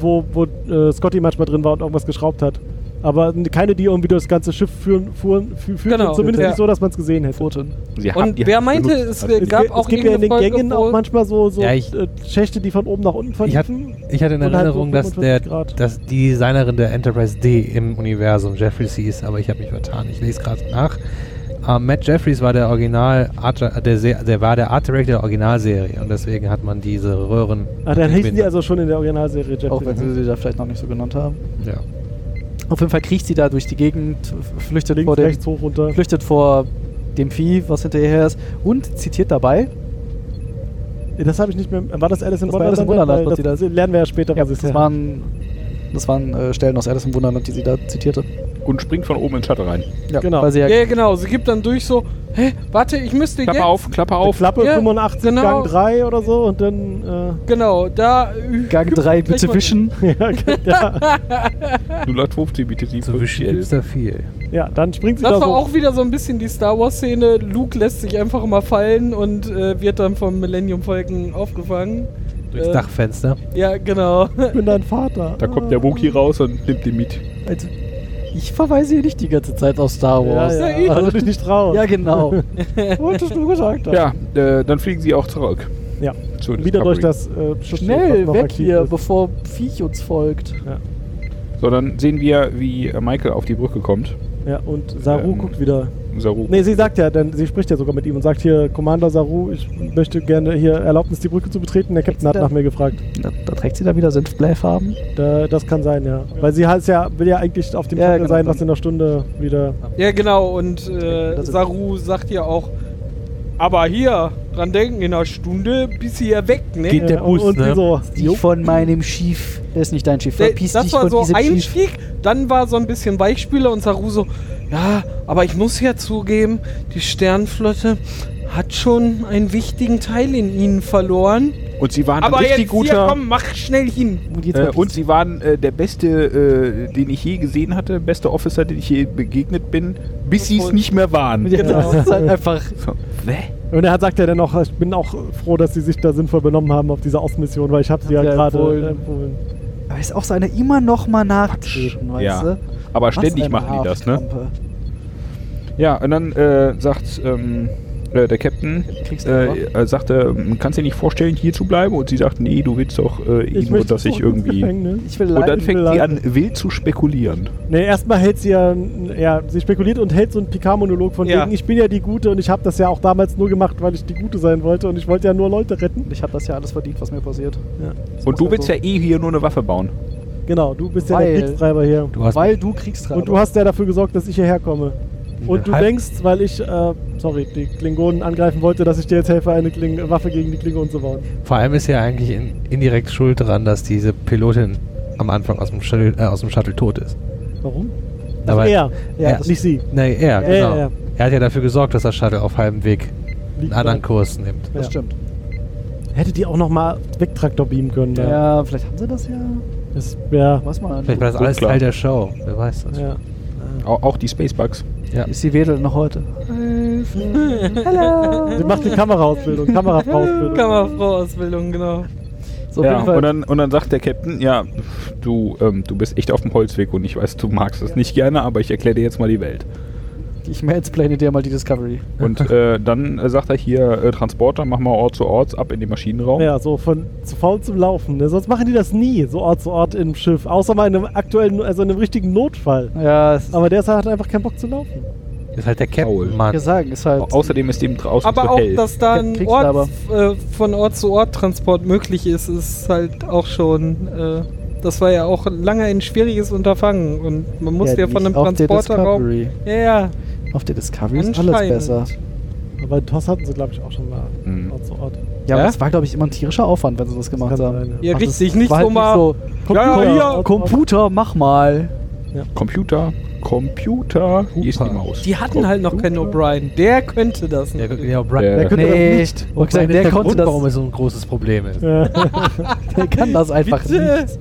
Speaker 2: wo, wo äh, Scotty manchmal drin war und irgendwas geschraubt hat. Aber keine, die irgendwie durchs ganze Schiff führen, fuhren, fü führten.
Speaker 1: Genau,
Speaker 2: Zumindest
Speaker 1: ja.
Speaker 2: nicht so, dass man es gesehen hätte.
Speaker 3: Pfoten.
Speaker 5: Sie haben
Speaker 1: Und
Speaker 5: die
Speaker 1: wer
Speaker 5: Hand
Speaker 1: meinte,
Speaker 5: benutzt.
Speaker 1: es äh,
Speaker 2: Also Es,
Speaker 1: gab
Speaker 2: gibt-
Speaker 1: auch
Speaker 2: es gibt ja in den
Speaker 1: irgendeine Folge,
Speaker 2: Gängen auch
Speaker 1: wo-
Speaker 2: manchmal so, so
Speaker 6: Ja, ich-
Speaker 2: äh, Schächte, die von oben nach unten
Speaker 6: Ich hatte,
Speaker 2: verliefen.
Speaker 6: ich hatte in
Speaker 2: Und halt
Speaker 6: Erinnerung,
Speaker 2: so
Speaker 6: dass, der,
Speaker 2: 45 Grad.
Speaker 6: dass die Designerin der Enterprise D im Universum Jeffrey C. ist, aber ich habe mich vertan. Ich lese gerade nach. Ah, Matt Jeffries war der Original, Art, äh, der, Se- der war der Art Director der Originalserie und deswegen hat man diese Röhren.
Speaker 2: Ah, dann hießen die
Speaker 6: Binder.
Speaker 2: also schon in der Originalserie Jet
Speaker 3: Auch wenn
Speaker 2: Li.
Speaker 3: sie sie da vielleicht noch nicht so genannt haben.
Speaker 2: also
Speaker 6: Ja.
Speaker 3: Auf jeden Fall kriecht sie da durch die Gegend, flüchtet
Speaker 2: Links,
Speaker 3: vor dem
Speaker 2: rechts, hoch, runter.
Speaker 3: flüchtet vor dem Vieh, was hinter ihr her ist, und zitiert dabei.
Speaker 2: Das habe ich nicht mehr. War das Alice in
Speaker 3: Das war Alice in Wonderland, was
Speaker 2: Wonderland?
Speaker 3: sie
Speaker 2: Weil Das
Speaker 3: da-
Speaker 2: lernen wir ja später, was
Speaker 3: das
Speaker 2: ist.
Speaker 3: waren, das waren äh, Stellen aus Alice im Wunderland, die sie da zitierte.
Speaker 5: Und springt von oben in den Schatten rein.
Speaker 3: Ja,
Speaker 2: Genau.
Speaker 3: Weil sie ja,
Speaker 1: Ja, ja, genau. Sie gibt dann durch so, hä, warte, ich müsste
Speaker 5: Klappe
Speaker 1: jetzt.
Speaker 5: auf, Klappe
Speaker 2: Eine
Speaker 5: auf.
Speaker 2: Klappe
Speaker 1: Ja,
Speaker 2: 85,
Speaker 1: genau.
Speaker 2: Gang 3 oder so und dann. Äh,
Speaker 1: Genau, da. äh,
Speaker 3: Gang 3
Speaker 1: kriegt
Speaker 3: bitte
Speaker 1: man-
Speaker 3: wischen.
Speaker 2: ja, ge- ja,
Speaker 5: 0815 bietet die
Speaker 6: So gibt es da viel.
Speaker 2: ja, dann springt sie
Speaker 1: Das
Speaker 2: da
Speaker 1: war
Speaker 2: so.
Speaker 1: auch wieder so ein bisschen die Star Wars-Szene. Luke lässt sich einfach mal fallen und äh, wird dann vom Millennium Falcon aufgefangen.
Speaker 6: Durchs
Speaker 1: Äh,
Speaker 6: Dachfenster.
Speaker 1: Ja, genau.
Speaker 2: Ich bin dein Vater.
Speaker 5: Da kommt der Wookie raus und nimmt den mit.
Speaker 3: Also, ich verweise hier nicht die ganze Zeit auf Star
Speaker 2: Ja,
Speaker 3: Wars.
Speaker 2: ja,
Speaker 1: Ja,
Speaker 2: also dich nicht trauen.
Speaker 3: Ja,
Speaker 2: *laughs*
Speaker 3: genau.
Speaker 2: Wolltest du gesagt haben.
Speaker 5: Ja, äh, dann fliegen sie auch zurück.
Speaker 2: Ja.
Speaker 5: Zu
Speaker 2: Wieder
Speaker 5: Discovery.
Speaker 2: durch das äh, Schutzschild, was
Speaker 3: Schnell,
Speaker 2: noch
Speaker 3: weg
Speaker 2: aktiv
Speaker 3: hier,
Speaker 2: ist.
Speaker 3: bevor Viech uns folgt.
Speaker 5: So, dann sehen wir, wie äh, Michael auf die Brücke kommt.
Speaker 2: Ja, und Saru
Speaker 5: Ähm.
Speaker 2: guckt wieder.
Speaker 5: Saru.
Speaker 2: Nee, sie sagt ja, denn sie spricht ja sogar mit ihm und sagt hier, Commander Saru, ich möchte gerne hier Erlaubnis, die Brücke zu betreten. Der Captain hat nach mir gefragt.
Speaker 3: Da, da trägt sie da wieder Senfblähfarben.
Speaker 2: Da, das kann sein, ja. Weil sie halt ja, will ja eigentlich auf dem
Speaker 3: Ja,
Speaker 2: Channel
Speaker 3: genau,
Speaker 2: sein,
Speaker 3: dann-
Speaker 2: was in einer Stunde wieder.
Speaker 1: Ja, genau. Und äh,
Speaker 3: Das ist-
Speaker 1: Saru sagt ja auch, aber hier, dran denken, in einer Stunde bist du hier weg, ne?
Speaker 3: Genau,
Speaker 6: Geht der
Speaker 2: Ja,
Speaker 6: Bus,
Speaker 2: und, und
Speaker 6: ne?
Speaker 2: sie so,
Speaker 3: Die von meinem Schief. Der ist nicht dein Schief.
Speaker 1: Der,
Speaker 3: Verpiss
Speaker 1: das
Speaker 3: dich
Speaker 1: war
Speaker 3: von
Speaker 1: so
Speaker 3: diesem Schief.
Speaker 1: Einstieg, dann war so ein bisschen Weichspüler und Saru so, ja, aber ich muss ja zugeben, die Sternflotte hat schon einen wichtigen Teil in ihnen verloren.
Speaker 5: Und sie waren
Speaker 1: Aber
Speaker 5: ein
Speaker 1: jetzt
Speaker 5: richtig
Speaker 1: hier,
Speaker 5: guter.
Speaker 1: komm, mach schnell hin.
Speaker 3: Und jetzt
Speaker 5: Äh,
Speaker 3: verpiss
Speaker 5: und sie waren äh, der beste, äh, den ich je gesehen hatte, beste Officer, den ich je begegnet bin, bis sie es nicht mehr waren.
Speaker 3: Ja,
Speaker 1: Genau.
Speaker 3: das ist halt einfach.
Speaker 5: So, hä?
Speaker 2: Und er hat, sagt ja dann auch, ich bin auch froh, dass sie sich da sinnvoll benommen haben auf dieser Außenmission, weil ich habe sie ja
Speaker 3: Hat sie ja
Speaker 2: gerade
Speaker 3: empfohlen.
Speaker 2: äh, empfohlen.
Speaker 3: Aber ist auch so einer immer noch mal nachtreten, weißt
Speaker 5: Ja.
Speaker 3: du?
Speaker 5: Aber
Speaker 3: Was
Speaker 5: ständig
Speaker 3: eine
Speaker 5: machen die das, ne?
Speaker 3: Haarkrampe.
Speaker 5: Ja, und dann äh, sagt ähm, äh, der Captain,
Speaker 3: Kriegst du
Speaker 5: äh, äh, sagt er, "M, kannst dir nicht vorstellen, hier zu bleiben? Und sie sagt, nee, du willst doch äh, irgendwo,
Speaker 2: möchte
Speaker 5: dass ich
Speaker 2: zurück ins
Speaker 5: irgendwie...
Speaker 2: Gefängnis.
Speaker 3: Ich will
Speaker 5: Und dann
Speaker 3: leider.
Speaker 5: fängt
Speaker 2: will
Speaker 5: sie
Speaker 2: leiden.
Speaker 5: an, wild zu spekulieren.
Speaker 2: Nee, erstmal hält sie ja, ja, sie spekuliert und hält so einen Picard-Monolog von
Speaker 1: Ja.
Speaker 2: wegen, ich bin ja die Gute und ich habe das ja auch damals nur gemacht, weil ich die Gute sein wollte und ich wollte ja nur Leute retten.
Speaker 3: Ich habe das ja alles verdient, was mir passiert. Das muss
Speaker 5: Und du
Speaker 3: ja
Speaker 5: willst
Speaker 3: so.
Speaker 5: ja eh hier nur eine Waffe bauen.
Speaker 2: Genau, du bist ja
Speaker 3: Weil-
Speaker 2: der Kriegstreiber hier.
Speaker 6: Du hast
Speaker 3: Weil du kriegst
Speaker 2: Und du hast ja dafür gesorgt, dass ich hierher komme. Und du
Speaker 6: Halt.
Speaker 2: denkst, weil ich, äh, sorry, die Klingonen angreifen wollte, dass ich dir jetzt helfe, eine Kling Waffe gegen die Klingonen zu bauen.
Speaker 6: Vor allem ist ja eigentlich in, indirekt schuld daran, dass diese Pilotin am Anfang aus dem Shuttle, äh, aus dem Shuttle tot ist.
Speaker 2: Warum?
Speaker 6: Aber-
Speaker 2: er,
Speaker 3: Ja,
Speaker 6: Ja.
Speaker 3: das
Speaker 2: nicht sie.
Speaker 6: Nee, er,
Speaker 2: Ja,
Speaker 6: genau.
Speaker 2: ja, ja.
Speaker 6: Er hat ja dafür gesorgt, dass das Shuttle auf halbem Weg einen
Speaker 2: Liegt
Speaker 6: anderen
Speaker 2: da.
Speaker 6: Kurs nimmt.
Speaker 3: Das
Speaker 2: Ja.
Speaker 3: stimmt.
Speaker 2: Hätte die auch nochmal Wegtraktor beamen können.
Speaker 3: Ja.
Speaker 2: Ja.
Speaker 3: vielleicht haben sie das ja.
Speaker 2: Das wär,
Speaker 3: Was mal.
Speaker 6: Vielleicht war das
Speaker 5: Gut,
Speaker 6: alles
Speaker 5: klar.
Speaker 6: Teil der Show. Wer weiß das.
Speaker 2: ja.
Speaker 5: Au- Auch die Spacebugs.
Speaker 3: Ist die Wedel noch heute?
Speaker 2: Sie macht die Kameraausbildung, Kamerafrauausbildung.
Speaker 1: Kamerafrau-Ausbildung, genau.
Speaker 3: So,
Speaker 5: ja, und dann, und dann sagt der Captain, ja, pf, du, ähm, du bist echt auf dem Holzweg und ich weiß, du magst das nicht gerne, aber ich erkläre dir jetzt mal die Welt.
Speaker 3: ich mansplane dir mal die Discovery.
Speaker 5: *laughs* Und äh, dann äh, sagt er hier, äh, Transporter, mach mal Ort zu Ort, ab in den Maschinenraum.
Speaker 2: Ja, so von zu faul zum Laufen. Ne? Sonst machen die das nie, so Ort zu Ort im Schiff. Außer mal in einem aktuellen, also in einem richtigen Notfall.
Speaker 3: Ja, es ist,
Speaker 2: Aber der ist halt einfach keinen Bock zu laufen.
Speaker 6: Ist halt der
Speaker 5: Faul.
Speaker 6: Captain,
Speaker 3: wir
Speaker 6: Mann.
Speaker 3: sagen, ist halt.
Speaker 5: Au- Außerdem ist eben draußen
Speaker 1: Aber
Speaker 5: so
Speaker 1: auch,
Speaker 5: hell.
Speaker 1: dass da
Speaker 3: Ja,
Speaker 1: ein
Speaker 3: Kriegsglaber.
Speaker 1: Ort, äh, von Ort zu Ort Transport möglich ist, ist halt auch schon. Äh, das war ja auch lange ein schwieriges Unterfangen und man musste ja, von einem
Speaker 3: nicht auf der
Speaker 1: Transporterraum.
Speaker 3: Discovery.
Speaker 1: Ja, ja.
Speaker 3: Auf der Discovery ist alles
Speaker 1: Anscheinend.
Speaker 3: besser.
Speaker 2: Aber TOS hatten sie, glaube ich, auch schon mal.
Speaker 5: Mhm.
Speaker 2: Ort zu Ort.
Speaker 3: Ja, aber
Speaker 1: Ja?
Speaker 3: das war, glaube ich, immer ein tierischer Aufwand, wenn sie das gemacht
Speaker 2: kann
Speaker 3: haben.
Speaker 2: sein,
Speaker 1: Ja,
Speaker 3: Ach, das
Speaker 1: richtig, nicht
Speaker 3: war
Speaker 1: so
Speaker 3: halt
Speaker 1: mal. Oh, Ja,
Speaker 2: Computer.
Speaker 1: ja,
Speaker 2: Ort zu Ort.
Speaker 3: Computer, mach mal.
Speaker 5: Computer, Computer, hier ist die
Speaker 6: Hupa.
Speaker 5: Maus.
Speaker 1: Die hatten halt noch keinen
Speaker 5: Computer.
Speaker 1: O'Brien. Der könnte das
Speaker 6: Der,
Speaker 1: nicht.
Speaker 6: ja, Brian.
Speaker 5: Äh,
Speaker 2: Der könnte
Speaker 3: Nee.
Speaker 2: das nicht.
Speaker 1: Oh,
Speaker 3: Und gesagt, der konnte das,
Speaker 6: warum es so ein großes Problem ist.
Speaker 3: der kann das einfach
Speaker 1: Bitte.
Speaker 3: nicht.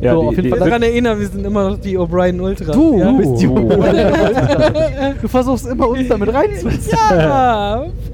Speaker 5: Ja,
Speaker 3: So,
Speaker 5: die,
Speaker 3: auf jeden
Speaker 5: die,
Speaker 1: Ich
Speaker 3: Fall-
Speaker 1: kann daran erinnern, wir sind immer noch die O'Brien Ultra.
Speaker 3: Du
Speaker 1: ja.
Speaker 3: bist die
Speaker 5: *laughs*
Speaker 1: ja,
Speaker 3: Du versuchst immer, uns
Speaker 1: *laughs*
Speaker 3: damit reinzuziehen.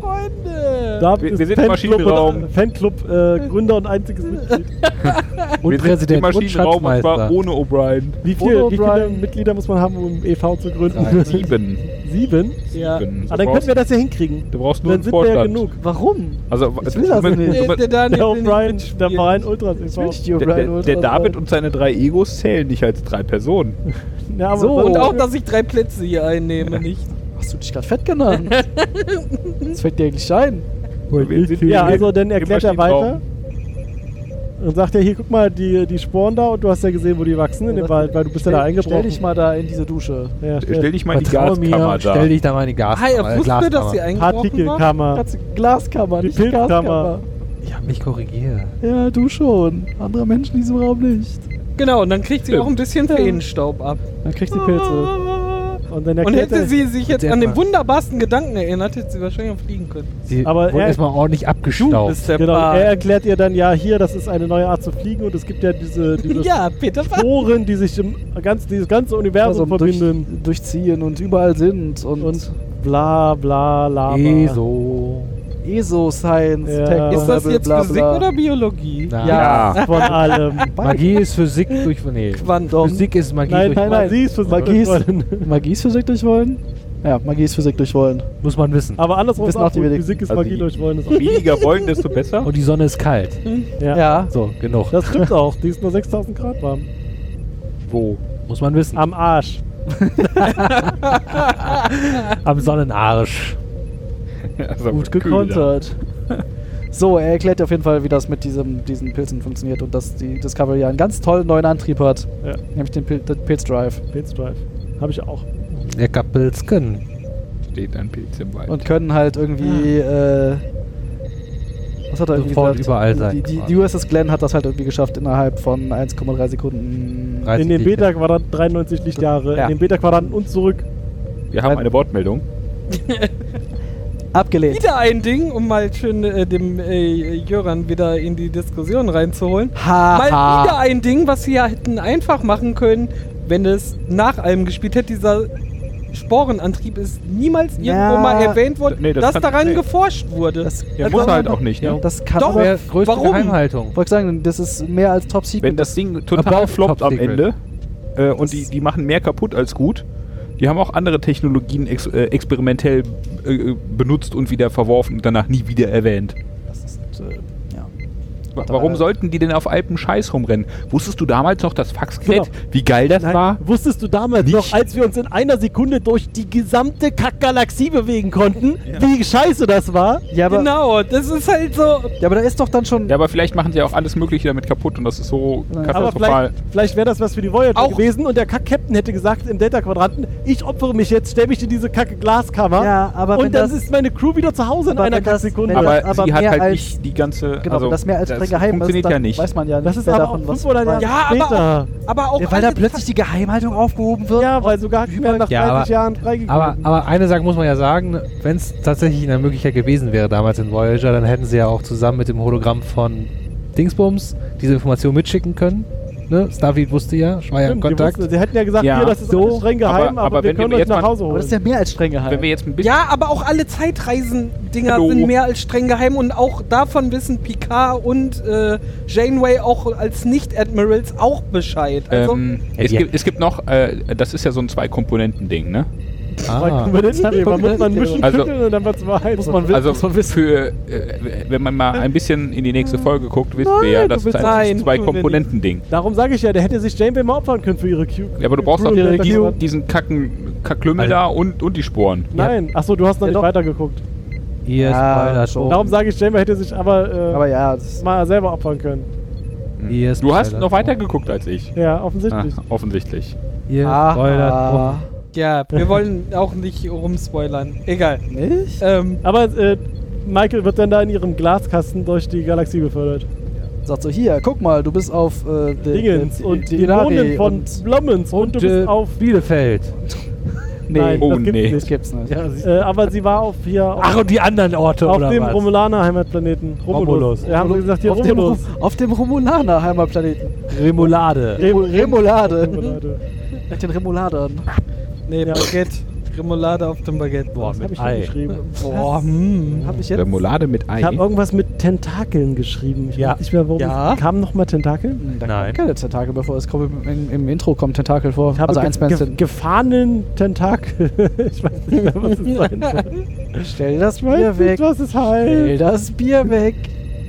Speaker 1: Freunde.
Speaker 2: Da
Speaker 5: Wir-
Speaker 2: ist
Speaker 5: wir sind im
Speaker 2: Fanclub
Speaker 5: Maschinenraum.
Speaker 2: und- Fanclub, äh, Gründer und einziges Mitglied.
Speaker 6: Und
Speaker 5: wir sind im
Speaker 6: Präsident und
Speaker 5: Maschinenraum und zwar
Speaker 6: Schatzmeister.
Speaker 5: ohne O'Brien.
Speaker 2: Wie, viel,
Speaker 3: Bodo
Speaker 2: wie viele
Speaker 3: Bryan.
Speaker 2: Mitglieder muss man haben, um EV zu gründen?
Speaker 5: Sieben.
Speaker 2: *laughs* Sieben?
Speaker 1: Ja.
Speaker 5: Sieben.
Speaker 2: Ah, dann könnten wir das ja hinkriegen.
Speaker 5: du brauchst nur
Speaker 2: Dann
Speaker 5: einen
Speaker 2: sind wir ja
Speaker 5: Vorstand.
Speaker 2: genug.
Speaker 3: Warum?
Speaker 5: Also,
Speaker 3: Ich will das
Speaker 5: Moment,
Speaker 3: nicht.
Speaker 5: Moment,
Speaker 1: Nee, der Daniel
Speaker 2: Der
Speaker 1: will nicht
Speaker 2: O'Brien, der
Speaker 1: mitspielen.
Speaker 2: Verein Ultras E
Speaker 3: Ich
Speaker 2: e.V.
Speaker 3: will nicht die
Speaker 5: Der, der,
Speaker 3: O'Brien
Speaker 5: der
Speaker 3: Ultras
Speaker 5: David
Speaker 3: sein.
Speaker 5: und seine drei Egos zählen nicht als drei Personen.
Speaker 2: Ja, aber
Speaker 3: So,
Speaker 2: was-
Speaker 1: Und auch, dass ich drei Plätze hier einnehme, nicht?
Speaker 3: Hast du dich gerade
Speaker 1: *laughs*
Speaker 3: fett genannt? das fällt dir eigentlich ein.
Speaker 2: Ja, also dann erklärt er weiter. Und sagt er, hier, guck mal, die, die Sporen da und du hast ja gesehen, wo die wachsen in dem Wald, weil du bist ja da eingebrochen.
Speaker 3: Stell dich mal da in diese Dusche.
Speaker 2: Ja,
Speaker 5: Stell, stell dich mal in die
Speaker 6: Vertraue
Speaker 5: Gaskammer
Speaker 6: mir,
Speaker 5: da.
Speaker 6: stell dich da mal in die
Speaker 1: Ah,
Speaker 6: Gaskammer.
Speaker 1: er
Speaker 6: äh,
Speaker 1: wusste, dass
Speaker 6: Glaskammer.
Speaker 1: sie eingebrochen war?
Speaker 2: Partikelkammer.
Speaker 3: Katze, Glaskammer,
Speaker 2: Die
Speaker 3: nicht
Speaker 2: Pilzkammer.
Speaker 3: Gaskammer.
Speaker 6: Ich hab mich korrigiert.
Speaker 3: Ja, du schon. Andere Menschen in diesem Raum nicht.
Speaker 1: Genau, und dann kriegt sie auch ein bisschen Feenstaub ab.
Speaker 2: Dann kriegst du die Pilze. Und dann
Speaker 1: Ah. Und
Speaker 2: erklärt
Speaker 1: hätte
Speaker 2: er,
Speaker 1: sie sich jetzt
Speaker 6: Der
Speaker 1: an den
Speaker 6: Mann.
Speaker 1: wunderbarsten Gedanken erinnert, hätte sie wahrscheinlich auch fliegen können.
Speaker 6: Sie
Speaker 2: Aber
Speaker 6: wurden
Speaker 2: er-
Speaker 6: erstmal ordentlich
Speaker 1: Du
Speaker 6: abgestaubt.
Speaker 1: bist der
Speaker 2: genau,
Speaker 1: Bart.
Speaker 2: er erklärt ihr dann, ja, hier, das ist eine neue Art zu fliegen und es gibt ja
Speaker 1: *laughs*
Speaker 2: diese, diese
Speaker 1: *laughs* Ja, Peter Pan.
Speaker 2: Sporen, die sich im ganz, dieses ganze Universum
Speaker 3: Also durch,
Speaker 2: verbinden.
Speaker 3: durchziehen und überall sind und,
Speaker 2: Und bla bla la.
Speaker 6: ESO.
Speaker 3: ESO-Science.
Speaker 2: Ja.
Speaker 3: Techno-
Speaker 1: Ist das jetzt
Speaker 3: bla, bla,
Speaker 1: Physik
Speaker 3: bla.
Speaker 1: oder Biologie?
Speaker 6: Na,
Speaker 3: Ja.
Speaker 2: Von allem.
Speaker 6: Magie ist Physik durch. Nee.
Speaker 1: Quantum.
Speaker 6: Physik ist Magie
Speaker 2: nein,
Speaker 6: durch.
Speaker 2: nein, nein. Magie ist Physik.
Speaker 3: Magie ist-
Speaker 2: Freundin.
Speaker 3: Magie ist Physik durchwollen? Ja, Magie ist Physik durchwollen.
Speaker 6: Muss man wissen.
Speaker 2: *laughs* Aber andersrum ist
Speaker 3: Wissen
Speaker 2: auch
Speaker 3: auch die
Speaker 2: gut.
Speaker 3: wenigsten.
Speaker 2: Physik ist
Speaker 5: Also
Speaker 2: Magie
Speaker 5: die-
Speaker 2: durchwollen. Ist auch,
Speaker 5: Weniger wollen, desto besser.
Speaker 6: Und die Sonne ist kalt.
Speaker 2: ja.
Speaker 3: Ja.
Speaker 6: So, genug.
Speaker 2: Das stimmt auch. Die ist nur 6000 Grad warm.
Speaker 5: wo? *laughs*
Speaker 6: Muss man wissen.
Speaker 2: Am Arsch.
Speaker 6: Am Sonnenarsch.
Speaker 5: Also
Speaker 3: Gut gekontert. *laughs* So, er erklärt auf jeden Fall, wie das mit diesem, diesen Pilzen funktioniert und dass die Discovery ja einen ganz tollen neuen Antrieb hat.
Speaker 2: Ja.
Speaker 3: Nämlich den, Pil den Pilz Drive.
Speaker 2: Pilzdrive. Habe ich auch.
Speaker 6: Der Kapilsken.
Speaker 5: Steht ein Pilz im Wald.
Speaker 3: Und können halt irgendwie. Äh, was hat er irgendwie
Speaker 6: Sofort
Speaker 3: gesagt?
Speaker 6: überall sein
Speaker 3: Die, die,
Speaker 6: quasi.
Speaker 3: die USS Glenn hat das halt irgendwie geschafft innerhalb von 1,3 Sekunden.
Speaker 6: Drei- Weiß
Speaker 2: In
Speaker 6: ich
Speaker 2: den
Speaker 6: nicht.
Speaker 2: Beta-Quadranten 93 Lichtjahre.
Speaker 3: Ja.
Speaker 2: In den Beta-Quadranten und zurück.
Speaker 5: Wir haben eine Wortmeldung.
Speaker 3: Abgelehnt.
Speaker 1: Wieder ein Ding, um mal schön äh, dem äh, Jöran wieder in die Diskussion reinzuholen. Mal wieder
Speaker 3: Haha.
Speaker 1: ein Ding, was sie ja hätten einfach machen können, wenn es nach allem gespielt hätte. Dieser Sporenantrieb ist niemals irgendwo
Speaker 3: Ja.
Speaker 1: mal erwähnt worden,
Speaker 5: Nee, das
Speaker 1: dass
Speaker 5: kann-
Speaker 1: daran
Speaker 5: nee.
Speaker 1: geforscht wurde.
Speaker 3: Das,
Speaker 5: Ja,
Speaker 1: Also-
Speaker 5: muss halt auch nicht, ne?
Speaker 3: das kann
Speaker 1: Doch,
Speaker 3: aber.
Speaker 1: wer-
Speaker 3: Wollte
Speaker 6: Der größte
Speaker 1: Warum?
Speaker 6: Geheimhaltung.
Speaker 3: ich sagen, das ist mehr als Top Secret.
Speaker 5: Wenn das Ding total
Speaker 6: About
Speaker 5: floppt
Speaker 6: top
Speaker 5: am
Speaker 6: secret.
Speaker 5: Ende äh, und die, die machen mehr kaputt als gut, die haben auch andere Technologien ex äh, experimentell äh, benutzt und wieder verworfen und danach nie wieder erwähnt.
Speaker 3: das ist, äh, ja.
Speaker 5: Wa- Warum sollten die denn auf Alpen Scheiß rumrennen? Wusstest du damals noch das Faxgerät?
Speaker 2: Genau.
Speaker 5: Wie geil das war?
Speaker 2: Wusstest du damals
Speaker 5: Nicht.
Speaker 2: noch, als wir uns in einer Sekunde durch die gesamte Kackgalaxie bewegen konnten, wie scheiße das war?
Speaker 3: ja, aber,
Speaker 1: genau, das ist halt so.
Speaker 3: ja, aber da ist doch dann schon.
Speaker 5: Ja, aber vielleicht machen sie ja auch alles Mögliche damit kaputt und das ist so
Speaker 3: Nein.
Speaker 2: Aber
Speaker 5: katastrophal.
Speaker 2: vielleicht, vielleicht wäre das was für die Voyager
Speaker 1: Auch-
Speaker 2: gewesen und der Kack-Captain hätte gesagt im Delta-Quadranten, ich opfere mich jetzt, stelle mich in diese kacke Glaskammer
Speaker 3: Ja, aber wenn
Speaker 2: und dann
Speaker 3: das-
Speaker 2: ist meine Crew wieder zu Hause in
Speaker 3: aber
Speaker 2: einer
Speaker 3: wenn das-
Speaker 2: Kacksekunde.
Speaker 3: wenn
Speaker 5: aber
Speaker 3: das aber
Speaker 5: sie hat
Speaker 3: mehr
Speaker 5: halt
Speaker 3: als-
Speaker 5: nicht die ganze.
Speaker 3: Genau,
Speaker 5: also,
Speaker 3: wenn das mehr als
Speaker 5: das
Speaker 3: streng geheim
Speaker 5: funktioniert
Speaker 3: ist, dann
Speaker 5: ja nicht.
Speaker 3: weiß man ja nicht,
Speaker 2: das ist
Speaker 3: wer
Speaker 2: aber auch
Speaker 3: davon was
Speaker 2: 500 Jahre
Speaker 1: Ja, aber
Speaker 2: später.
Speaker 1: Aber auch
Speaker 3: Ja, weil da
Speaker 1: alles-
Speaker 3: plötzlich die Geheimhaltung aufgehoben wird.
Speaker 2: ja, weil sogar mehr nach 30
Speaker 6: Ja, aber-
Speaker 2: Jahren freigegeben.
Speaker 6: Aber, aber eine Sache muss man ja sagen, wenn es tatsächlich eine Möglichkeit gewesen wäre damals in Voyager, dann hätten sie ja auch zusammen mit dem Hologramm von Dingsbums diese Information mitschicken können. Ne? Starfleet wusste ja, ich war
Speaker 3: äh,
Speaker 6: ja im
Speaker 2: Stimmt, die
Speaker 6: Kontakt.
Speaker 2: wussten- Sie hätten ja gesagt,
Speaker 5: Ja.
Speaker 2: hier, das ist
Speaker 5: So,
Speaker 2: alles streng geheim,
Speaker 5: aber-
Speaker 2: aber,
Speaker 5: aber
Speaker 2: wir
Speaker 5: wenn
Speaker 2: können
Speaker 5: wir
Speaker 2: euch
Speaker 5: jetzt
Speaker 2: nach
Speaker 5: mal-
Speaker 2: Hause
Speaker 3: Aber
Speaker 2: holen.
Speaker 3: das ist ja mehr als streng geheim.
Speaker 5: Wenn wir jetzt ein bisschen.
Speaker 1: Ja, aber auch alle Zeitreisen-Dinger
Speaker 5: Hallo.
Speaker 1: sind mehr als streng geheim und auch davon wissen Picard und äh, Janeway auch als Nicht-Admirals auch Bescheid. Also,
Speaker 5: ähm,
Speaker 6: Ja,
Speaker 5: es,
Speaker 6: die-
Speaker 5: gibt, es gibt noch, äh, das ist ja so ein Zwei-Komponenten-Ding, ne?
Speaker 6: Ah,
Speaker 2: Über den Tee, man muss man ein bisschen
Speaker 5: Also-
Speaker 2: schütteln und dann wird's weit.
Speaker 3: muss man wissen.
Speaker 5: Also
Speaker 3: muss man wissen.
Speaker 5: für, äh, wenn man mal ein bisschen in die nächste Folge guckt, wissen wir ja,
Speaker 2: Nein,
Speaker 5: das
Speaker 2: du
Speaker 5: ist
Speaker 2: willst-
Speaker 5: ein
Speaker 2: nein,
Speaker 5: Zwei-Komponenten-Ding.
Speaker 2: Darum sage ich ja, der hätte sich Janeway mal opfern können für ihre Q.
Speaker 5: Ja, aber du brauchst auch
Speaker 2: Crew- Delta
Speaker 5: diesen,
Speaker 2: Quadranten.
Speaker 5: diesen kacken Kacklümmel
Speaker 6: Alter.
Speaker 5: da und, und die Sporen.
Speaker 2: Nein, achso, du hast noch
Speaker 3: Ja,
Speaker 2: nicht
Speaker 3: doch.
Speaker 2: weitergeguckt.
Speaker 6: ihr
Speaker 3: Ja,
Speaker 6: spoilert
Speaker 3: schon.
Speaker 6: schon.
Speaker 2: Darum sage ich, Jamie hätte sich aber, äh,
Speaker 3: aber ja, das ist
Speaker 2: mal selber opfern können.
Speaker 6: Ihr
Speaker 5: Du hast
Speaker 6: spoilert
Speaker 5: noch
Speaker 6: schon.
Speaker 5: weiter geguckt als ich.
Speaker 2: Ja,
Speaker 5: Ah,
Speaker 2: offensichtlich.
Speaker 5: offensichtlich.
Speaker 6: Ihr
Speaker 3: Aha.
Speaker 6: spoilert
Speaker 5: oh.
Speaker 1: ja, wir wollen auch nicht rumspoilern. Egal.
Speaker 3: nicht.
Speaker 1: Ähm,
Speaker 2: Aber äh, Michael wird dann da in ihrem Glaskasten durch die Galaxie befördert.
Speaker 3: Sagt so, hier, guck mal, du bist auf äh, der-
Speaker 2: Dingens
Speaker 3: der-
Speaker 2: und die
Speaker 3: Dinari
Speaker 2: Dämonen von
Speaker 3: und-
Speaker 2: Blommens und, du
Speaker 6: und, äh,
Speaker 2: bist auf.
Speaker 6: Bielefeld.
Speaker 3: nee,
Speaker 2: Nein,
Speaker 5: oh,
Speaker 2: das gibt's
Speaker 5: nee.
Speaker 3: das
Speaker 2: nicht.
Speaker 3: gibt's nicht.
Speaker 2: Äh, aber sie war auf hier
Speaker 6: Ach,
Speaker 2: auf,
Speaker 6: und die anderen Orte,
Speaker 2: auf
Speaker 6: oder
Speaker 2: dem
Speaker 6: was?
Speaker 2: Romulaner Heimatplaneten. Romulus.
Speaker 6: Romulus.
Speaker 2: Ja, haben sie gesagt, hier
Speaker 3: auf, dem,
Speaker 2: Romulus.
Speaker 3: Ru- auf dem Romulaner Heimatplaneten.
Speaker 6: Remoulade.
Speaker 2: Remo-
Speaker 3: Remoulade.
Speaker 2: Remoulade.
Speaker 3: Mit den Remouladen.
Speaker 1: nee,
Speaker 2: Ja.
Speaker 1: Baguette. Remoulade auf dem Baguette.
Speaker 6: Boah,
Speaker 2: Das habe
Speaker 6: mit
Speaker 2: ich nicht
Speaker 6: Ei.
Speaker 2: geschrieben.
Speaker 1: Boah, hm.
Speaker 3: Hab ich jetzt?
Speaker 5: Remoulade mit Ei.
Speaker 2: Ich habe irgendwas mit Tentakeln geschrieben. Ich
Speaker 6: Ja.
Speaker 2: weiß nicht mehr, warum.
Speaker 1: Ja.
Speaker 2: es- Kamen nochmal Tentakel?
Speaker 4: Mhm.
Speaker 3: Nee, da
Speaker 6: Nein.
Speaker 3: Nein. keine Tentakel mehr vor. Es kommt im, im, im Intro kommt Tentakel vor.
Speaker 2: Ich habe
Speaker 3: Also eins mehr
Speaker 2: ge
Speaker 3: als
Speaker 2: ge
Speaker 3: den-
Speaker 2: gefahrenen Tentakel. ich weiß nicht mehr, was es sein soll.
Speaker 3: Stell das
Speaker 2: Ich weiß
Speaker 3: Bier
Speaker 2: nicht,
Speaker 3: weg.
Speaker 2: was es
Speaker 3: Stell
Speaker 2: heißt.
Speaker 3: das Bier weg.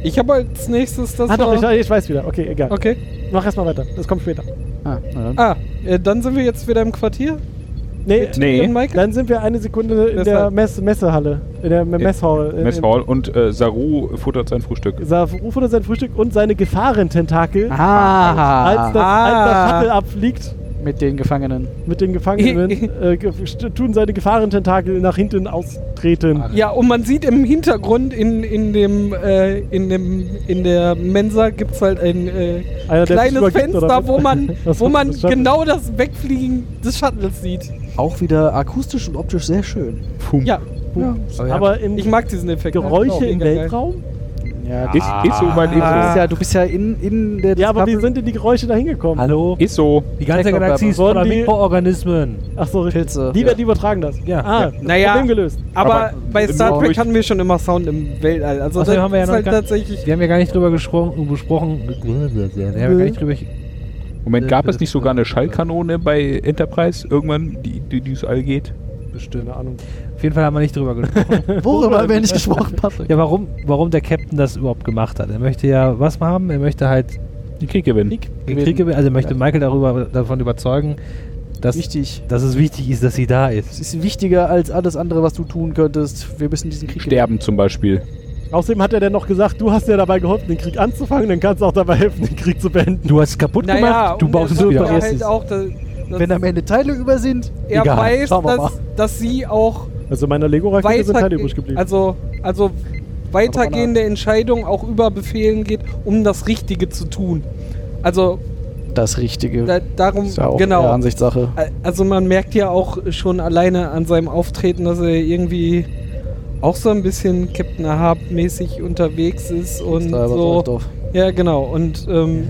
Speaker 1: Ich habe als nächstes das.
Speaker 2: Ah doch, ich,
Speaker 1: war-
Speaker 2: ich weiß wieder. Okay, egal.
Speaker 1: okay.
Speaker 2: Mach erstmal weiter. Das kommt später.
Speaker 3: Ah, na dann.
Speaker 1: Ah, äh, dann sind wir jetzt wieder im Quartier.
Speaker 2: Nee,
Speaker 5: Nee.
Speaker 1: Michael?
Speaker 2: dann sind wir eine Sekunde in
Speaker 1: Das
Speaker 2: der
Speaker 1: hat-
Speaker 2: Mess Messehalle. In der Me- Messhall. in-
Speaker 5: Mess Hall und äh, Saru futtert sein Frühstück.
Speaker 2: in- Sa- Ruf oder sein Frühstück und seine Gefahrententakel.
Speaker 1: Ah.
Speaker 2: Als das,
Speaker 3: Ah,
Speaker 2: als das Shuttle abfliegt
Speaker 3: mit den Gefangenen.
Speaker 2: mit
Speaker 1: *laughs*
Speaker 2: den Gefangenen, äh, ge- st- tun seine Gefahrententakel nach hinten austreten.
Speaker 1: Ja, und man sieht im Hintergrund in, in dem, äh, in dem, in der Mensa gibt's halt ein äh,
Speaker 2: Einer, der sich
Speaker 1: kleines
Speaker 2: übergibt,
Speaker 1: Fenster,
Speaker 2: oder?
Speaker 1: wo man,
Speaker 2: *laughs* Das
Speaker 1: wo
Speaker 2: ist
Speaker 1: man
Speaker 2: das Shuttle.
Speaker 1: genau das Wegfliegen des Shuttles sieht.
Speaker 3: Auch wieder akustisch und optisch sehr schön.
Speaker 5: Pum.
Speaker 1: Ja,
Speaker 3: Ja,
Speaker 2: Aber im
Speaker 1: ich mag diesen Effekt.
Speaker 2: Geräusche
Speaker 1: Ja,
Speaker 2: im
Speaker 1: mega geil.
Speaker 2: Weltraum?
Speaker 3: ja,
Speaker 5: Ist, ist so, mein
Speaker 3: Du bist
Speaker 5: Lieber.
Speaker 3: ja, du bist ja in, in der
Speaker 2: Ah. Ja, aber wie
Speaker 3: Discovery-
Speaker 2: sind denn die Geräusche da hingekommen?
Speaker 6: Hallo?
Speaker 5: Ist so.
Speaker 6: Die ganze Galaxie ist voller
Speaker 2: Wollen die-
Speaker 6: Mikroorganismen.
Speaker 2: Ach so, richtig.
Speaker 3: Pilze.
Speaker 2: Die,
Speaker 5: Ja.
Speaker 2: die übertragen das.
Speaker 6: Ja.
Speaker 2: Ah,
Speaker 5: Ja.
Speaker 2: das
Speaker 1: Naja.
Speaker 2: Problem gelöst.
Speaker 1: Aber,
Speaker 5: Aber
Speaker 1: bei
Speaker 5: im
Speaker 1: Star Trek
Speaker 5: Geräusch-
Speaker 1: hatten wir schon immer Sound im Weltall. Also
Speaker 6: Außerdem
Speaker 1: das
Speaker 6: haben wir ja
Speaker 1: ist
Speaker 6: noch
Speaker 1: halt
Speaker 6: gar-
Speaker 1: tatsächlich
Speaker 6: Wir haben ja gar nicht drüber gesprochen, besprochen. Wir haben ja gar nicht drüber.
Speaker 5: Moment, gab es nicht sogar eine Schallkanone bei Enterprise irgendwann, die, die, die ins All geht?
Speaker 6: Bestimmt. Keine Ahnung. Auf jeden Fall haben wir nicht drüber gesprochen.
Speaker 3: Worüber haben wir nicht gesprochen, Patrick?
Speaker 6: ja, warum, warum der Captain das überhaupt gemacht hat. Er möchte ja was haben? Er möchte halt
Speaker 5: Die Krieg gewinnen.
Speaker 6: den Krieg gewinnen. Also er möchte Michael darüber, davon überzeugen, dass,
Speaker 3: Wichtig.
Speaker 6: dass es wichtig ist, dass sie da
Speaker 3: Es
Speaker 6: ist.
Speaker 3: ist wichtiger als alles andere, was du tun könntest. Wir müssen diesen Krieg
Speaker 5: Sterben zum Beispiel.
Speaker 2: Außerdem hat er dann noch gesagt, du hast ja dabei geholfen, den Krieg anzufangen, dann kannst du auch dabei helfen, den Krieg zu beenden.
Speaker 6: Du hast es kaputt
Speaker 1: naja,
Speaker 6: gemacht, du
Speaker 1: und
Speaker 6: baust
Speaker 1: er
Speaker 6: es
Speaker 1: sagt
Speaker 6: wieder
Speaker 1: ja
Speaker 6: auf.
Speaker 1: halt auch, dass,
Speaker 3: gewinnen. Wenn
Speaker 1: dass
Speaker 3: am Ende Teile über sind,
Speaker 1: er
Speaker 6: egal,
Speaker 1: weiß,
Speaker 3: schauen wir
Speaker 1: dass, dass sie auch
Speaker 2: Also meiner Lego-Rakete sind
Speaker 1: weiter,
Speaker 2: Teile übrig geblieben.
Speaker 1: also, also weitergehende Entscheidungen auch über Befehlen geht, um das Richtige zu tun. Also
Speaker 3: das Richtige.
Speaker 1: da, darum,
Speaker 3: ist ja auch
Speaker 1: genau.
Speaker 3: eine Ansichtssache.
Speaker 1: Also man merkt ja auch schon alleine an seinem Auftreten, dass er irgendwie auch so ein bisschen Captain Ahab-mäßig unterwegs ist und
Speaker 3: Da aber
Speaker 1: so.
Speaker 3: auch drauf.
Speaker 1: Ja, genau. Und ähm,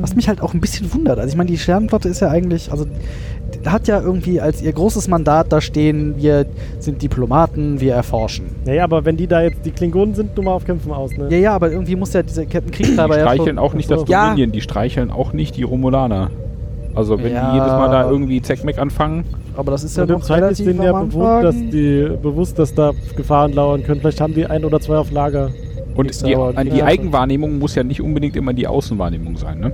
Speaker 3: Was mich halt auch ein bisschen wundert. Also ich meine, die Sternenflotte ist ja eigentlich, also die hat ja irgendwie als ihr großes Mandat da stehen, wir sind Diplomaten, wir erforschen.
Speaker 2: naja, aber wenn die da jetzt, die Klingonen sind nun mal auf Kämpfen aus, ne?
Speaker 3: Ja, ja, aber irgendwie muss ja dieser Captain
Speaker 5: *clears throat*
Speaker 3: Kriegstreiber
Speaker 5: Die
Speaker 3: ja
Speaker 5: streicheln
Speaker 3: schon, Also,
Speaker 5: auch nicht das
Speaker 1: Ja.
Speaker 5: Dominion, die streicheln auch nicht die Romulaner. Also wenn
Speaker 3: Ja.
Speaker 5: die jedes Mal da irgendwie Zeckmeck anfangen,
Speaker 3: aber das ist ja
Speaker 2: Und im
Speaker 3: noch
Speaker 2: Zweifel ist
Speaker 3: relativ
Speaker 2: denen ja
Speaker 3: am
Speaker 2: bewusst
Speaker 3: Anfang.
Speaker 2: dass, die, bewusst, dass da Gefahren lauern können. Vielleicht haben die ein oder zwei auf Lager.
Speaker 5: Und
Speaker 3: Ist
Speaker 5: die,
Speaker 3: aber-
Speaker 5: die
Speaker 2: ja.
Speaker 5: Eigenwahrnehmung muss ja nicht unbedingt immer die Außenwahrnehmung sein, ne?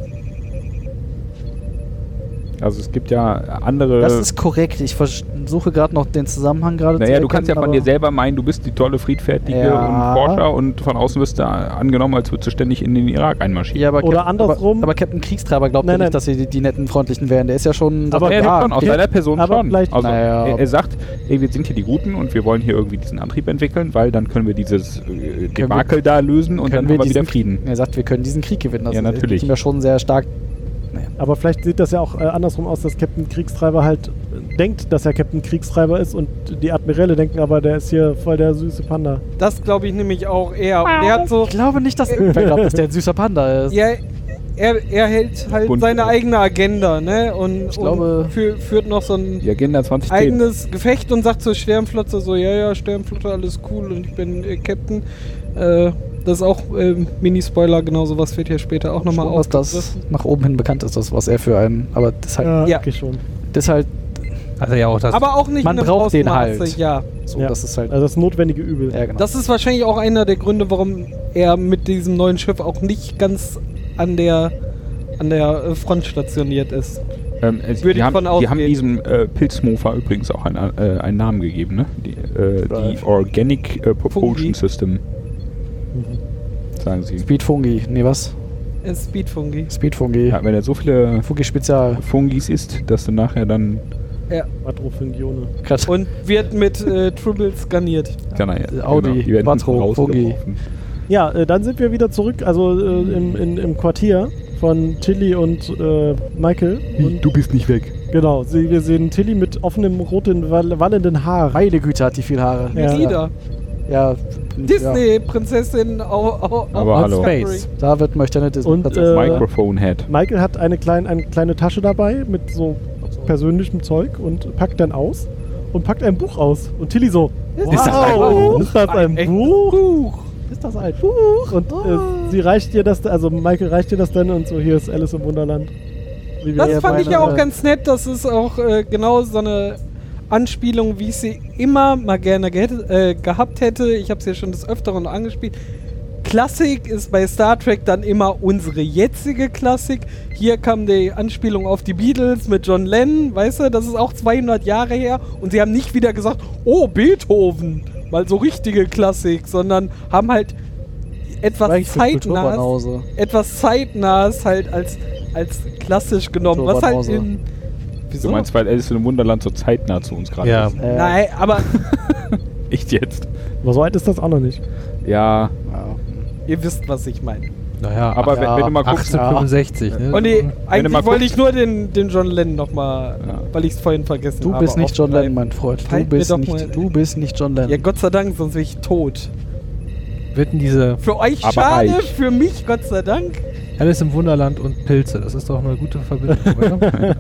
Speaker 5: Also es gibt ja andere.
Speaker 2: äh,
Speaker 3: das ist korrekt. Ich versuche gerade noch den Zusammenhang gerade zu
Speaker 5: naja, du
Speaker 3: erkennen,
Speaker 5: kannst ja von
Speaker 3: aber-
Speaker 5: dir selber meinen, du bist die tolle, friedfertige
Speaker 3: Ja.
Speaker 5: und Forscher und von außen wirst du angenommen, als würdest du ständig in den Irak einmarschieren.
Speaker 3: Ja, aber
Speaker 2: Oder
Speaker 3: Cap-
Speaker 2: andersrum.
Speaker 3: Aber, aber Captain Kriegstreiber glaubt
Speaker 2: Nein,
Speaker 3: ja
Speaker 2: nein.
Speaker 3: nicht, dass sie die, die netten, freundlichen wären. Der ist ja schon.
Speaker 2: Aber
Speaker 5: er
Speaker 2: ja,
Speaker 5: sagt schon, aus
Speaker 2: ja.
Speaker 5: seiner Person
Speaker 2: Aber
Speaker 5: schon.
Speaker 2: vielleicht-
Speaker 5: Also,
Speaker 3: Naja.
Speaker 5: er, er sagt, ey, wir sind hier die Guten und wir wollen hier irgendwie diesen Antrieb entwickeln, weil dann können wir dieses äh, Debakel da lösen und dann
Speaker 3: können
Speaker 5: haben wir wieder
Speaker 3: diesen-
Speaker 5: Frieden.
Speaker 3: Er sagt, wir können diesen Krieg gewinnen. Also
Speaker 5: Ja, natürlich.
Speaker 3: Ich bin ja schon sehr stark.
Speaker 2: Aber vielleicht sieht das ja auch äh, andersrum aus, dass Captain Kriegstreiber halt äh, denkt, dass er Captain Kriegstreiber ist und die Admirale denken, aber der ist hier voll der süße Panda.
Speaker 1: das glaube ich nämlich auch eher. Und er hat so,
Speaker 3: Ich glaube nicht, dass. Wer glaubt, dass der ein süßer Panda ist?
Speaker 1: er, er, er hält halt
Speaker 5: Bunt.
Speaker 1: seine eigene Agenda, ne? Und,
Speaker 3: Ich glaube-
Speaker 1: und fü führt noch so ein
Speaker 5: Die Agenda 2010.
Speaker 1: eigenes Gefecht und sagt zur Sternflotte so, ja, ja, Sternflotte, alles cool und ich bin äh, Captain. Äh, das ist auch ähm, Mini-Spoiler, genau sowas wird ja später auch nochmal
Speaker 3: Schon, dass das
Speaker 1: aufgegriffen.
Speaker 3: nach oben hin bekannt ist, das, was er für einen. Aber das ist halt.
Speaker 1: Ja.
Speaker 2: okay, schon.
Speaker 3: Das ist halt
Speaker 6: Also ja auch das.
Speaker 1: Aber auch nicht
Speaker 3: Man
Speaker 1: in einem
Speaker 3: braucht den
Speaker 1: Ausmaße,
Speaker 3: halt.
Speaker 1: Ja.
Speaker 3: so.
Speaker 2: Ja.
Speaker 3: Das ist halt.
Speaker 2: Also das notwendige Übel.
Speaker 3: ja, genau.
Speaker 1: Das ist wahrscheinlich auch einer der Gründe, warum er mit diesem neuen Schiff auch nicht ganz an der an der äh, Front stationiert ist.
Speaker 5: Ähm, es-
Speaker 1: Würde
Speaker 5: die,
Speaker 1: ich
Speaker 5: haben,
Speaker 1: von
Speaker 5: die haben
Speaker 1: ausgehen.
Speaker 5: diesem äh, Pilzmofa übrigens auch einen, äh, einen Namen gegeben, ne? Die, äh, die Organic äh,
Speaker 1: Fungi.
Speaker 5: Propulsion System,
Speaker 2: Mhm.
Speaker 5: sagen sie.
Speaker 3: Speed Fungi. Nee, was?
Speaker 1: Äh, Speed Fungi.
Speaker 3: Speed Fungi.
Speaker 5: Ja, wenn er so viele
Speaker 3: Fungi Spezial.
Speaker 5: Fungis isst, dass du nachher dann.
Speaker 2: Quadrophingione.
Speaker 3: Grad-
Speaker 1: Und wird mit äh, Tribbles garniert.
Speaker 5: Kann er, Genau, ja,
Speaker 3: Audi,
Speaker 5: die werden
Speaker 3: Quattro,
Speaker 5: hinten rausgeworfen.
Speaker 2: Ja, äh, dann sind wir wieder zurück, also äh, im, in, im Quartier von Tilly und äh, Michael. Und,
Speaker 5: Du bist nicht weg.
Speaker 2: genau, sie, wir sehen Tilly mit offenem, roten, wall, wallenden Haar.
Speaker 3: Meine Güte, hat die viel Haare.
Speaker 2: Ja.
Speaker 1: Lieder.
Speaker 3: Ja. Ja.
Speaker 1: Disney-Prinzessin au, au, au-
Speaker 5: Aber
Speaker 1: auf
Speaker 5: hallo.
Speaker 1: Discovery.
Speaker 6: Space.
Speaker 3: Da wird möchte eine Disney.
Speaker 2: Und,
Speaker 3: Prinzessin.
Speaker 2: äh,
Speaker 5: Microphone Head.
Speaker 2: Michael hat eine, klein, eine kleine Tasche dabei mit so persönlichem Zeug und packt dann aus und packt ein Buch aus. Und Tilly so, wow,
Speaker 5: das ein
Speaker 1: Buch?
Speaker 2: ist das ein
Speaker 1: echtes
Speaker 2: Buch? Ist das ein Buch? Und äh, sie reicht ihr das, also Michael reicht ihr das dann und so, hier ist Alice im Wunderland. Wie wir
Speaker 1: Das fand ich
Speaker 2: beide-
Speaker 1: ja auch ganz nett. Das ist auch äh, genau so eine Anspielung, wie ich sie immer mal gerne gehet- äh, gehabt hätte. Ich habe es ja schon des Öfteren angespielt. Klassik ist bei Star Trek dann immer unsere jetzige Klassik. Hier kam die Anspielung auf die Beatles mit John Lennon, weißt du, das ist auch 200 Jahre her und sie haben nicht wieder gesagt, oh Beethoven, mal so richtige Klassik, sondern haben halt etwas zeitnahes,
Speaker 3: Kulturbahnhause.
Speaker 1: etwas zeitnahes halt als, als klassisch genommen, was halt
Speaker 3: Kulturbahnhause.
Speaker 1: in
Speaker 5: Du meinst, weil Alice im Wunderland zur Zeit nah zu uns gerade
Speaker 6: Ja.
Speaker 5: ist.
Speaker 3: Äh,
Speaker 1: Nein, aber *laughs*
Speaker 5: Echt jetzt?
Speaker 2: Aber so alt ist das auch noch nicht.
Speaker 3: Ja.
Speaker 5: Ja,
Speaker 1: ihr wisst, was ich meine.
Speaker 6: Naja,
Speaker 5: aber
Speaker 6: aber
Speaker 5: wenn, wenn du mal guckst,
Speaker 6: 1865, ne?
Speaker 1: Und nee,
Speaker 5: du mal
Speaker 1: eigentlich wollte
Speaker 5: guckst-
Speaker 1: ich nur den, den John Lennon nochmal,
Speaker 5: Ja.
Speaker 1: weil ich es vorhin vergessen
Speaker 3: Du
Speaker 1: habe.
Speaker 3: bist nicht John Lennon,
Speaker 1: aufschreiben.
Speaker 3: mein Freund. Du
Speaker 1: Halt mir
Speaker 3: bist,
Speaker 1: doch mal-
Speaker 3: nicht, du bist nicht John Lennon.
Speaker 1: Ja, Gott sei Dank, sonst wäre ich tot.
Speaker 6: wird denn diese
Speaker 1: Für euch
Speaker 5: Aber
Speaker 1: schade,
Speaker 5: reich.
Speaker 1: für mich Gott sei Dank.
Speaker 6: Alice im Wunderland und Pilze, das ist doch eine gute Verbindung, oder?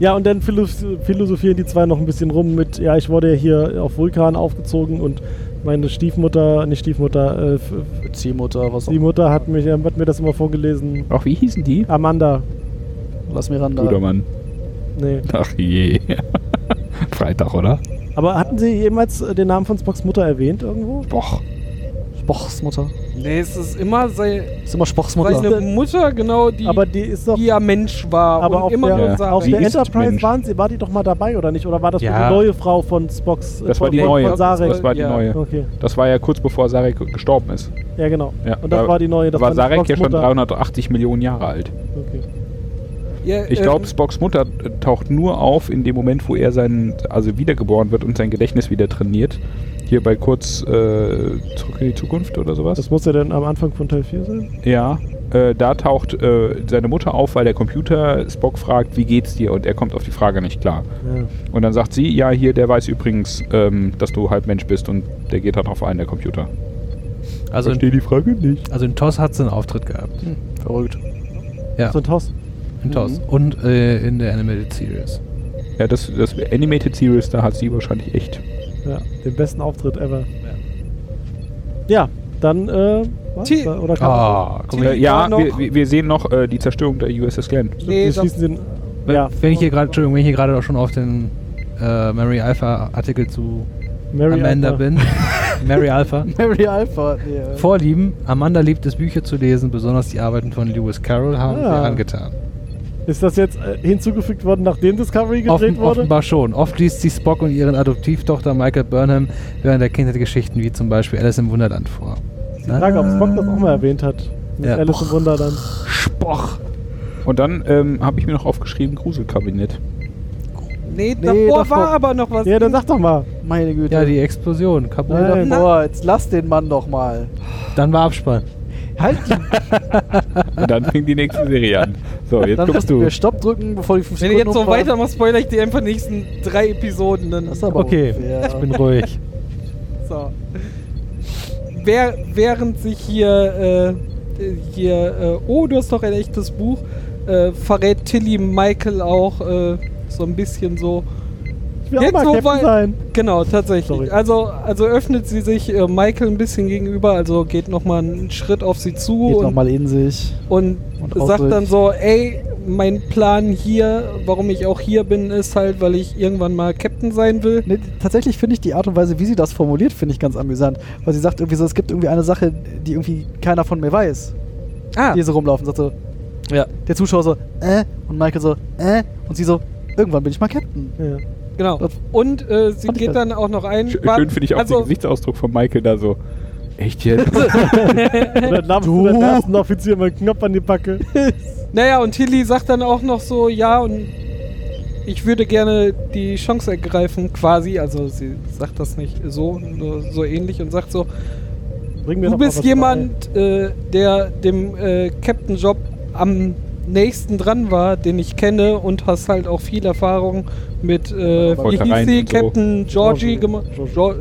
Speaker 2: Ja, und dann philo- philosophieren die zwei noch ein bisschen rum mit, ja, ich wurde ja hier auf Vulkan aufgezogen und meine Stiefmutter, nicht Stiefmutter, äh, f- f-
Speaker 3: Ziehmutter, was auch
Speaker 2: die Mutter hat, mich, äh, hat mir das immer vorgelesen.
Speaker 5: auch wie hießen die?
Speaker 2: Amanda,
Speaker 3: Lass Miranda.
Speaker 5: Guter Mann.
Speaker 2: nee.
Speaker 5: Ach je. *laughs* Freitag, oder?
Speaker 2: Aber hatten sie jemals äh, den Namen von Spocks Mutter erwähnt irgendwo?
Speaker 5: Boah.
Speaker 3: Spochsmutter.
Speaker 1: Nee, es ist immer sei,
Speaker 3: Ist immer Spochsmutter.
Speaker 1: seine Mutter, genau, die,
Speaker 2: aber die ist doch...
Speaker 1: die ja Mensch war.
Speaker 2: aber auf
Speaker 1: und immer
Speaker 2: der-
Speaker 1: nur
Speaker 5: Ja.
Speaker 1: Sarah.
Speaker 2: Auf
Speaker 5: Die
Speaker 2: der
Speaker 5: ist
Speaker 2: Enterprise
Speaker 5: Mensch.
Speaker 2: waren sie, war die doch mal dabei oder nicht? Oder war das
Speaker 6: Ja.
Speaker 2: die neue Frau von Spocks? äh,
Speaker 5: Das
Speaker 2: von,
Speaker 5: war die
Speaker 2: von,
Speaker 5: neue.
Speaker 2: Von
Speaker 5: Das
Speaker 2: Sarek.
Speaker 5: war die
Speaker 1: Ja.
Speaker 5: neue.
Speaker 2: Okay,
Speaker 5: Das war ja kurz bevor Sarek gestorben ist.
Speaker 2: ja genau.
Speaker 5: Ja,
Speaker 2: und das
Speaker 5: da
Speaker 2: war die neue. Das
Speaker 5: war
Speaker 2: die
Speaker 5: Sarek
Speaker 2: Spocks
Speaker 5: ja schon
Speaker 2: Mutter.
Speaker 5: 380 Millionen Jahre alt.
Speaker 2: Okay.
Speaker 1: Ja,
Speaker 5: Ich
Speaker 1: ähm,
Speaker 5: glaube, Spocks Mutter äh, taucht nur auf in dem Moment, wo er sein, also wiedergeboren wird und sein Gedächtnis wieder trainiert. Hier bei kurz äh, Zurück in die Zukunft oder sowas.
Speaker 2: Das muss ja dann am Anfang von Teil 4 sein.
Speaker 5: Ja. Äh, da taucht äh, seine Mutter auf, weil der Computer Spock fragt, wie geht's dir? Und er kommt auf die Frage nicht klar.
Speaker 2: Ja.
Speaker 5: Und dann sagt sie, ja, hier, der weiß übrigens, ähm, dass du halb Mensch bist und der geht dann auf einen, der Computer.
Speaker 6: Also in,
Speaker 5: Verstehe die Frage nicht.
Speaker 6: also in TOS hat sie einen Auftritt gehabt.
Speaker 3: Verrückt.
Speaker 6: Ja,
Speaker 2: So ein Toss.
Speaker 6: in TOS. Und äh, in der Animated Series.
Speaker 5: Ja, das, das Animated Series, da hat sie wahrscheinlich echt.
Speaker 2: Ja, den besten Auftritt ever. Ja, dann äh, was?
Speaker 1: T-
Speaker 2: oder kann
Speaker 6: Ah, guck
Speaker 5: Äh,
Speaker 6: mal.
Speaker 5: ja,
Speaker 1: noch-
Speaker 5: wir, wir- wir sehen noch äh, die Zerstörung der USS Glenn.
Speaker 1: Nee,
Speaker 2: wir
Speaker 1: das,
Speaker 2: schließen den.
Speaker 6: Wenn,
Speaker 2: ja.
Speaker 6: wenn ich hier gerade, Entschuldigung, wenn ich hier gerade auch schon auf den äh, Mary Alpha Artikel zu
Speaker 2: Mary
Speaker 6: Amanda
Speaker 2: Alpha. *laughs*
Speaker 6: bin. Mary Alpha.
Speaker 3: *laughs* Mary Alpha. Nee, äh,
Speaker 6: Vorlieben, Amanda liebt es, Bücher zu lesen, besonders die Arbeiten von Lewis Carroll haben
Speaker 2: Ah.
Speaker 6: sie angetan.
Speaker 2: Ist das jetzt äh, hinzugefügt worden, nachdem Discovery gedreht
Speaker 6: Offen,
Speaker 2: wurde?
Speaker 6: offenbar schon. Oft liest sie Spock und ihren Adoptivtochter Michael Burnham während der Kindheit Geschichten wie zum Beispiel Alice im Wunderland vor. Ne?
Speaker 2: Die Frage, ob Spock das auch mal erwähnt hat. Mit
Speaker 6: Ja.
Speaker 2: Alice im Wunderland.
Speaker 5: Spoch! Und dann ähm, habe ich mir noch aufgeschrieben, Gruselkabinett.
Speaker 1: ähm, nee,
Speaker 3: Nee,
Speaker 1: davor,
Speaker 3: davor.
Speaker 1: war aber noch was.
Speaker 2: Ja, dann sag doch mal.
Speaker 3: Meine Güte.
Speaker 6: Ja, die Explosion. Kabul.
Speaker 2: Nein.
Speaker 3: Boah, jetzt lass den Mann doch mal.
Speaker 6: Dann war Abspann.
Speaker 3: Halt die
Speaker 5: Und dann fing die nächste Serie an. So, jetzt
Speaker 3: Dann
Speaker 5: kommst
Speaker 3: musst
Speaker 5: du.
Speaker 3: wir Stopp drücken, bevor die 5
Speaker 1: Wenn
Speaker 3: Sekunden
Speaker 1: ihr jetzt so
Speaker 3: um waren.
Speaker 1: weitermacht, spoiler ich die einfach die nächsten drei Episoden. Dann
Speaker 3: Das ist aber
Speaker 6: Okay,
Speaker 3: unfair.
Speaker 6: ich bin ruhig.
Speaker 1: So. Wer, während sich hier, äh, hier, äh, oh, du hast doch ein echtes Buch, äh, verrät Tilly Michael auch äh, so ein bisschen so.
Speaker 2: Ich will
Speaker 1: Jetzt
Speaker 2: auch mal
Speaker 1: so
Speaker 2: Captain
Speaker 1: weit-
Speaker 2: sein.
Speaker 1: Genau, tatsächlich.
Speaker 2: Sorry.
Speaker 1: Also, also öffnet sie sich äh, Michael ein bisschen gegenüber, also geht nochmal einen Schritt auf sie zu
Speaker 3: Geht
Speaker 1: und,
Speaker 3: nochmal in sich.
Speaker 1: und,
Speaker 3: und raus
Speaker 1: sagt dann
Speaker 3: durch.
Speaker 1: so, ey, mein Plan hier, warum ich auch hier bin, ist halt, weil ich irgendwann mal Captain sein will.
Speaker 3: Nee, tatsächlich finde ich die Art und Weise, wie sie das formuliert, finde ich ganz amüsant. Weil sie sagt irgendwie so, es gibt irgendwie eine Sache, die irgendwie keiner von mir weiß.
Speaker 1: Ah,
Speaker 3: Die so rumlaufen. Sagt so,
Speaker 1: ja.
Speaker 3: der Zuschauer so, äh, und Michael so, äh, und sie so, irgendwann bin ich mal Captain.
Speaker 2: Ja.
Speaker 1: Genau.
Speaker 3: Das-
Speaker 1: Und äh, sie
Speaker 3: Fand ich halt
Speaker 1: geht
Speaker 3: das-
Speaker 1: dann auch noch ein. Also
Speaker 5: Sch-
Speaker 1: Warte,
Speaker 5: Schön finde ich auch den Gesichtsausdruck von Michael da so. Echt jetzt?
Speaker 2: Und dann darfst du den ersten Offizier mal einen Knopf an die Backe.
Speaker 1: Naja, und Tilly sagt dann auch noch so, ja, und ich würde gerne die Chance ergreifen, quasi. Also sie sagt das nicht so, nur so ähnlich und sagt so,
Speaker 2: Bring mir
Speaker 1: du
Speaker 2: doch mal
Speaker 1: bist
Speaker 2: was
Speaker 1: jemand, äh, der dem äh, Captain-Job am nächsten dran war, den ich kenne und hast halt auch viel Erfahrung mit äh, wie hieß
Speaker 5: Foltereien
Speaker 1: sie,
Speaker 5: und so.
Speaker 1: Captain Georgie gema- Gio-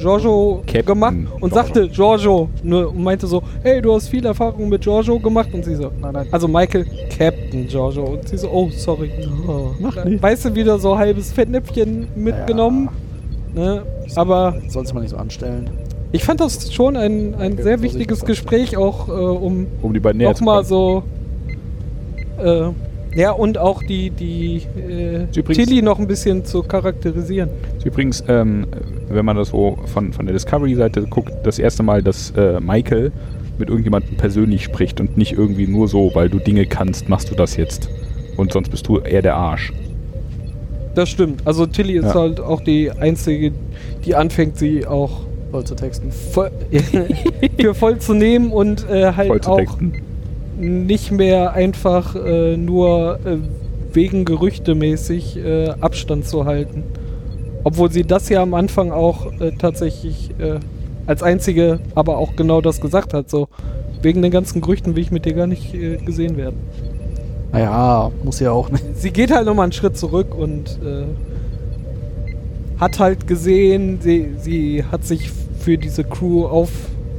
Speaker 1: Giorgio
Speaker 5: Captain
Speaker 1: gemacht und
Speaker 5: Giorgio.
Speaker 1: sagte Giorgio nur und meinte so, hey, du hast viel Erfahrung mit Giorgio gemacht und sie so,
Speaker 3: Nein, nein.
Speaker 1: also Michael, Captain Giorgio. Und sie so, oh, sorry.
Speaker 2: Mach
Speaker 1: Da-
Speaker 2: nichts.
Speaker 1: Weißt du, wieder so halbes Fettnäpfchen mitgenommen. Ne? Aber
Speaker 3: Soll sich mal nicht so anstellen.
Speaker 1: ich fand das schon ein, ein
Speaker 3: Okay,
Speaker 1: sehr
Speaker 3: so sieht
Speaker 1: wichtiges
Speaker 3: das aus.
Speaker 1: Gespräch, auch äh, um
Speaker 5: Um die beiden näher zu
Speaker 1: nochmal
Speaker 5: kommen.
Speaker 1: so. Äh, ja, und auch die, die äh,
Speaker 5: Ist übrigens-
Speaker 1: Tilly noch ein bisschen zu charakterisieren.
Speaker 5: Ist Übrigens, ähm, wenn man das so von, von der Discovery-Seite guckt, das erste Mal, dass äh, Michael mit irgendjemandem persönlich spricht und nicht irgendwie nur so, weil du Dinge kannst, machst du das jetzt. Und sonst bist du eher der Arsch.
Speaker 1: Das stimmt. Also Tilly ist
Speaker 5: Ja.
Speaker 1: halt auch die Einzige, die anfängt, sie auch
Speaker 3: Voll zu texten.
Speaker 1: voll *laughs* für voll zu nehmen und äh,
Speaker 5: Voll
Speaker 1: halt
Speaker 5: zu
Speaker 1: auch
Speaker 5: denken.
Speaker 1: nicht mehr einfach äh, nur äh, wegen Gerüchte mäßig äh, Abstand zu halten. Obwohl sie das ja am Anfang auch äh, tatsächlich äh, als einzige aber auch genau das gesagt hat. So, wegen den ganzen Gerüchten will ich mit dir gar nicht äh, gesehen werden.
Speaker 3: Naja, muss ja auch. Ne?
Speaker 1: sie geht halt nochmal einen Schritt zurück und äh, hat halt gesehen, sie, sie hat sich für diese Crew auf,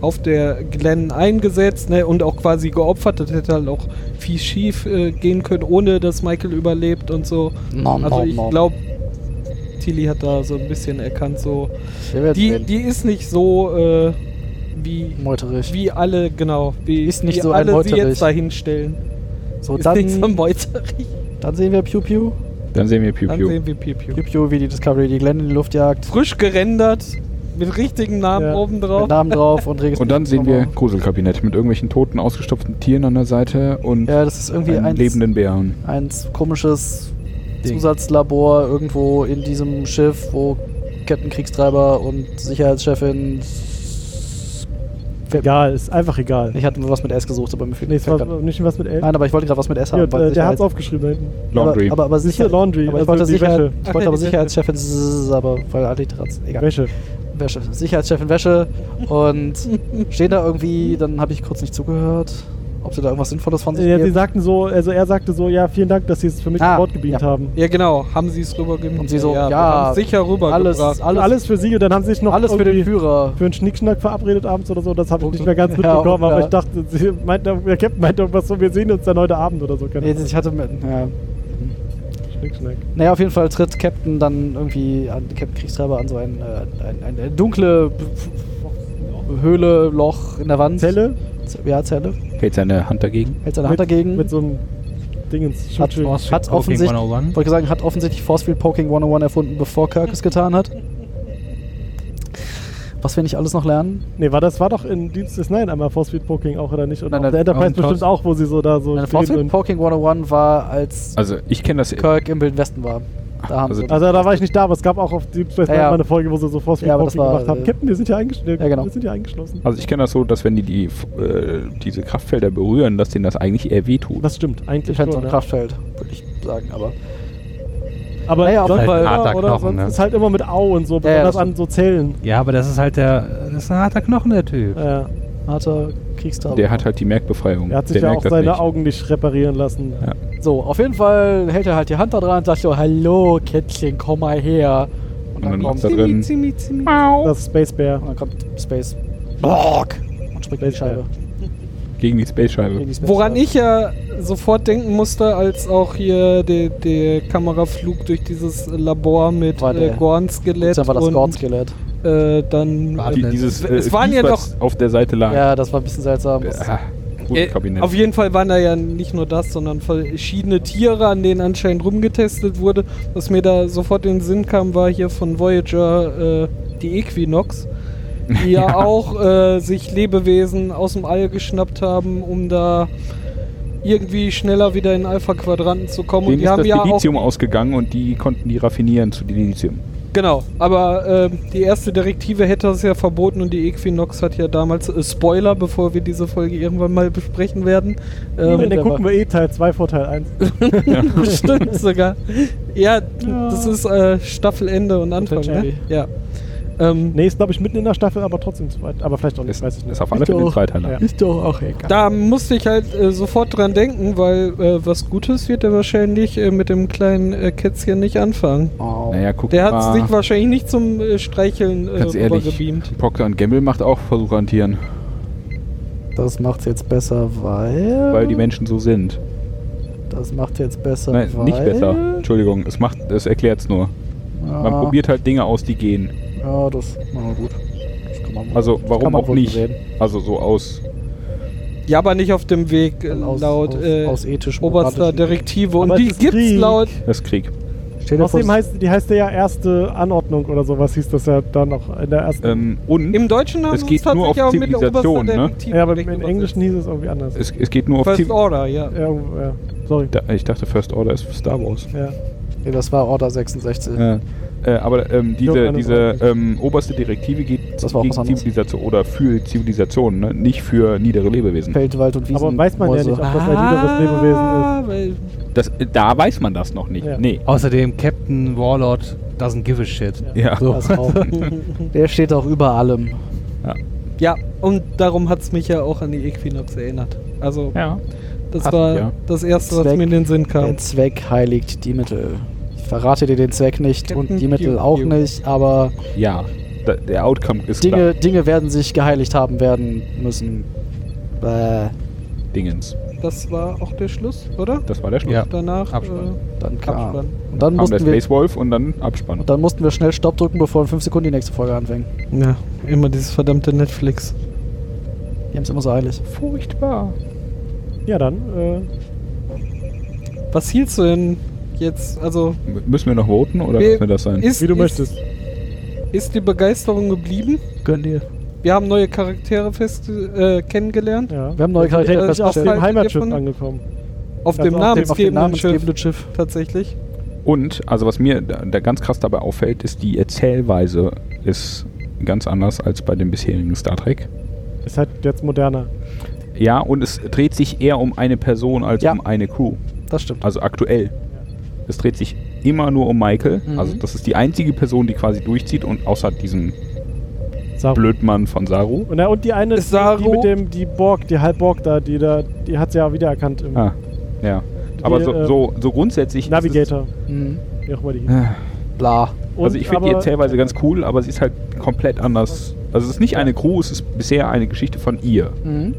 Speaker 1: auf der Glen eingesetzt ne, und auch quasi geopfert. Das hätte halt auch viel schief äh, gehen können, ohne dass Michael überlebt und so.
Speaker 3: Nom,
Speaker 1: Also
Speaker 3: nom,
Speaker 1: ich
Speaker 3: nom.
Speaker 1: glaube, Tilly hat da so ein bisschen erkannt, so
Speaker 3: Wir werden
Speaker 1: die,
Speaker 3: sehen.
Speaker 1: die ist nicht so äh, wie,
Speaker 3: meuterisch.
Speaker 1: wie alle, genau, wie,
Speaker 3: Ist nicht
Speaker 1: wie
Speaker 3: so ein
Speaker 1: alle sie
Speaker 3: Meuterich.
Speaker 1: jetzt dahinstellen.
Speaker 3: so,
Speaker 1: ist nicht so
Speaker 3: dann,
Speaker 1: meuterig.
Speaker 3: dann sehen wir Pew Pew.
Speaker 5: Dann sehen wir Piu
Speaker 1: Dann
Speaker 5: Piu.
Speaker 1: sehen wir Piu Piu.
Speaker 3: Pew Pew, wie die Discovery die Glenn in die Luft jagt.
Speaker 1: frisch gerendert, mit richtigen Namen
Speaker 2: Ja,
Speaker 1: oben
Speaker 3: Mit
Speaker 1: drauf.
Speaker 3: Namen drauf und registriert.
Speaker 5: Und dann sehen wir Gruselkabinett mit irgendwelchen toten, ausgestopften Tieren an der Seite und
Speaker 3: Ja, das ist irgendwie
Speaker 5: einem
Speaker 3: eins,
Speaker 5: lebenden Bären.
Speaker 3: eins komisches
Speaker 5: Ding.
Speaker 3: Zusatzlabor irgendwo in diesem Schiff, wo Kettenkriegstreiber und Sicherheitschefin.
Speaker 2: Egal, ist einfach egal.
Speaker 3: Ich hatte nur was mit S gesucht, aber mir fehlt
Speaker 2: Nee, es
Speaker 3: fällt
Speaker 2: war
Speaker 3: grad-
Speaker 2: nicht was mit L.
Speaker 3: Nein, aber ich wollte gerade was mit S haben.
Speaker 2: Hier, äh, der hat's
Speaker 3: Sicherheits-
Speaker 2: aufgeschrieben da hinten.
Speaker 5: Laundry.
Speaker 3: Aber, aber, aber
Speaker 2: Sicher
Speaker 3: sicher.
Speaker 2: Laundry,
Speaker 3: aber ich
Speaker 2: also
Speaker 3: wollte,
Speaker 2: die
Speaker 3: Sicher,
Speaker 2: Wäsche.
Speaker 3: ich
Speaker 2: *laughs*
Speaker 3: wollte aber
Speaker 1: die Wäsche.
Speaker 3: Sicherheitschefin, zzz, aber weil Alliteration, egal.
Speaker 2: Wäsche.
Speaker 3: Wäsche. Sicherheitschefin Wäsche
Speaker 2: *laughs*
Speaker 3: und stehen da irgendwie, dann habe ich kurz nicht zugehört, ob sie da irgendwas Sinnvolles von sich
Speaker 2: Ja, sie
Speaker 3: geben.
Speaker 2: sagten so, also er sagte so, ja, vielen Dank, dass sie es für mich
Speaker 3: Ah,
Speaker 2: ah, Wort
Speaker 3: ja.
Speaker 2: gebeamt haben.
Speaker 1: Ja, genau, haben sie es rübergebracht.
Speaker 3: Und sie so,
Speaker 1: wir
Speaker 3: ja,
Speaker 1: haben's sicher
Speaker 3: alles,
Speaker 1: rübergebracht.
Speaker 3: alles,
Speaker 2: Alles,
Speaker 3: alles,
Speaker 2: für sie und dann haben sie sich noch
Speaker 3: für den
Speaker 2: irgendwie
Speaker 3: Führer.
Speaker 2: für einen Schnickschnack verabredet abends oder so, das habe ich nicht mehr ganz
Speaker 3: *laughs* Ja,
Speaker 2: mitbekommen,
Speaker 3: und da-
Speaker 2: aber ich dachte, sie meinten, der Captain meinte irgendwas so, wir sehen uns dann heute Abend oder so. Keine
Speaker 3: Nee,
Speaker 2: Ahnung.
Speaker 3: ich hatte mit, ja.
Speaker 2: Schnickschnack.
Speaker 3: Naja, auf jeden Fall tritt Captain dann irgendwie an Captain Kriegstreiber an so ein, äh, ein, ein, eine dunkle Höhle, Loch in der Wand.
Speaker 2: Zelle
Speaker 3: Ja, Zelle.
Speaker 5: Hält seine Hand dagegen.
Speaker 3: Hält seine
Speaker 2: mit,
Speaker 3: Hand dagegen.
Speaker 2: mit so einem Ding ins
Speaker 3: Hat-
Speaker 2: Schuhschild.
Speaker 3: Hat offensichtlich- wollte ich sagen, hat offensichtlich Force Field Poking 101 erfunden, bevor Kirk es getan hat. Was wir nicht alles noch lernen.
Speaker 2: Nee, war das war doch in Deep Space Nine einmal Force Feed Poking auch oder nicht? Und
Speaker 3: Nein,
Speaker 2: auf
Speaker 3: nein,
Speaker 2: der Enterprise
Speaker 3: auf dem
Speaker 2: bestimmt
Speaker 3: Tausch-
Speaker 2: auch, wo sie so da so
Speaker 3: Nein, Force
Speaker 2: stehen
Speaker 3: Field
Speaker 2: und-
Speaker 3: Poking 101 war, als
Speaker 5: Also ich kenne das.
Speaker 3: Kirk im Wilden Westen war. Da haben
Speaker 5: Also-
Speaker 3: sie.
Speaker 2: Also da war ich nicht da, aber es gab auch auf Deep Space
Speaker 3: Ja,
Speaker 2: Nine
Speaker 3: ja.
Speaker 2: mal eine Folge, wo sie so Force Feed
Speaker 3: Ja, aber das
Speaker 2: Poking
Speaker 3: war,
Speaker 2: gemacht haben.
Speaker 3: äh,
Speaker 2: Captain, wir sind hier eingeschlossen.
Speaker 3: Ja, genau.
Speaker 2: Wir sind hier eingeschlossen.
Speaker 5: Also ich kenne das so, dass wenn die, die äh, diese Kraftfelder berühren, dass denen das eigentlich eher wehtut.
Speaker 2: Das stimmt, eigentlich
Speaker 3: Defense
Speaker 2: schon.
Speaker 3: und
Speaker 2: Ja.
Speaker 3: Kraftfeld, würde ich sagen, aber.
Speaker 2: Aber
Speaker 3: Naja, auf
Speaker 2: sonst,
Speaker 3: jeden Fall.
Speaker 2: ja,
Speaker 6: Harter
Speaker 2: oder
Speaker 6: Knochen,
Speaker 2: sonst
Speaker 6: ne?
Speaker 2: ist halt immer mit Au und so,
Speaker 3: Ja, ja,
Speaker 2: besonders
Speaker 3: das
Speaker 2: an so Zellen. äh,
Speaker 6: Ja, aber das ist halt der. Das ist ein harter Knochen, der Typ.
Speaker 2: Ja,
Speaker 3: Harter Kriegstreiber.
Speaker 5: Der hat halt die Merkbefreiung.
Speaker 2: er hat sich
Speaker 5: Der
Speaker 2: ja auch
Speaker 5: merkt das
Speaker 2: seine
Speaker 5: nicht.
Speaker 2: Augen nicht reparieren lassen. Äh,
Speaker 5: Ja.
Speaker 3: So, auf jeden Fall hält er halt die Hand da dran und sagt so: Hallo, Kätzchen, komm mal her. Und dann,
Speaker 5: dann
Speaker 3: kommt,
Speaker 5: macht's da drin.
Speaker 1: Zimi, zimi.
Speaker 2: Das Space Bear.
Speaker 3: und dann kommt Space. Borg! Und springt in die
Speaker 2: Space Bear.
Speaker 3: Scheibe.
Speaker 5: Gegen die Space-Scheibe.
Speaker 3: Gegen die Space
Speaker 1: Woran
Speaker 3: Scheibe.
Speaker 1: ich ja sofort denken musste, als auch hier der der Kameraflug durch dieses Labor mit
Speaker 3: War
Speaker 1: äh,
Speaker 3: der-
Speaker 1: Gorn-Skelett
Speaker 3: Dann war das
Speaker 1: und,
Speaker 3: Gorn-Skelett.
Speaker 1: äh, dann
Speaker 5: Die,
Speaker 1: äh,
Speaker 5: dieses,
Speaker 1: es waren ja
Speaker 5: Vieh,
Speaker 1: doch-
Speaker 5: was auf der Seite lag.
Speaker 3: Ja, das war ein bisschen seltsam. Das-
Speaker 5: Ah, gutes Kabinett.
Speaker 1: Äh, Auf jeden Fall waren da ja nicht nur das, sondern verschiedene Tiere, an denen anscheinend rumgetestet wurde. Was mir da sofort in den Sinn kam, war hier von Voyager äh, die Equinox,
Speaker 5: *laughs*
Speaker 1: die ja, auch äh, sich Lebewesen aus dem All geschnappt haben, um da irgendwie schneller wieder in Alpha-Quadranten zu kommen.
Speaker 5: Denen
Speaker 1: Und die
Speaker 5: ist
Speaker 1: haben
Speaker 5: das
Speaker 1: ja auch
Speaker 5: Lithium ausgegangen und die konnten die raffinieren zu Lithium.
Speaker 1: Genau, aber ähm, die erste Direktive hätte das ja verboten und die Equinox hat ja damals, äh, Spoiler, bevor wir diese Folge irgendwann mal besprechen werden, ähm,
Speaker 2: Und dann
Speaker 3: der
Speaker 2: gucken wir eh Teil 2 vor Teil 1.
Speaker 1: *laughs* Bestimmt sogar. Ja,
Speaker 2: Ja.
Speaker 1: das ist äh, Staffelende und Anfang, ne?
Speaker 3: Jerry.
Speaker 1: Ja. Ähm,
Speaker 2: Nee, ist glaube ich mitten in der Staffel, aber trotzdem zu weit. Aber vielleicht auch nicht,
Speaker 5: Das
Speaker 2: weiß ich
Speaker 5: ist
Speaker 2: nicht.
Speaker 5: auf alle
Speaker 3: Ich
Speaker 5: Fälle
Speaker 3: auch.
Speaker 5: Zweiteiler.
Speaker 2: Ja.
Speaker 3: Ist doch auch egal.
Speaker 1: Da musste ich halt äh, sofort dran denken, weil äh, was Gutes wird er wahrscheinlich äh, mit dem kleinen äh, Kätzchen nicht anfangen.
Speaker 3: Oh.
Speaker 5: Naja, guck
Speaker 1: Der hat
Speaker 5: mal.
Speaker 1: sich wahrscheinlich nicht zum äh, Streicheln äh,
Speaker 5: Ah. Ganz ehrlich,
Speaker 1: rübergebeamt.
Speaker 5: Procter Gamble macht auch Versuche an Tieren,
Speaker 3: Das macht's jetzt besser, weil.
Speaker 5: weil die Menschen so sind.
Speaker 3: Das macht's jetzt besser,
Speaker 5: Nein,
Speaker 3: weil. Ah.
Speaker 5: nicht besser. Entschuldigung, es macht, es erklärt's nur.
Speaker 3: Ja,
Speaker 5: Man probiert halt Dinge aus, die gehen.
Speaker 3: Ja, das. Na gut. Das kann man
Speaker 5: Also
Speaker 3: das kann
Speaker 5: warum
Speaker 3: man
Speaker 5: auch
Speaker 3: wohl
Speaker 5: nicht?
Speaker 3: sehen.
Speaker 5: Also so aus.
Speaker 1: Ja, aber nicht auf dem Weg äh,
Speaker 3: Aus,
Speaker 1: laut
Speaker 3: aus,
Speaker 1: äh,
Speaker 3: aus ethisch
Speaker 1: oberster
Speaker 3: moralischen-
Speaker 1: Direktive.
Speaker 2: Aber
Speaker 1: Und
Speaker 2: es
Speaker 1: die
Speaker 2: ist
Speaker 1: gibt's
Speaker 2: Krieg.
Speaker 1: laut
Speaker 5: Das Krieg.
Speaker 3: Stell dir vor,
Speaker 2: Außerdem
Speaker 4: halt-
Speaker 2: heißt, die heißt ja erste Anordnung oder sowas, hieß das ja dann noch in der ersten.
Speaker 5: Ähm, und
Speaker 1: Im Deutschen haben
Speaker 5: Es
Speaker 1: sie
Speaker 5: geht nur auf
Speaker 1: auch mit der
Speaker 5: Zivilisation,
Speaker 1: obersten
Speaker 5: ne?
Speaker 1: Titel
Speaker 2: ja, aber
Speaker 1: direkt
Speaker 2: im
Speaker 1: übersetzt.
Speaker 2: Englischen hieß es irgendwie anders.
Speaker 5: es, es geht nur auf
Speaker 1: First
Speaker 5: Ziv-
Speaker 1: Order, ja.
Speaker 2: Ja, irgendwo- ja. Sorry.
Speaker 5: da, Ich dachte, First Order ist Star Wars.
Speaker 2: Ja.
Speaker 3: nee, das war Order 66.
Speaker 5: Äh, äh, aber ähm,
Speaker 2: Ja,
Speaker 5: diese,
Speaker 2: alles
Speaker 5: diese
Speaker 2: ordentlich.
Speaker 5: ähm, oberste Direktive geht
Speaker 3: Das war auch
Speaker 5: gegen
Speaker 3: was anderes.
Speaker 5: Zivilisation oder für Zivilisation, ne? nicht für niedere Lebewesen.
Speaker 3: Feld, Wald und Wiesen.
Speaker 2: Aber weiß man ja
Speaker 3: Mäuse.
Speaker 2: nicht, ob das ein niederes Lebewesen ist.
Speaker 1: Lebewesen ist.
Speaker 5: Das, äh, da weiß man das noch nicht.
Speaker 2: Ja.
Speaker 5: Nee.
Speaker 6: Außerdem, Captain Warlord doesn't give a shit.
Speaker 5: Ja.
Speaker 6: So.
Speaker 3: Das auch. *laughs*
Speaker 5: *laughs*
Speaker 1: *laughs*
Speaker 3: Der steht auch über allem.
Speaker 1: Ja, und darum hat es mich ja auch an die Equinox erinnert. Also,
Speaker 5: Ja.
Speaker 1: das
Speaker 5: Ach,
Speaker 1: war
Speaker 5: ja.
Speaker 1: das Erste, was
Speaker 3: Zweck.
Speaker 1: mir in den Sinn kam.
Speaker 3: Der Zweck heiligt die Mittel. Ich verrate dir den Zweck nicht und die
Speaker 1: Captain
Speaker 3: Mittel
Speaker 1: Pew
Speaker 3: auch
Speaker 1: Pew.
Speaker 3: nicht, aber
Speaker 5: ja. Da, der Outcome ist
Speaker 3: Dinge,
Speaker 5: klar.
Speaker 3: Dinge werden sich geheiligt haben werden müssen. Bäh.
Speaker 5: Dingens.
Speaker 1: Das war auch der Schluss, oder?
Speaker 5: Das war der Schluss.
Speaker 6: Ja.
Speaker 1: Danach
Speaker 6: Abspann.
Speaker 3: Dann kam.
Speaker 1: Abspann.
Speaker 3: Und dann,
Speaker 5: Kam der
Speaker 3: mussten wir,
Speaker 5: Space Wolf und dann Abspann.
Speaker 3: und dann mussten wir schnell Stopp drücken, bevor in 5 Sekunden die nächste Folge anfängt.
Speaker 1: Äh, ja, immer dieses verdammte Netflix.
Speaker 3: Wir haben es immer so eilig.
Speaker 5: Furchtbar.
Speaker 2: Ja, dann. Äh,
Speaker 1: Was hielst du denn jetzt? Also,
Speaker 5: M müssen wir noch voten oder
Speaker 1: Wir-
Speaker 5: lassen wir das sein?
Speaker 1: ist,
Speaker 2: wie du
Speaker 1: ist,
Speaker 2: möchtest.
Speaker 1: ist die Begeisterung geblieben?
Speaker 3: Gönn dir.
Speaker 1: Wir haben neue Charaktere fest äh, kennengelernt.
Speaker 2: Ja.
Speaker 3: Wir haben neue Charaktere
Speaker 1: Das ist
Speaker 2: auf
Speaker 1: auch
Speaker 3: festgestellt.
Speaker 2: dem
Speaker 1: Aufhalten
Speaker 2: Heimatschiff
Speaker 1: gefunden.
Speaker 2: angekommen.
Speaker 1: Auf
Speaker 2: Also
Speaker 1: dem
Speaker 2: auf dem-
Speaker 3: Auf
Speaker 1: namensgebenden Schiff.
Speaker 3: dem namensgebenden Schiff.
Speaker 1: Tatsächlich.
Speaker 5: Und, also was mir da, da ganz krass dabei auffällt, ist die Erzählweise ist ganz anders als bei dem bisherigen Star Trek.
Speaker 2: Ist halt jetzt moderner.
Speaker 5: Ja, und es dreht sich eher um eine Person als
Speaker 3: Ja.
Speaker 5: um eine Crew.
Speaker 3: Das stimmt.
Speaker 5: Also aktuell. Es dreht sich immer nur um Michael.
Speaker 3: Mhm.
Speaker 5: Also das ist die einzige Person, die quasi durchzieht und außer diesem
Speaker 2: Saru.
Speaker 5: Blödmann von Saru.
Speaker 2: Und, na, und die eine,
Speaker 1: Ist
Speaker 2: die, die
Speaker 1: Saru-
Speaker 2: mit dem, die Borg, die Halbborg da, die da, die hat's ja wiedererkannt im
Speaker 5: Ah, ja. Aber so,
Speaker 2: äh,
Speaker 5: so, so grundsätzlich. ist
Speaker 2: Navigator.
Speaker 3: Mhm.
Speaker 2: Wie auch immer die hieß.
Speaker 5: Es,
Speaker 3: Bla.
Speaker 2: Und
Speaker 5: Ah. also ich finde die
Speaker 2: aber-
Speaker 5: Erzählweise ganz cool, aber sie ist halt komplett anders. Also es ist nicht eine Crew, es ist bisher eine Geschichte von ihr.
Speaker 3: Mhm.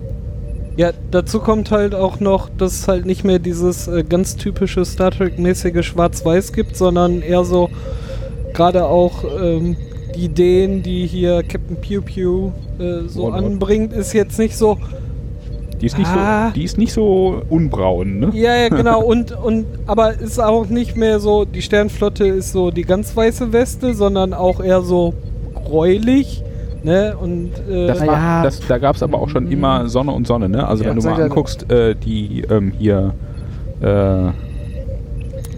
Speaker 1: Ja, dazu kommt halt auch noch, dass es halt nicht mehr dieses äh, ganz typische Star Trek-mäßige Schwarz-Weiß gibt, sondern eher so gerade auch ähm, die Ideen, die hier Captain Pew Pew äh, so
Speaker 5: Warlord.
Speaker 1: anbringt, ist jetzt nicht so.
Speaker 5: Die ist nicht,
Speaker 1: Ah.
Speaker 5: so, die ist nicht so unbraun, ne?
Speaker 1: Ja, ja,
Speaker 5: *laughs*
Speaker 1: genau. Und, und aber ist auch nicht mehr so, die Sternflotte ist so die ganz weiße Weste, sondern auch eher so gräulich. Ne? Und äh,
Speaker 5: Das
Speaker 3: Na
Speaker 5: war,
Speaker 3: ja.
Speaker 5: das, da gab es aber auch schon immer Sonne und Sonne, ne? Also
Speaker 3: Ja.
Speaker 5: wenn du
Speaker 3: Sag
Speaker 5: mal
Speaker 3: ja-
Speaker 5: anguckst, äh, die ähm, hier äh,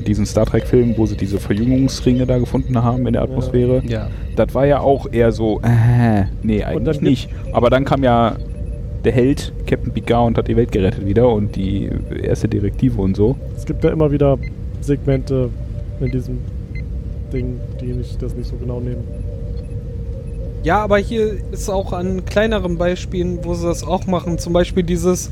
Speaker 5: diesen Star Trek-Film, wo sie diese Verjüngungsringe da gefunden haben in der Atmosphäre,
Speaker 6: Ja.
Speaker 5: das war ja auch eher so, äh, nee, eigentlich
Speaker 2: gibt-
Speaker 5: nicht. Aber dann kam ja der Held, Captain Picard, und hat die Welt gerettet wieder und die erste Direktive und so.
Speaker 2: Es gibt ja immer wieder Segmente in diesem Ding, die nicht, das nicht so genau nehmen.
Speaker 1: Ja, aber hier ist auch an kleineren Beispielen, wo sie das auch machen. Zum Beispiel dieses,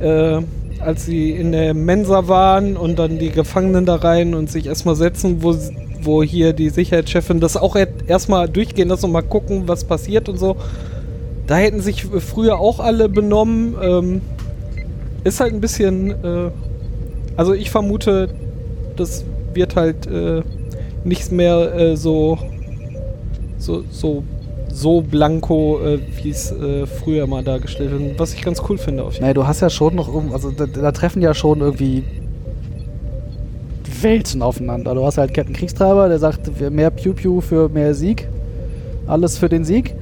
Speaker 1: äh, als sie in der Mensa waren und dann die Gefangenen da rein und sich erstmal setzen, wo, s- wo hier die Sicherheitschefin das auch et- erstmal durchgehen lässt und mal gucken, was passiert und so. Da hätten sich f- früher auch alle benommen. Ähm, ist halt ein bisschen. Äh, also ich vermute, das wird halt äh, nicht mehr äh, so so, so, so blanko, äh, wie es äh, früher mal dargestellt wird. Was ich ganz cool finde auf jeden
Speaker 3: Naja, du hast ja schon noch irgend- also da, da treffen ja schon irgendwie Welten aufeinander. Du hast halt Captain Kriegstreiber, der sagt, wir- mehr Pew Pew für mehr Sieg. Alles für den Sieg.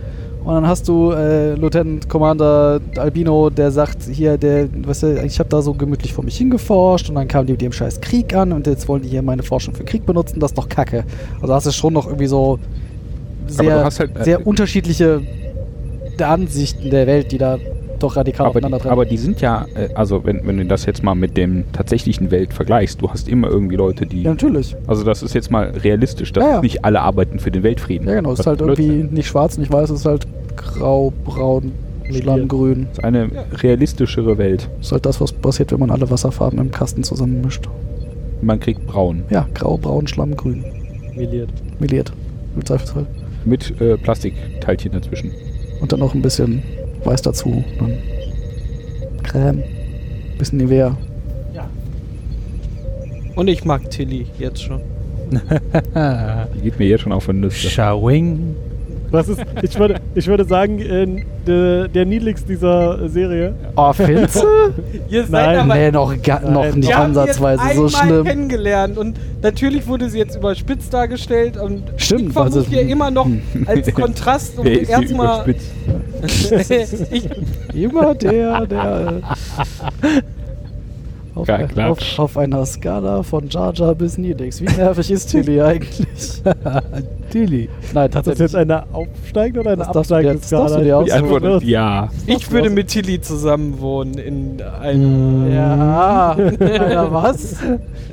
Speaker 3: Und dann hast du äh, Lieutenant Commander Albino, der sagt, hier, der, weißt du, ich habe da so gemütlich vor mich hingeforscht und dann kam die mit dem scheiß Krieg an und jetzt wollen die hier meine Forschung für Krieg benutzen, das ist doch Kacke. Also hast du schon noch irgendwie so
Speaker 5: du
Speaker 3: sehr,
Speaker 5: hast halt, äh,
Speaker 3: sehr unterschiedliche Ansichten der Welt, die da doch radikal
Speaker 5: Aber die,
Speaker 3: aufeinandertreffen.
Speaker 5: aber die sind ja, äh, also wenn, wenn du das jetzt mal mit dem tatsächlichen Welt vergleichst, du hast immer irgendwie Leute, die
Speaker 3: Ja, natürlich.
Speaker 5: Also das ist jetzt mal realistisch, dass
Speaker 3: Ja, ja.
Speaker 5: nicht alle arbeiten für den Weltfrieden.
Speaker 3: Ja, genau. Es
Speaker 5: Was
Speaker 3: ist halt
Speaker 5: Blödsinn.
Speaker 3: irgendwie nicht schwarz, nicht weiß, es ist halt grau, braun, schlammgrün.
Speaker 5: Das ist eine realistischere Welt.
Speaker 3: Es ist halt das, was passiert, wenn man alle Wasserfarben im Kasten zusammenmischt.
Speaker 5: Man kriegt braun.
Speaker 3: Ja, grau, braun, schlammgrün.
Speaker 2: Miliert.
Speaker 3: Meliert. Im Zweifelsfall.
Speaker 5: Mit äh, Plastikteilchen dazwischen.
Speaker 3: Und dann noch ein bisschen weiß dazu. Dann Creme. Bisschen Nivea.
Speaker 1: Fall. Und ich mag Tilly jetzt schon.
Speaker 5: *laughs* Die geht mir jetzt schon auf den Nüsse.
Speaker 6: Shawing.
Speaker 3: *laughs*
Speaker 2: Was ist, ich, würde, ich würde sagen, in, der, der Niedlichst dieser Serie.
Speaker 3: Oh, findest
Speaker 1: Ihr seid
Speaker 2: Nein,
Speaker 1: aber
Speaker 3: *laughs* Nee, noch, ga, noch
Speaker 2: Nein.
Speaker 3: nicht
Speaker 1: Wir haben sie
Speaker 3: ansatzweise
Speaker 1: jetzt
Speaker 3: so
Speaker 1: einmal
Speaker 3: schlimm.
Speaker 1: kennengelernt und natürlich wurde sie jetzt überspitzt dargestellt und
Speaker 3: Stimmt,
Speaker 1: ich versuche
Speaker 3: also-
Speaker 1: hier immer noch als Kontrast
Speaker 5: *laughs*
Speaker 1: und
Speaker 5: Der ist hier
Speaker 1: erstmal *laughs*
Speaker 5: überspitzt.
Speaker 1: ich,
Speaker 3: Immer der, der. äh, Auf,
Speaker 5: Ja,
Speaker 3: ein,
Speaker 5: Klatsch.
Speaker 3: auf, auf einer Skala von Jar Jar bis Nilix. Wie nervig ist Tilly eigentlich?
Speaker 4: Tilly.
Speaker 3: Nein,
Speaker 2: Hat das
Speaker 3: tatsächlich.
Speaker 2: jetzt eine aufsteigende oder eine
Speaker 3: Das darfst du dir-
Speaker 2: absteigende
Speaker 3: das darfst du dir
Speaker 2: Ich bin
Speaker 5: Die Antwort
Speaker 2: verwirrt.
Speaker 5: ist ja. *laughs*
Speaker 1: ich würde mit Tilly zusammen wohnen in
Speaker 3: Hm.
Speaker 1: einem
Speaker 3: ja, einer was?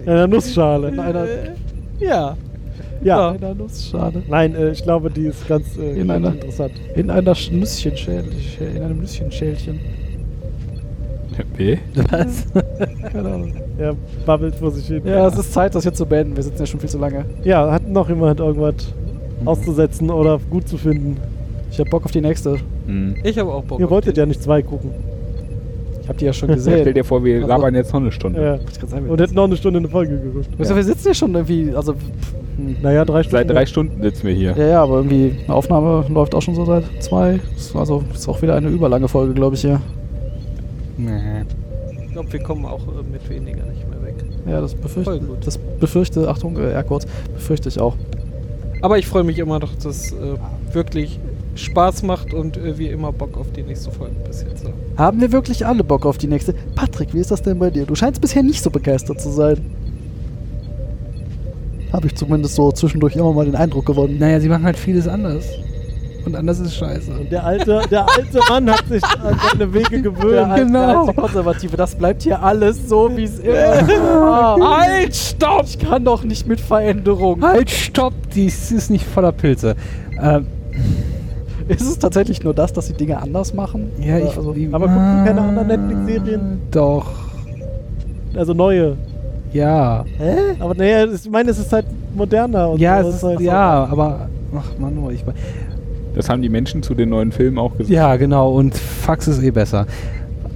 Speaker 2: In einer Nussschale.
Speaker 3: In einer,
Speaker 1: ja
Speaker 2: ja.
Speaker 3: in einer Nussschale.
Speaker 2: Nein, äh, ich glaube, die ist ganz, äh,
Speaker 3: In
Speaker 2: ganz
Speaker 3: einer-
Speaker 2: interessant.
Speaker 3: In einer Sch- Nüsschenschäl- Schä- in einem Nüsschenschälchen.
Speaker 5: Nee.
Speaker 4: Was?
Speaker 3: Keine Ahnung.
Speaker 2: Er babbelt vor sich hin.
Speaker 3: Ja, es ist Zeit, das jetzt zu beenden. Wir sitzen ja schon viel zu lange.
Speaker 2: Ja, hat noch jemand irgendwas auszusetzen oder gut zu finden?
Speaker 3: Ich hab Bock auf die nächste.
Speaker 5: Hm.
Speaker 1: ich habe auch Bock
Speaker 2: Ihr
Speaker 1: auf
Speaker 2: wolltet
Speaker 1: Tilly.
Speaker 2: ja nicht zwei gucken.
Speaker 3: Ich hab die ja schon
Speaker 5: Stell
Speaker 3: gesehen.
Speaker 5: dir vor, wir
Speaker 3: Also-
Speaker 5: labern jetzt noch eine Stunde.
Speaker 2: Ja.
Speaker 3: Ich kann sagen, wir-
Speaker 2: Und hätten noch eine Stunde eine Folge geguckt.
Speaker 3: Weißt du, Wir sitzen ja schon irgendwie, also pff,
Speaker 2: Naja, drei Stunden.
Speaker 5: Seit drei Stunden sitzen wir hier.
Speaker 3: Ja, ja, aber irgendwie eine Aufnahme läuft auch schon so seit zwei. Ist Also ist auch wieder eine überlange Folge, glaube ich, hier.
Speaker 1: ich glaube wir kommen auch äh, mit weniger nicht mehr weg
Speaker 3: Ja, das
Speaker 1: Voll
Speaker 3: befürchte
Speaker 1: gut.
Speaker 3: Das befürchte, Achtung, äh, Airquartz, befürchte ich auch.
Speaker 1: aber ich freue mich immer noch dass äh, wirklich Spaß macht und äh, wir immer Bock auf die nächste Folge bis jetzt haben.
Speaker 3: Haben wir wirklich alle Bock auf die nächste? Patrick, wie ist das denn bei dir? Du scheinst bisher nicht so begeistert zu sein. Habe ich zumindest so zwischendurch immer mal den Eindruck gewonnen.
Speaker 4: Naja, sie machen halt vieles anders. Und anders ist scheiße.
Speaker 2: Und der alte, der alte Mann hat sich an seine Wege gewöhnt.
Speaker 3: alte-
Speaker 4: genau.
Speaker 3: alte halt Konservative, das bleibt hier alles so, wie es immer war.
Speaker 1: Halt stopp
Speaker 3: Ich kann doch nicht mit Veränderung.
Speaker 4: Halt, stopp! Dies ist nicht voller Pilze. Ähm,
Speaker 3: Ist es tatsächlich nur das, dass sie Dinge anders machen?
Speaker 4: ja,
Speaker 3: Oder
Speaker 4: ich.
Speaker 3: also-
Speaker 2: aber guckt ihr keine anderen Netflix-Serien?
Speaker 4: Doch.
Speaker 2: Also neue.
Speaker 4: Ja.
Speaker 3: Hä?
Speaker 2: Aber naja, ich meine, es ist halt moderner. Und
Speaker 4: Ja,
Speaker 2: so,
Speaker 4: es ist,
Speaker 2: halt
Speaker 4: ja, aber. Ach, Mann, oh, ich.
Speaker 5: Das haben die Menschen zu den neuen Filmen auch gesagt.
Speaker 4: Ja, genau. Und Fax ist eh besser.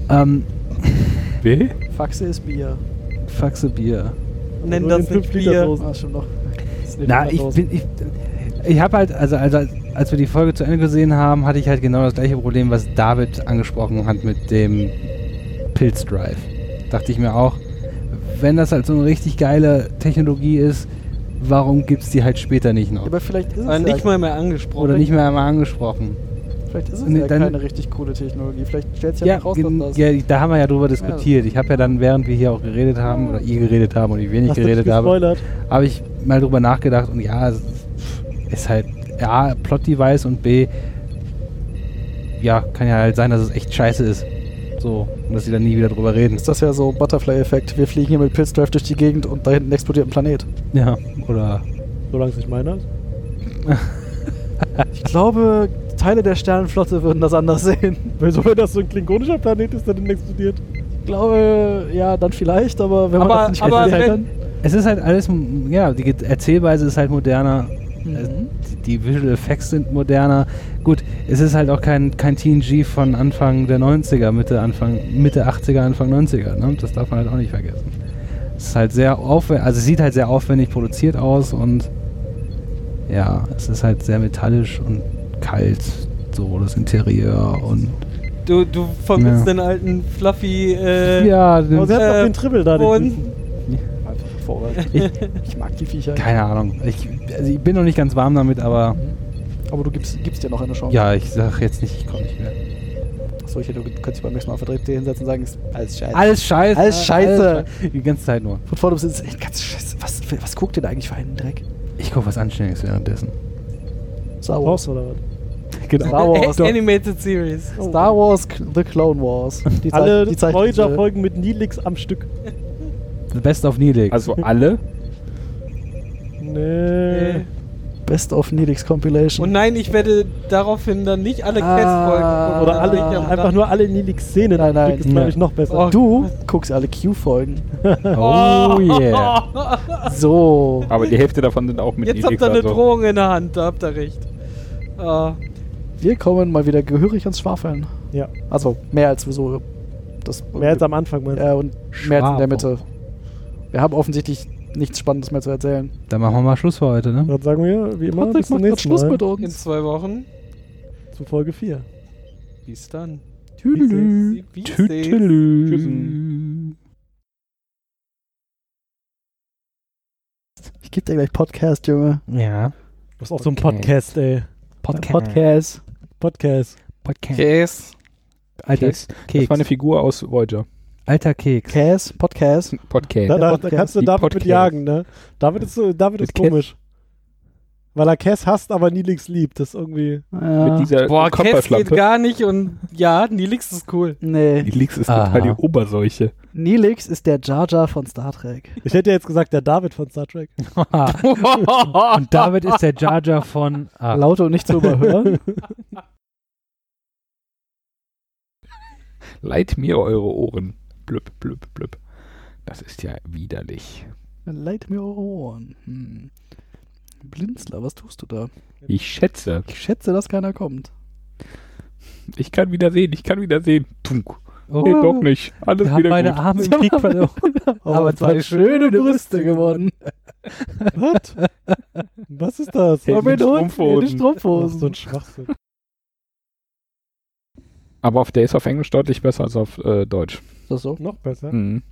Speaker 4: Ähm,
Speaker 5: Wie?
Speaker 3: Faxe ist Bier.
Speaker 4: Faxe Bier.
Speaker 1: nenn
Speaker 2: Nur
Speaker 1: das
Speaker 2: in
Speaker 1: nicht
Speaker 2: fünf Liter
Speaker 1: Bier
Speaker 2: Dosen.
Speaker 3: Ah, stimmt noch. Ist eine
Speaker 4: Na, ich
Speaker 3: Lederdose.
Speaker 4: bin. Ich, ich habe halt, also, also als wir die Folge zu Ende gesehen haben, hatte ich halt genau das gleiche Problem, was David angesprochen hat mit dem Pilzdrive. Dachte ich mir auch, wenn das halt so eine richtig geile Technologie ist, warum gibt es die halt später nicht noch?
Speaker 3: Aber vielleicht ist halt- es
Speaker 1: Äh,
Speaker 3: ja,
Speaker 1: nicht mal mehr angesprochen
Speaker 4: Oder nicht mehr einmal angesprochen.
Speaker 3: vielleicht ist es
Speaker 4: Nee,
Speaker 3: ja
Speaker 4: dann-
Speaker 3: keine richtig coole Technologie. Vielleicht stellt sich ja,
Speaker 4: Ja,
Speaker 3: noch raus,
Speaker 4: gen-
Speaker 3: dass das.
Speaker 4: ja, da haben wir ja drüber diskutiert. Ich habe ja dann, während wir hier auch geredet haben, oder ihr geredet haben und ich wenig
Speaker 2: Hast du
Speaker 4: geredet
Speaker 2: dich
Speaker 4: habe,
Speaker 2: gespoilert?
Speaker 4: habe ich mal drüber nachgedacht und ja, es ist halt A, Plot-Device und B, ja, kann ja halt sein, dass es echt scheiße ist. So, und dass sie dann nie wieder drüber reden.
Speaker 3: Ist das ja so Butterfly-Effekt. Wir fliegen hier mit Pilzdrive durch die Gegend und da hinten explodiert ein Planet.
Speaker 4: Ja, oder.
Speaker 2: Solange es nicht meiner ist.
Speaker 3: Ich glaube, Teile der Sternenflotte würden das anders sehen.
Speaker 2: Wieso, wenn das so ein klingonischer Planet ist, der dann explodiert?
Speaker 3: Ich glaube, ja, dann vielleicht, aber wenn man
Speaker 1: Aber-
Speaker 3: das nicht
Speaker 1: aber
Speaker 3: realisiert,
Speaker 1: wenn-
Speaker 4: Es ist halt alles, m- ja, die Ge- Erzählweise ist halt moderner.
Speaker 3: Mhm.
Speaker 4: äh, die- Die Visual Effects sind moderner. Gut, es ist halt auch kein, kein TNG von Anfang der 90er, Mitte, Anfang, Mitte 80er, Anfang 90er. Ne? Das darf man halt auch nicht vergessen. Es ist halt sehr aufwendig, also es sieht halt sehr aufwendig produziert aus und ja, es ist halt sehr metallisch und kalt, so das Interieur und
Speaker 1: du, du vermisst
Speaker 4: Ja.
Speaker 1: den alten Fluffy äh,
Speaker 4: ja,
Speaker 2: Aber sie hat
Speaker 1: Äh,
Speaker 2: doch den Tribble da. den
Speaker 1: und-
Speaker 2: süßen.
Speaker 3: dann einfach Halt vorwärts.
Speaker 4: ich,
Speaker 3: Ich mag die Viecher.
Speaker 4: keine Ahnung. Ich, also ich bin noch nicht ganz warm damit, aber
Speaker 3: Aber du gibst, gibst dir noch eine Chance.
Speaker 4: ja, ich sag jetzt nicht, ich komme nicht mehr.
Speaker 3: So, ich hätte, du könntest dich beim nächsten Mal verdreht hinsetzen und sagen, ist alles scheiße.
Speaker 4: Alles scheiße.
Speaker 3: Alles scheiße.
Speaker 4: Die ganze Zeit nur.
Speaker 3: Von vorne bis hinten ist echt ganz scheiße. Was, was guckt ihr da eigentlich für einen Dreck?
Speaker 4: Ich gucke was Anständiges währenddessen.
Speaker 3: Star Wars.
Speaker 2: Raus oder was?
Speaker 1: Genau.
Speaker 3: Star
Speaker 1: *laughs*
Speaker 3: Wars.
Speaker 1: A- Animated Series. Oh.
Speaker 3: Star Wars, Cl- The Clone Wars. Die Zeichen-
Speaker 2: Oh. Alle
Speaker 3: die Zeichen-
Speaker 2: Voyager-Folgen mit Nilix am Stück.
Speaker 4: The Best of Neelix.
Speaker 5: Also alle?
Speaker 2: Nee.
Speaker 3: Best of Nelix Compilation.
Speaker 1: Äh, Und
Speaker 2: Oh
Speaker 1: nein, ich werde daraufhin dann nicht alle
Speaker 3: Ah,
Speaker 1: Cats folgen.
Speaker 2: Oder
Speaker 3: Ah,
Speaker 2: alle,
Speaker 3: ja,
Speaker 2: einfach nur alle Nilix-Szenen
Speaker 3: Nein,
Speaker 2: am
Speaker 3: nein.
Speaker 2: Stück ist, glaube ich, noch besser.
Speaker 1: Oh,
Speaker 3: du guckst alle Q-Folgen.
Speaker 4: oh yeah.
Speaker 3: So.
Speaker 5: Aber die Hälfte davon sind auch mit
Speaker 1: Jetzt habt
Speaker 5: Elix,
Speaker 1: ihr eine
Speaker 5: also-
Speaker 1: Drohung in der Hand, da habt ihr recht. Ah,
Speaker 3: Wir kommen mal wieder gehörig ans Schwafeln.
Speaker 2: Ja.
Speaker 3: Also mehr als wir so. Das Oh.
Speaker 2: Mehr als am Anfang, meinst du?
Speaker 3: äh, und mehr als in der
Speaker 4: Schwafeln.
Speaker 3: Mitte. Wir haben offensichtlich nichts Spannendes mehr zu erzählen.
Speaker 4: Dann machen wir mal Schluss für heute, ne?
Speaker 2: Dann sagen wir, wie immer,
Speaker 3: Patrick
Speaker 2: bis zum
Speaker 3: macht grad
Speaker 2: nächsten
Speaker 3: Schluss
Speaker 2: Mal.
Speaker 3: mit
Speaker 1: In
Speaker 3: uns.
Speaker 1: zwei Wochen.
Speaker 2: Zu Folge 4.
Speaker 1: Bis dann.
Speaker 3: Tüdelü.
Speaker 1: Wie seht's?
Speaker 5: Tüdelü.
Speaker 3: Ich geb dir gleich Podcast, Junge.
Speaker 4: Ja.
Speaker 2: Das ist auch so ein Podcast, ey.
Speaker 3: Podcast.
Speaker 2: Podcast.
Speaker 4: Podcast.
Speaker 1: Yes.
Speaker 4: Alter
Speaker 5: Keks.
Speaker 4: Keks.
Speaker 5: Das war eine Figur aus Voyager. *laughs*
Speaker 4: Alter Keks.
Speaker 3: Podcast. Podcast.
Speaker 5: Podcast.
Speaker 2: Da, da, da
Speaker 3: Podcast,
Speaker 2: kannst du
Speaker 5: die
Speaker 2: David mit
Speaker 5: Podcast.
Speaker 2: jagen, ne? David ist, so- David ist
Speaker 5: Mit Cass.
Speaker 2: komisch. Weil er Cass hasst, aber Nilix liebt. Das ist irgendwie.
Speaker 3: Ja.
Speaker 5: Mit dieser
Speaker 1: Boah, Cass geht
Speaker 5: Körperschlampe.
Speaker 1: gar nicht und ja, Nilix ist cool.
Speaker 5: *laughs* Die
Speaker 3: Nee.
Speaker 5: Leaks ist
Speaker 4: Aha.
Speaker 5: total die Oberseuche.
Speaker 3: Nilix ist der Jar Jar von Star Trek.
Speaker 2: Ich hätte jetzt gesagt, der David von Star
Speaker 3: *laughs*
Speaker 2: Trek.
Speaker 4: Und David ist der Jar Jar von. Ah.
Speaker 3: Laute und nicht zu *laughs* überhören.
Speaker 5: Leiht mir eure Ohren. Blüpp, blüpp, blüpp. Das ist ja widerlich.
Speaker 3: Leit mir eure Ohren. Hm. Blinzler, was tust du da?
Speaker 5: Ich schätze.
Speaker 3: Ich schätze, dass keiner kommt.
Speaker 5: Ich kann wieder sehen. Ich kann wieder sehen. Tunk.
Speaker 4: Oh,
Speaker 5: Nee, doch nicht. Alles
Speaker 4: Wir haben
Speaker 5: wieder
Speaker 4: beide
Speaker 3: *laughs*
Speaker 5: gut.
Speaker 4: Arme im Krieg verloren.
Speaker 3: Aber
Speaker 4: zwei
Speaker 3: Oh, schöne Brüste geworden.
Speaker 2: Was? Was ist das?
Speaker 5: Hey,
Speaker 2: Oh,
Speaker 5: mit
Speaker 3: Ohne
Speaker 5: Strumpfhosen.
Speaker 3: Strumpfhosen.
Speaker 2: so ein Schwachsinn.
Speaker 5: Aber auf, der ist auf Englisch deutlich besser als auf äh, Deutsch.
Speaker 3: Ist das so?
Speaker 2: *laughs* Noch besser.
Speaker 5: Mhm.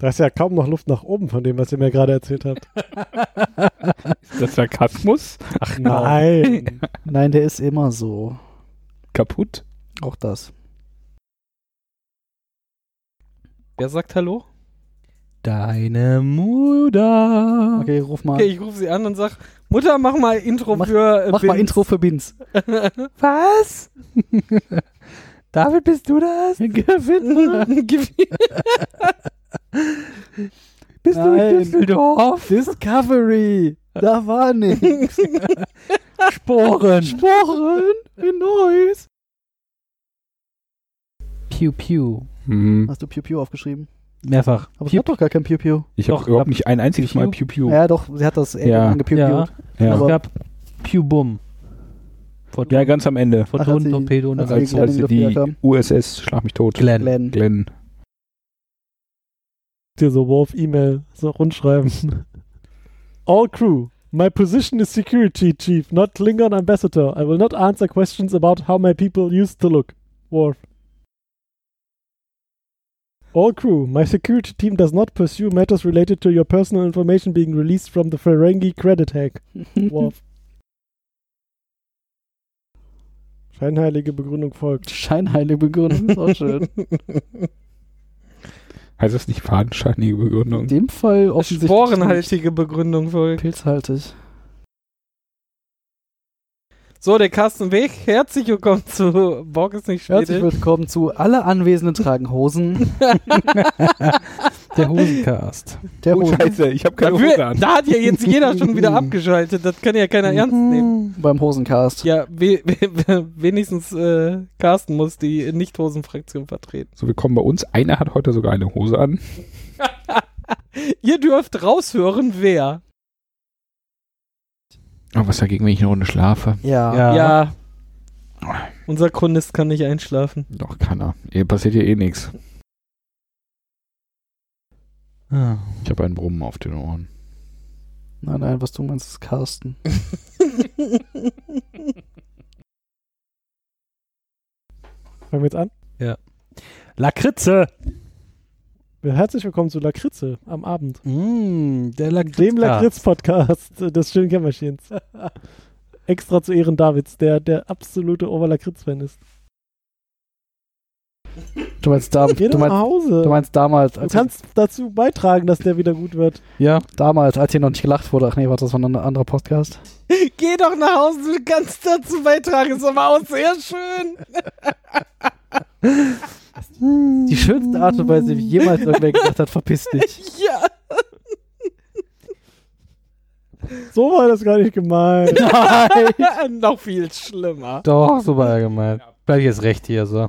Speaker 2: Da ist ja kaum noch Luft nach oben von dem, was ihr mir gerade erzählt habt.
Speaker 5: Ist das Sarkasmus?
Speaker 2: Ach nein.
Speaker 3: Nein, der ist immer so.
Speaker 5: Kaputt?
Speaker 3: Auch das.
Speaker 1: Wer sagt Hallo?
Speaker 4: Deine Mutter.
Speaker 3: Okay, ruf mal.
Speaker 1: Okay, ich rufe sie an und sag, Mutter, mach mal Intro
Speaker 3: Mach-
Speaker 1: für. äh,
Speaker 3: Mach mal
Speaker 1: Vince.
Speaker 3: Intro für Binz.
Speaker 4: Was? David, bist du
Speaker 1: *laughs*
Speaker 3: *laughs*
Speaker 4: das?
Speaker 1: Gewinn.
Speaker 4: Bist du
Speaker 3: Nein.
Speaker 4: in
Speaker 3: *laughs*
Speaker 4: Düsseldorf?
Speaker 3: Discovery! Da war nichts. *laughs*
Speaker 4: Sporen.
Speaker 3: Sporen! Wie neues!
Speaker 4: Piu, piu.
Speaker 5: Mhm.
Speaker 3: Hast du Pew Pew aufgeschrieben?
Speaker 4: Mehrfach.
Speaker 3: Aber sie hat doch gar kein Pew Pew.
Speaker 5: Ich habe
Speaker 4: Doch,
Speaker 5: überhaupt
Speaker 4: hab-
Speaker 5: nicht ein einziges Mal Piu Piu.
Speaker 3: Ja, doch, sie hat das äh,
Speaker 5: Ja.
Speaker 3: angepew
Speaker 4: Ja.
Speaker 3: pewt.
Speaker 5: Ja.
Speaker 4: Es
Speaker 3: Aber-
Speaker 4: gab Piu Bum.
Speaker 5: Ja, ganz am Ende.
Speaker 3: hat sie-
Speaker 4: Photonen, Torpedo und
Speaker 3: hat
Speaker 4: dann
Speaker 5: Als,
Speaker 3: sie Glenn
Speaker 5: als
Speaker 3: in die
Speaker 5: sie
Speaker 3: Luft
Speaker 5: die
Speaker 3: gejagt haben.
Speaker 5: USS Schlag mich tot.
Speaker 4: Glenn.
Speaker 3: Glenn. *laughs*
Speaker 5: Glenn.
Speaker 2: Dir so Wurf-E-Mail, so rundschreiben. All crew, my position is security chief, not Klingon ambassador. I will not answer questions about how my people used to look. Worf. All crew, my security team does not pursue matters related to your personal information being released from the Ferengi credit hack. Worf. Scheinheilige Begründung folgt.
Speaker 3: Scheinheilige Begründung, ist auch schön.
Speaker 5: Heißt das nicht fadenscheinige
Speaker 3: In
Speaker 5: Begründung?
Speaker 3: dem Fall offensichtlich.
Speaker 1: Sporenhaltige Begründung folgt.
Speaker 3: Pilzhaltig.
Speaker 1: So, der Carsten Weg, herzlich willkommen zu Borg ist nicht
Speaker 3: Herzlich
Speaker 1: schwedisch.
Speaker 3: willkommen zu alle Anwesenden tragen Hosen.
Speaker 4: der Hosencast.
Speaker 5: *laughs*
Speaker 3: Der
Speaker 5: Oh,
Speaker 3: Hosen
Speaker 5: Scheiße, ich habe keine Hose
Speaker 1: Dafür,
Speaker 5: an.
Speaker 1: da hat ja jetzt jeder schon wieder abgeschaltet, das kann ja keiner ernst
Speaker 5: Mhm.
Speaker 1: nehmen.
Speaker 3: beim Hosencast.
Speaker 1: Ja, we we wenigstens äh, Carsten muss die Nicht-Hosen-Fraktion vertreten.
Speaker 5: So, wir kommen bei uns. Einer hat heute sogar eine Hose an.
Speaker 1: Ihr dürft raushören, wer.
Speaker 5: Aber Oh, was dagegen, wenn ich eine Runde schlafe?
Speaker 3: *laughs* Ja.
Speaker 4: Ja.
Speaker 1: Ja. Unser Chronist kann nicht
Speaker 5: *laughs*
Speaker 1: einschlafen.
Speaker 5: Doch, kann er. Ihr passiert hier eh nichts.
Speaker 4: Ah.
Speaker 5: Ich habe einen Brummen auf den Ohren.
Speaker 3: Nein, nein, was du meinst, ist Carsten.
Speaker 2: Fangen wir jetzt an.
Speaker 4: Lakritze.
Speaker 2: Herzlich willkommen zu Lakritze am Abend.
Speaker 4: Mm, der Lakritz.
Speaker 2: Dem Lakritz-Podcast äh, des schönen Kämmerchens. Extra zu Ehren Davids, der der absolute Oberlakritz-Fan ist.
Speaker 3: Du meinst, da,
Speaker 2: Geh
Speaker 3: du
Speaker 2: doch
Speaker 3: meinst,
Speaker 2: nach Hause.
Speaker 3: du meinst damals,
Speaker 2: Du
Speaker 3: als,
Speaker 2: kannst dazu beitragen, dass der wieder gut wird.
Speaker 4: Ja.
Speaker 3: damals, als hier noch nicht gelacht wurde. Ach nee, warte, das war ein anderer Podcast.
Speaker 1: Geh doch nach Hause, du kannst dazu beitragen, ist aber auch sehr schön.
Speaker 3: Die schönste Art und Weise, wie jemals irgendwer gesagt hat, verpiss dich.
Speaker 1: Ja. *laughs*
Speaker 2: So war das gar nicht gemeint.
Speaker 1: Noch viel schlimmer.
Speaker 4: Doch, so war er gemeint. Bleib jetzt recht hier, so.